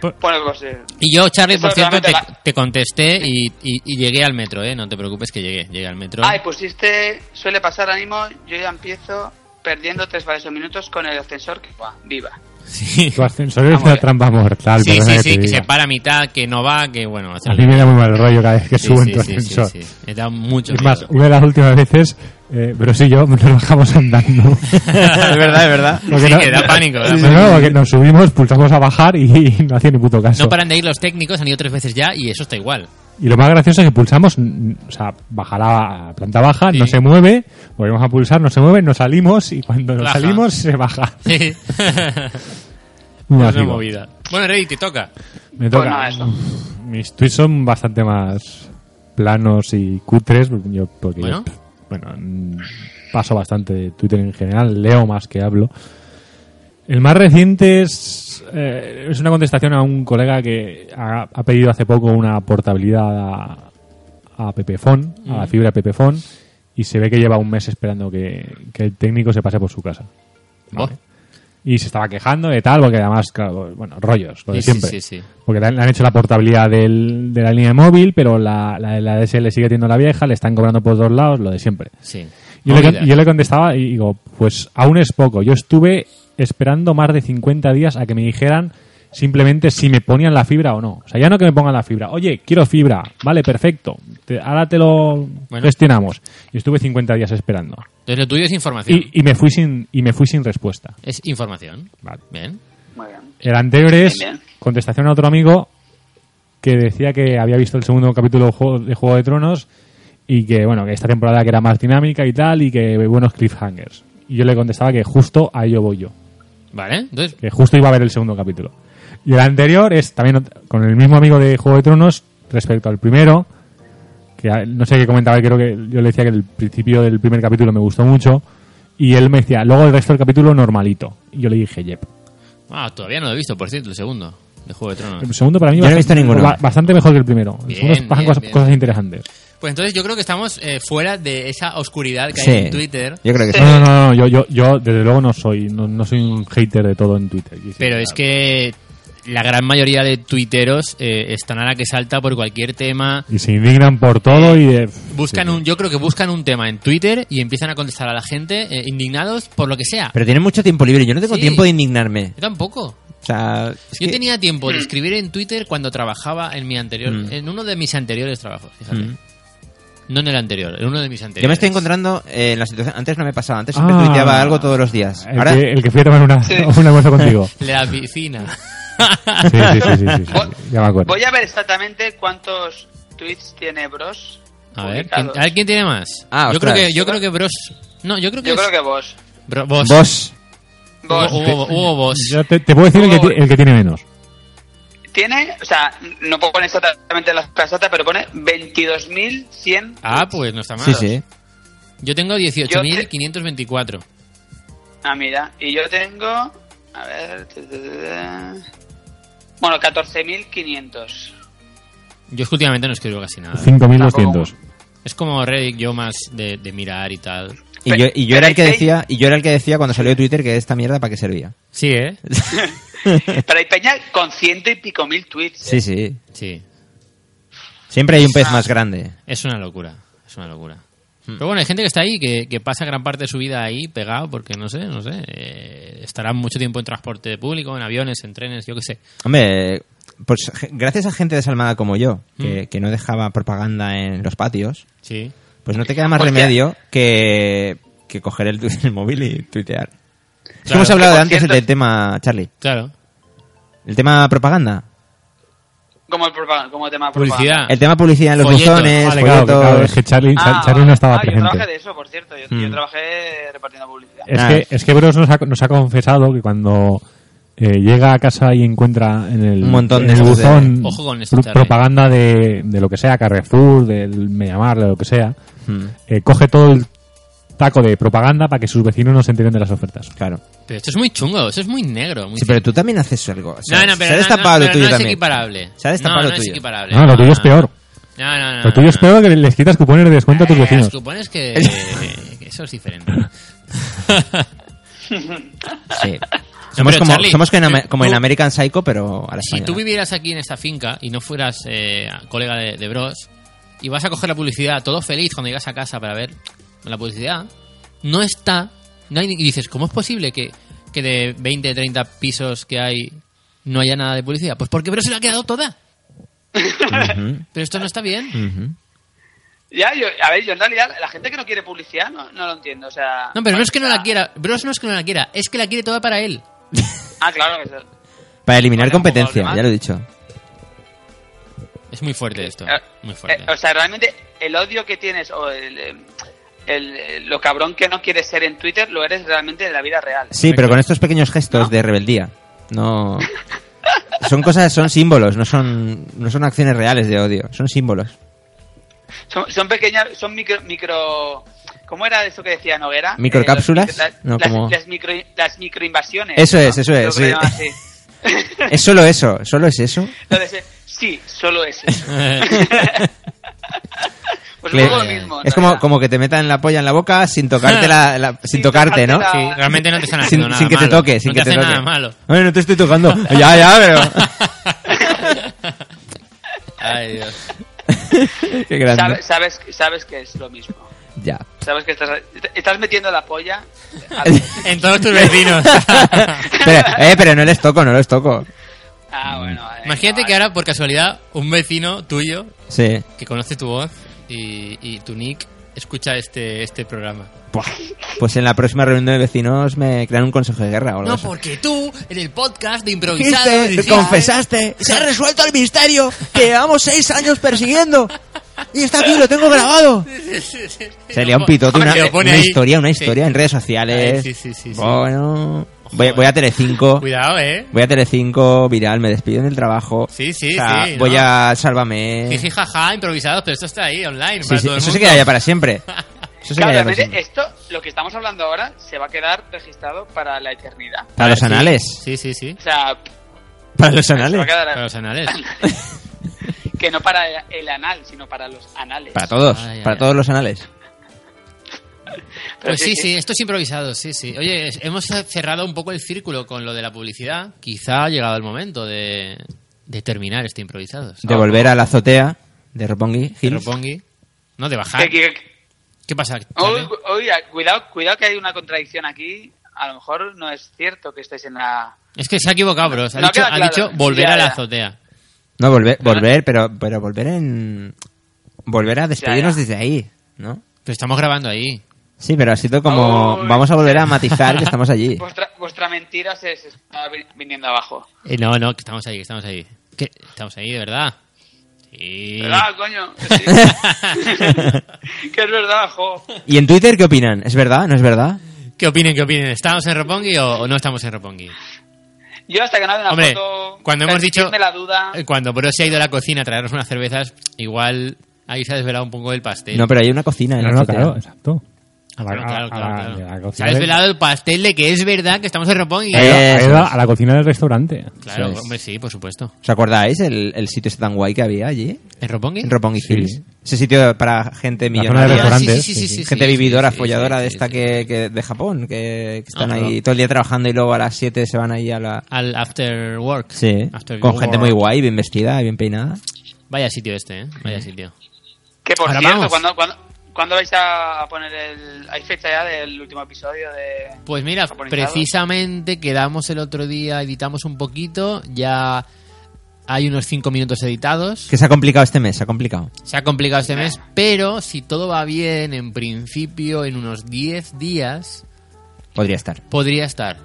Por-
bueno, pues... eh,
Y yo, Charlie, por
Eso
cierto, te,
realmente la-
te contesté y, y- y llegué al metro, ¿eh? No te preocupes que llegué, llegué al metro.
Ay, pusiste, suele pasar ánimo, yo ya empiezo perdiendo tres varios minutos con el ascensor que va, viva.
sí,
Tu ascensor es
Vamos
una
bien.
trampa mortal.
Ah, sí,
perdona
sí,
que
sí,
te
que
diga.
se para a mitad, que no va, que bueno.
A mí me da muy mal rollo cada vez que subo en tu ascensor.
sí, sí. Me da mucho
Es más,
miedo.
una de las últimas veces, eh, pero sí yo nos bajamos andando.
es verdad, es verdad.
Porque
Sí, que da pánico, da
Sí, sí,
pánico.
no, porque nos subimos, pulsamos a bajar y, no hacía ni puto caso.
No paran de ir los técnicos, han ido tres veces ya y eso está igual.
Y lo más gracioso es que pulsamos, mm, o sea, bajará a planta baja,
Sí.
no se mueve, volvemos a pulsar, no se mueve, nos salimos y cuando nos
Baja.
salimos se baja.
Sí.
Muy
No es
masivo.
movida. Bueno, Rey, te toca.
Me toca.
Pues nada, eso.
Uf, Mis tweets son bastante más planos y cutres, yo, porque
Bueno.
yo, bueno, mm, paso bastante de Twitter en general, leo más que hablo. El más reciente es, eh, es una contestación a un colega que ha, ha pedido hace poco una portabilidad a, a Pepefon, a la fibra Pepefon, y se ve que lleva un mes esperando que, que el técnico se pase por su casa. Vale. Y se estaba quejando de tal, porque además, claro, bueno, rollos, lo de
Sí, sí,
siempre.
sí, sí.
Porque le han, le han hecho la portabilidad del- de la línea de móvil, pero la, la, la DSL sigue teniendo la vieja, le están cobrando por dos lados, lo de siempre.
Sí.
Yo le,
Movida.
con- yo le contestaba y digo, pues aún es poco. Yo estuve esperando más de 50 días a que me dijeran simplemente si me ponían la fibra o no. O sea, ya no que me pongan la fibra. Oye, quiero fibra. Vale, perfecto. Te- ahora te lo
Bueno.
gestionamos. Y estuve 50 días esperando.
Entonces lo tuyo es información.
Y, y me fui sin, y me fui sin respuesta.
Es información.
Vale.
Bien.
Muy bien.
El anterior es
Bien, bien.
contestación a otro amigo que decía que había visto el segundo capítulo de Juego- de Juego de Tronos y que, bueno, que esta temporada que era más dinámica y tal y que buenos cliffhangers. Y yo le contestaba que justo a ello voy yo,
Vale. Entonces,
que justo iba a ver el segundo capítulo. Y el anterior es también ot- con el mismo amigo de Juego de Tronos respecto al primero, que a- no sé qué comentaba, creo que yo le decía que el principio del primer capítulo me gustó mucho y él me decía, luego el resto del capítulo normalito. Y yo le dije, yep.
ah, todavía no lo he visto, por cierto, el segundo de Juego de
El
Tronos.
segundo para mí
Yo no he
bastante,
visto ninguno.
ba- bastante mejor que el primero.
Bien,
el segundo pasan
bien,
cosas,
bien.
cosas interesantes.
Pues entonces yo creo que estamos eh, fuera de esa oscuridad que
Sí.
hay en Twitter.
Yo creo que sí.
No, no, no, no, yo, yo, yo desde luego no soy, no, no soy un hater de todo en Twitter. Quiero decir,
Pero es que la gran mayoría de tuiteros eh, están a la que salta por cualquier tema.
Y se indignan por todo y eh, de-
Buscan
sí.
un, yo creo que buscan un tema en Twitter y empiezan a contestar a la gente eh, indignados por lo que sea.
Pero tiene mucho tiempo libre. Yo no tengo
Sí.
tiempo de indignarme.
Yo tampoco.
O sea, es
Yo
que-
tenía tiempo de escribir en Twitter cuando trabajaba en mi anterior,
Mm.
en uno de mis anteriores trabajos, fíjate.
Mm.
No en el anterior, en uno de mis anteriores.
Yo me estoy encontrando eh, en la situación. Antes no me pasaba, antes siempre
Ah.
tuiteaba algo todos los días.
El,
Ahora,
que, el que fui a tomar una,
Sí.
un almuerzo contigo. Sí,
La piscina.
sí, sí, sí, sí, sí, sí,
Voy-
ya me acuerdo.
Voy a ver exactamente cuántos tweets tiene Bros.
A ver, ¿quién,
publicados.
a ver, ¿quién tiene más?
Ah,
yo creo
ostras.
que yo creo que Bros. No, yo creo que
Yo
es
creo que vos.
Bro- Bros.
vos.
Vos
Hubo, hubo- hubo Bros.
Yo te, te puedo decir el que, ti- el que tiene menos.
tiene, o sea, no pone exactamente las casatas, pero pone 22.100.
Ah, pues no está mal.
Sí, sí.
Yo tengo 18.524.
Ah, mira, y yo tengo, a ver, tu, tu, tu, tu. bueno,
Yo
14.500.
es que Ah, últimamente no escribo casi nada.
5.200.
Es como Reddit, yo más de, de mirar y tal.
Y yo, y yo era el que decía, y yo era el que decía cuando salió Twitter que esta mierda para qué servía.
Sí, ¿eh?
Pero hay peña con ciento y pico mil tweets.
Sí, sí.
Sí.
Siempre hay un pez más grande.
Es una locura. Es una locura. Pero bueno, hay gente que está ahí, que, que pasa gran parte de su vida ahí pegado, porque no sé, no sé. eh, estará mucho tiempo en transporte público, en aviones, en trenes, yo qué sé.
Hombre, pues je- gracias a gente desalmada como yo,
Mm.
que, que no dejaba propaganda en los patios,
Sí.
pues no te queda más
Hostia.
remedio que, que coger el, tu- el móvil y tuitear. Es que
Claro.
hemos hablado
Que, por
antes
cierto-
del tema, Charlie.
Claro.
El tema propaganda.
Como, el propa- como tema propaganda.
Publicidad.
El tema publicidad en los
Ah. Folletos.
buzones,
Vale, claro, que,
folletos.
claro, es que Charlie,
Ah,
Char- Charlie no estaba
ah, Yo
presente. Eh.
trabajé de eso, por cierto. Yo, yo
Mm.
trabajé repartiendo publicidad.
Es
Ah.
que, es que Bros nos ha, nos ha confesado que cuando eh, llega a casa y encuentra en el,
Un montón
en
de
el
estos de-
buzón
Ojo con esto,
pro-
Charlie.
propaganda de, de lo que sea, Carrefour, del Mediamar, de lo que sea,
Mm,
eh, coge todo el taco de propaganda para que sus vecinos no se enteren de las ofertas.
claro.
Pero esto es muy chungo, esto es muy negro. Muy
Sí, pero tú también haces algo. O sea,
no, no, pero
se ha
no,
destapado
no,
lo
pero
tuyo
no es
también.
equiparable.
Se ha destapado
no,
lo
no
tuyo.
Es equiparable.
No, lo tuyo es peor.
No, no, no.
Lo tuyo es peor que les quitas cupones de descuento a tus
Eh,
vecinos.
Los cupones que, que eso es diferente.
Sí. Somos,
pero,
como,
Charlie,
somos que en Ame-
tú-
como en American Psycho, pero a la
si
española.
tú vivieras aquí en esta finca y no fueras eh, colega de, de Bros y vas a coger la publicidad todo feliz cuando llegas a casa para ver la publicidad, no está. No hay, ni- y dices, ¿cómo es posible que, que de 20, 30 pisos que hay no haya nada de publicidad? Pues porque Bros se la ha quedado toda.
Ujú,
Pero esto no está bien.
ujú.
Ya, yo, a ver, yo en realidad, la gente que no quiere publicidad no, no lo entiendo, o sea...
No, pero no es que no la quiera. Bros no es que no la quiera, es que la quiere toda para él.
Ah, claro, que sí.
Para eliminar
Vale, un poco
competencia,
más.
ya lo he dicho.
Es muy fuerte esto.
Eh,
Muy fuerte.
eh, o sea, realmente el odio que tienes o el, eh, el, eh, lo cabrón que no quieres ser en Twitter lo eres realmente en la vida real.
Sí, pero con estos pequeños gestos de rebeldía. No. Son cosas, son símbolos, no son, no son acciones reales de odio, son símbolos.
Son, son pequeñas, son micro, micro... ¿Cómo era eso que decía Noguera?
¿Microcápsulas?
los micro- las,
No,
las-
como-
las micro, las microinvasiones.
Eso
¿no?
es, eso es,
Creo que
sí.
lo llaman así.
Es solo eso, solo es eso.
Entonces, eh, sí, solo es eso. Pues
Le-
un poco lo mismo. en
es como,
realidad.
como que te metan la polla en la boca sin tocarte la, la- sin
Sin
tocarte, ¿no?
tocarte
Sí, realmente no te están
Sin,
haciendo nada
sin que te
malo.
toque, sin
no
que
te,
te
hacen
toque.
nada malo.
Ay, no te estoy tocando. ya, ya,
Ay, Dios.
pero. Qué grande.
Sabe- Sabes, sabes, que es lo mismo.
Ya.
Sabes que estás, estás metiendo la polla.
En todos tus vecinos.
Pero, eh, pero no les toco, no les toco.
Ah, bueno. vale,
Imagínate
vale.
que ahora, por casualidad, un vecino tuyo
Sí.
que conoce tu voz y, y tu nick escucha este, este programa.
Buah. Pues en la próxima reunión de vecinos me crean un consejo de guerra o algo
No,
así.
porque tú, en el podcast de improvisado,
Dijiste,
dijiste-
confesaste, se ha resuelto el misterio que llevamos seis años persiguiendo. Y está aquí, lo tengo grabado. Sería un pitote,
Hombre,
una,
lo pone
una
ahí.
historia, una
Sí.
historia en Oh. redes sociales.
Ay, sí, sí, sí, eh. sí.
Bueno, voy,
Joder.
voy a Telecinco.
Cuidado, eh.
Voy a Telecinco, viral, me despiden del trabajo.
Sí, sí,
O sea,
sí,
Voy
¿no?
a Sálvame.
Jiji, jaja, improvisados, pero esto está ahí, online,
Eh. Sí,
para
sí,
todo el
eso se
mundo.
queda ya para siempre. Eso se queda ya
Claro,
para
realmente
siempre.
esto, lo que estamos hablando ahora, se va a quedar registrado para la eternidad.
Para los
Sí.
anales.
Sí, sí, sí.
O sea,
Para los
se va a
anales.
quedar
Para los anales.
que no para el anal, sino para los anales.
Para todos,
Ay, ay,
para
ay.
todos los anales.
Pero
Pues sí, sí, esto es improvisado, sí, sí. Oye, es- hemos cerrado un poco el círculo con lo de la publicidad. Quizá ha llegado el momento de, de terminar este improvisado.
De volver a la azotea de Roppongi Hills.
No, de bajar.
Que- que- que-
¿Qué pasa?
Uy,
Charlie?
cu- uy, a- cuidado, cuidado que hay una contradicción aquí. A lo mejor no es cierto que estáis en la...
Es que se ha equivocado, bro. Ha,
No
dicho,
queda
ha
claro.
dicho volver
Ya,
a la
ya.
azotea.
No, volver, volver pero, pero volver en. Volver a despedirnos
Ya,
desde ahí, ¿no?
Pero estamos grabando ahí.
Sí, pero ha sido como.
Ay.
Vamos a volver a matizar que estamos allí.
Pues
Vuestra, vuestra mentira se, se está vi- viniendo abajo.
Eh, no, no, que estamos ahí, que estamos ahí. Que estamos ahí, de verdad. Sí.
¿Verdad, coño? Que sí. que es verdad, jo.
¿Y en Twitter qué opinan? ¿Es verdad? ¿No es verdad?
¿Qué opinen, qué opinen? ¿Estamos en Ropongi o, o no estamos en Ropongi?
Yo hasta que no haga una
Hombre,
foto...
cuando hemos dicho-
permitidme la duda...
Eh, Cuando Bro se ha ido a la cocina a traernos unas cervezas, igual ahí se ha desvelado un poco el pastel.
No, pero hay una cocina en
No,
la
no,
azotea.
claro, exacto. A la-
Claro, claro,
a-
claro,
a-
claro.
de la cocina
Se ha desvelado el pastel de que es verdad que estamos en Ropón y...
Ha ido- ha
Eso
ido
es.
a la cocina del restaurante.
Eh, Claro,
Eso es.
hombre, sí, por supuesto.
¿Os acordáis el, el sitio ese tan guay que había allí?
¿En Ropongui?
En Roppongi
Sí.
Hills. Ese sitio para gente
La zona de
millonaria.
Ah, sí,
restaurantes,
sí, sí, sí,
sí, sí.
sí,
gente
sí,
vividora,
sí, sí,
folladora
sí,
de
sí,
esta
sí.
Que, que de Japón, que, que están
Ah,
ahí
claro.
todo el día trabajando y luego a las 7 se van ahí a la...
Al After Work. After
con
Work.
gente muy guay, bien vestida, bien peinada.
Vaya sitio este, ¿eh? Vaya sitio.
Que por
Ahora
cierto,
vamos.
cuando, cuando, ¿cuándo vais a poner el. Hay fecha ya del último episodio de.
Pues mira,
Japonizado.
precisamente quedamos el otro día, editamos un poquito, ya hay unos 5 minutos editados.
Que se ha complicado este mes, se ha complicado.
Se ha complicado este mes, pero si todo va bien, en principio, en unos 10 días,
Podría estar.
podría estar.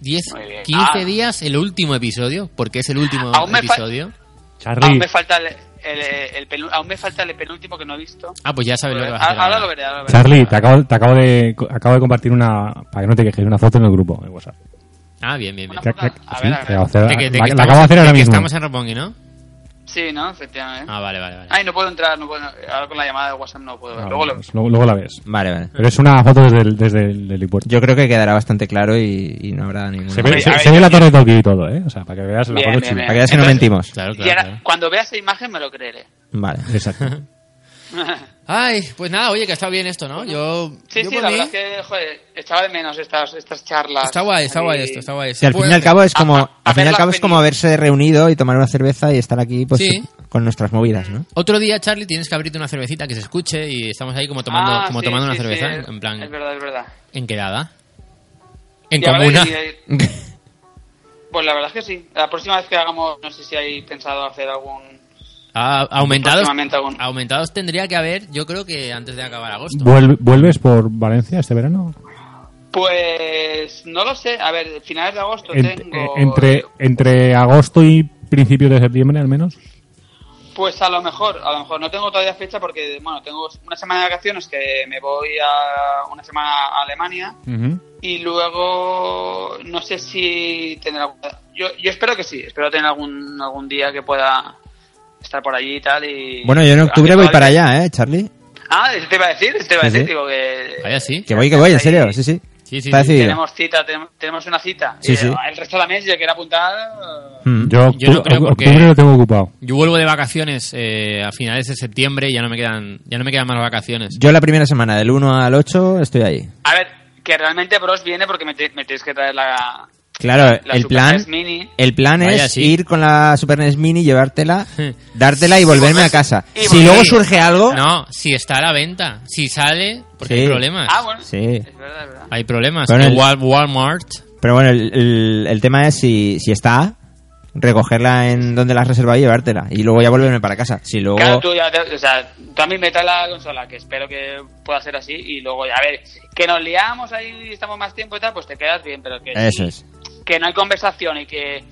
10,
Muy bien.
15
Ah.
días el último episodio, porque es el último
Aún me fal-
episodio.
Aún
Charlie,
me falta el, el, el penu- aún me falta el penúltimo que no he visto.
Ah, pues ya sabes lo que vas a hacer.
ahora, ahora
ahora.
lo veré, ahora lo veré.
Charlie, te acabo, te acabo de acabo de compartir una para que no te quejes una foto en el grupo de WhatsApp.
Ah, bien, bien, bien.
Una puta-
Sí,
a ver, a ver.
te acabo de hacer-
De que- de que
Ah, la- la
estamos-
acabo de hacer
de
ahora
que
mismo.
Estamos en Roppongi, ¿no?
Sí, ¿no? Efectivamente.
Ah, vale, vale, vale.
¿Eh? Ay, no puedo entrar, no puedo. Ahora con la llamada de WhatsApp no puedo.
Ah,
Luego lo.
pues luego- luego la ves.
Vale, vale.
Pero es una foto desde el, desde el helipuerto.
Yo creo que quedará bastante claro y, y no habrá ningún...
Se
Hombre,
ve, se-
a ver,
se ve
yo-
la torre de Tokio y todo, ¿eh? O sea, para que veas la
Bien,
foto
bien,
chula.
Para que veas que no
Entonces-
mentimos.
Claro,
Y
claro.
ahora,
claro.
cuando vea esa imagen me lo creeré.
Vale.
Exacto.
Ay, pues nada, oye, que está bien esto, ¿no? Yo.
Sí,
yo
sí,
por
la
mí-
verdad es que, joder, echaba de menos estas, estas charlas.
Está guay, está
Aquí.
guay esto, Pues, está guay.
Si al fin y al cabo es como,
a- a
al fin y
ver
al
las
cabo es como
pelis.
haberse reunido y tomar una cerveza y estar aquí pues
Sí.
con nuestras movidas, ¿no?
Otro día, Charlie, tienes que abrirte una cervecita que se escuche y estamos ahí como tomando,
Ah,
como
sí,
tomando una
sí,
cerveza,
sí,
en
Es
plan,
verdad, es verdad.
en quedada. En
Y a ver,
comuna.
y- eh. pues la verdad es que sí. La próxima vez que hagamos, no sé si hay pensado hacer algún.
Ah, aumentados,
Próximamente algún-
Ah.
aumentados tendría que haber, yo creo que antes de acabar agosto.
Vuelve- ¿Vuelves por Valencia este verano?
Pues no lo sé. A ver, finales de agosto
En- eh,
tengo.
entre, entre agosto y principios de septiembre, al menos.
Pues a lo mejor, a lo mejor no tengo todavía fecha porque, bueno, tengo una semana de vacaciones que me voy a una semana a Alemania y luego no sé si tendré alguna- Yo, yo espero que sí, espero tener algún, algún día que pueda estar por allí y tal. Y,
Bueno, yo en
A mí
octubre voy
todavía-
para allá, ¿eh, Charlie?
Ah, eso te iba a decir, eso te iba a
Sí,
decir,
sí.
digo que...
Vaya, sí.
Que voy, que voy, en serio, sí, sí.
Sí, sí,
Está
sí.
decidido.
Tenemos cita, tenemos, tenemos una cita.
Sí,
Y,
sí.
eh, El resto de la mes yo quiero apuntar... eh,
Mm.
Yo,
Yo no
octu-
creo porque-
octubre lo tengo ocupado.
Yo vuelvo de vacaciones eh, a finales de septiembre y ya no me quedan, ya no me quedan más vacaciones.
Yo la primera semana, del 1 al 8, estoy ahí.
A ver, que realmente Bros viene porque me, te- me tienes que traer la...
Claro,
La
el
Super
plan,
NES Mini.
el plan
Vaya,
es
sí.
ir con la Super NES Mini, llevártela, dártela y volverme a casa.
y
Si
volver-
luego surge algo,
No, si está a la venta, si sale, porque
Sí.
hay problemas.
Ah, bueno.
Sí.
Es verdad, es verdad.
Hay problemas.
Bueno,
Que
el-
Wal- Walmart.
pero bueno, el, el- el tema es si, si está, recogerla en donde la has reservado y llevártela. Y luego ya volverme para casa. Si luego...
Claro, tú ya, te- o sea, tú a mí me traes la consola, que espero que pueda ser así, y luego ya, a ver, que nos liamos ahí y estamos más tiempo y tal, pues te quedas bien, pero que,
Eso es.
que no hay conversación y que,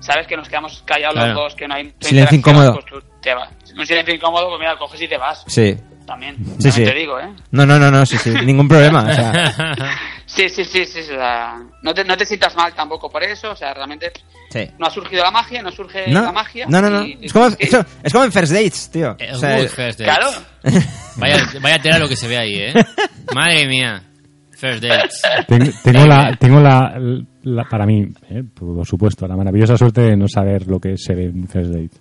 sabes, que nos quedamos callados
Claro.
los dos, que no hay mucha
Silencio
interacción,
incómodo.
pues tú te vas. Un silencio incómodo, pues mira, coges y te vas.
Sí.
También,
Sí,
también
sí.
te digo, ¿eh?
No, no, no, no, sí, sí, ningún problema. O sea,
Sí, sí, sí, sí, o sea, no te, no te sientas mal tampoco por eso, o sea, realmente
sí.
no ha surgido la magia, no surge Eh, la
No,
magia.
no, no, no.
y-
Es como,
sí,
es, es como en First Dates, tío.
Eh,
O sea,
uy, first dates.
Claro,
Vaya, vaya tela lo que se ve ahí, ¿eh? Madre mía. First dates.
Ten- tengo la, tengo la, la- para mí, eh, por supuesto, la maravillosa suerte de no saber lo que se ve en First Date.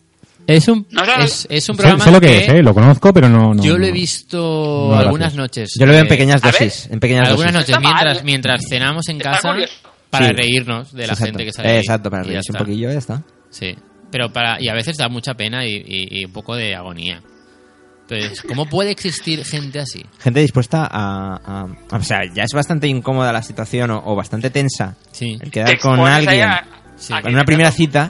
Es un,
No, no, no.
es, es un
Sé-
programa
sé, lo que, es, eh, lo conozco, pero no. no-
yo lo he
no.
visto
gracias.
algunas noches.
yo lo veo en
Eh,
pequeñas
a ver,
dosis. En pequeñas
Algunas
dosis.
noches,
Está mal. ¿eh?
mientras, mientras cenamos en
Está
casa,
curioso.
para
Sí.
reírnos de la
Exacto.
gente que
Eh,
sale. ahí.
Exacto, para
Y ya
reírse un
está.
poquillo, ya está.
Sí. Pero para, y a veces da mucha pena y, y- y un poco de agonía. Entonces, ¿cómo puede existir gente así?
Gente dispuesta a, a- a- O sea, ya es bastante incómoda la situación o, o bastante tensa
Sí.
el
te
quedar con
expones ahí
alguien
a-
Sí.
a que
en una
te-
primera cita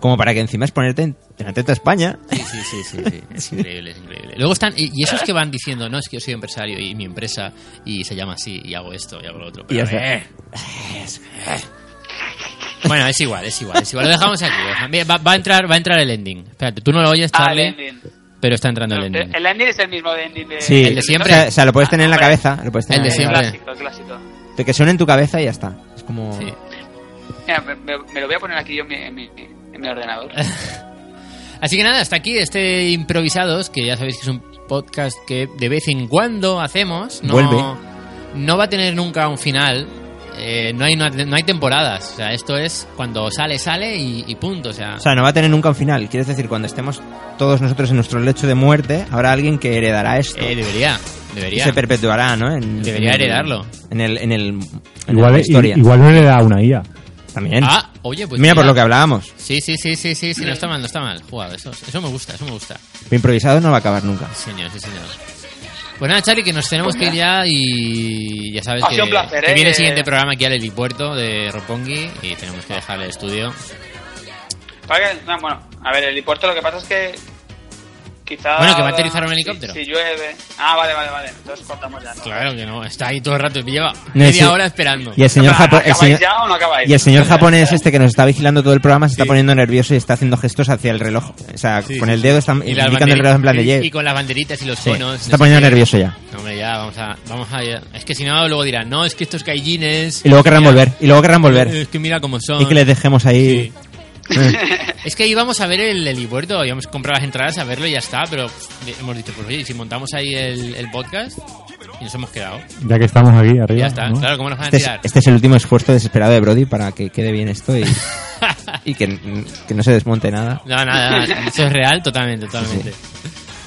como para que encima es ponerte en, en atento a España.
Sí, sí, sí, sí, sí. Es increíble, es increíble. Luego están, y, y esos que van diciendo, no, es que yo soy empresario y mi empresa y se llama así y hago esto y hago lo otro. Pero,
Y es-
eh, Bueno, es igual, es igual, es igual. Lo dejamos aquí. lo dejamos. Bien, Va, va a entrar, va a entrar el ending. Espérate, tú no lo oyes,
Ah, el
Charlie,
ending.
pero está entrando el
El,
ending.
el ending es el mismo de ending de...
Sí.
el de siempre. Ah,
O sea, o sea, lo puedes tener en la
Hombre.
cabeza. Lo puedes tener
El de
en la
siempre.
El clásico, el clásico.
cabeza. De que suene en tu cabeza y ya está. Es como...
Sí.
Mira, me, me- me lo voy a poner aquí yo en mi, en mi, en mi ordenador.
Así que nada, hasta aquí este Improvisados, que ya sabéis que es un podcast que de vez en cuando hacemos. No,
Vuelve.
No va a tener nunca un final. Eh, no, hay, una- no hay temporadas. O sea, esto es cuando sale, sale y, y punto. O sea,
O sea, no va a tener nunca un final. Quieres decir, cuando estemos todos nosotros en nuestro lecho de muerte, habrá alguien que heredará esto.
eh, debería.
y
Debería.
se perpetuará, ¿no? En-
Debería
en-
heredarlo.
En el, en el en
Igual,
la
i-
historia.
igual no le da una IA.
También.
Ah, oye, pues.
Mira, por lo que hablábamos.
Sí, sí, sí, sí, sí, sí, no está mal, no está mal. Jugado, eso, eso me gusta, eso me gusta.
Lo improvisado no va a acabar nunca.
Sí, señor, sí, señor. Pues nada, Charlie, que nos tenemos que ir ya y ya sabes
Ha
que,
sido un placer,
que
eh.
viene el siguiente programa aquí al helipuerto de Ropongi y tenemos que dejar el estudio.
Para que- no, bueno, a ver, el helipuerto lo que pasa es que. Quizá.
Bueno, que va a aterrizar un helicóptero.
Si, si llueve. Ah, vale, vale, vale. Entonces cortamos ya. ¿no?
Claro que no, está ahí todo el rato, me lleva
No,
media
sí.
hora esperando.
Y el señor,
Pero,
japo- el
¿acabáis
señor-
ya o no acabáis?
y el señor japonés este que nos está vigilando todo el programa se está poniendo nervioso y está haciendo gestos hacia el reloj. O sea,
Sí,
con
sí,
el dedo está
Y las
indicando el reloj en plan de
banderi-
"Yeah".
y, y con las banderitas y los
Sí,
conos.
se
no sé
está poniendo
qué.
nervioso ya.
No, hombre, ya, vamos a, vamos a... Es que si no, luego dirán, no, es que estos gaijines...
Y luego querrán
mira,
volver. Y luego querrán volver.
Es que mira cómo son.
Y que les dejemos ahí. Eh,
Es que íbamos a ver el helipuerto, íbamos a comprar las entradas a verlo y ya está, pero pff, hemos dicho, pues oye, ¿y si montamos ahí el, el podcast y nos hemos quedado.
Ya que estamos aquí arriba.
Y ya está,
¿no?
claro, ¿cómo nos van a
Este es,
tirar?
este es el último esfuerzo desesperado de Brody para que quede bien esto y, y que, que no se desmonte nada.
No, nada, nada, eso es real, totalmente, totalmente.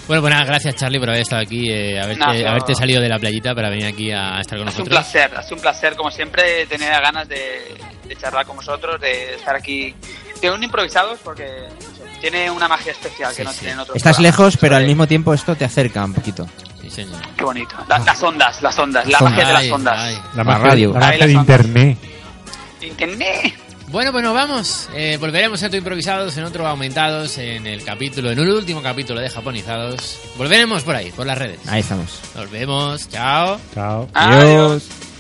Bueno, pues nada, gracias Charlie por haber estado aquí, eh, haberte,
Nada.
haberte salido de la playita para venir aquí a estar con
Ha sido un
nosotros.
placer, ha sido un placer, como siempre, tener ganas de, de charlar con vosotros, de estar aquí de un improvisados, porque no sé, tiene una magia especial
Sí,
que no
sí.
tienen otros.
Estás
programas.
lejos, pero al
Oye,
mismo tiempo esto te acerca un poquito.
Sí, señor.
Qué bonito. La- las ondas, las ondas, la magia de
Ay,
las ondas.
ay.
La
La
magia,
radio.
La
Ahí
magia
las
de
ondas.
internet.
Internet.
Bueno, pues nos vamos. Eh, volveremos en otro improvisados, en otro aumentados, en el capítulo, en el último capítulo de Japonizados. Volveremos por ahí, por las redes.
Ahí estamos.
Nos vemos, chao.
Chao.
Adiós.
Adiós.
eh.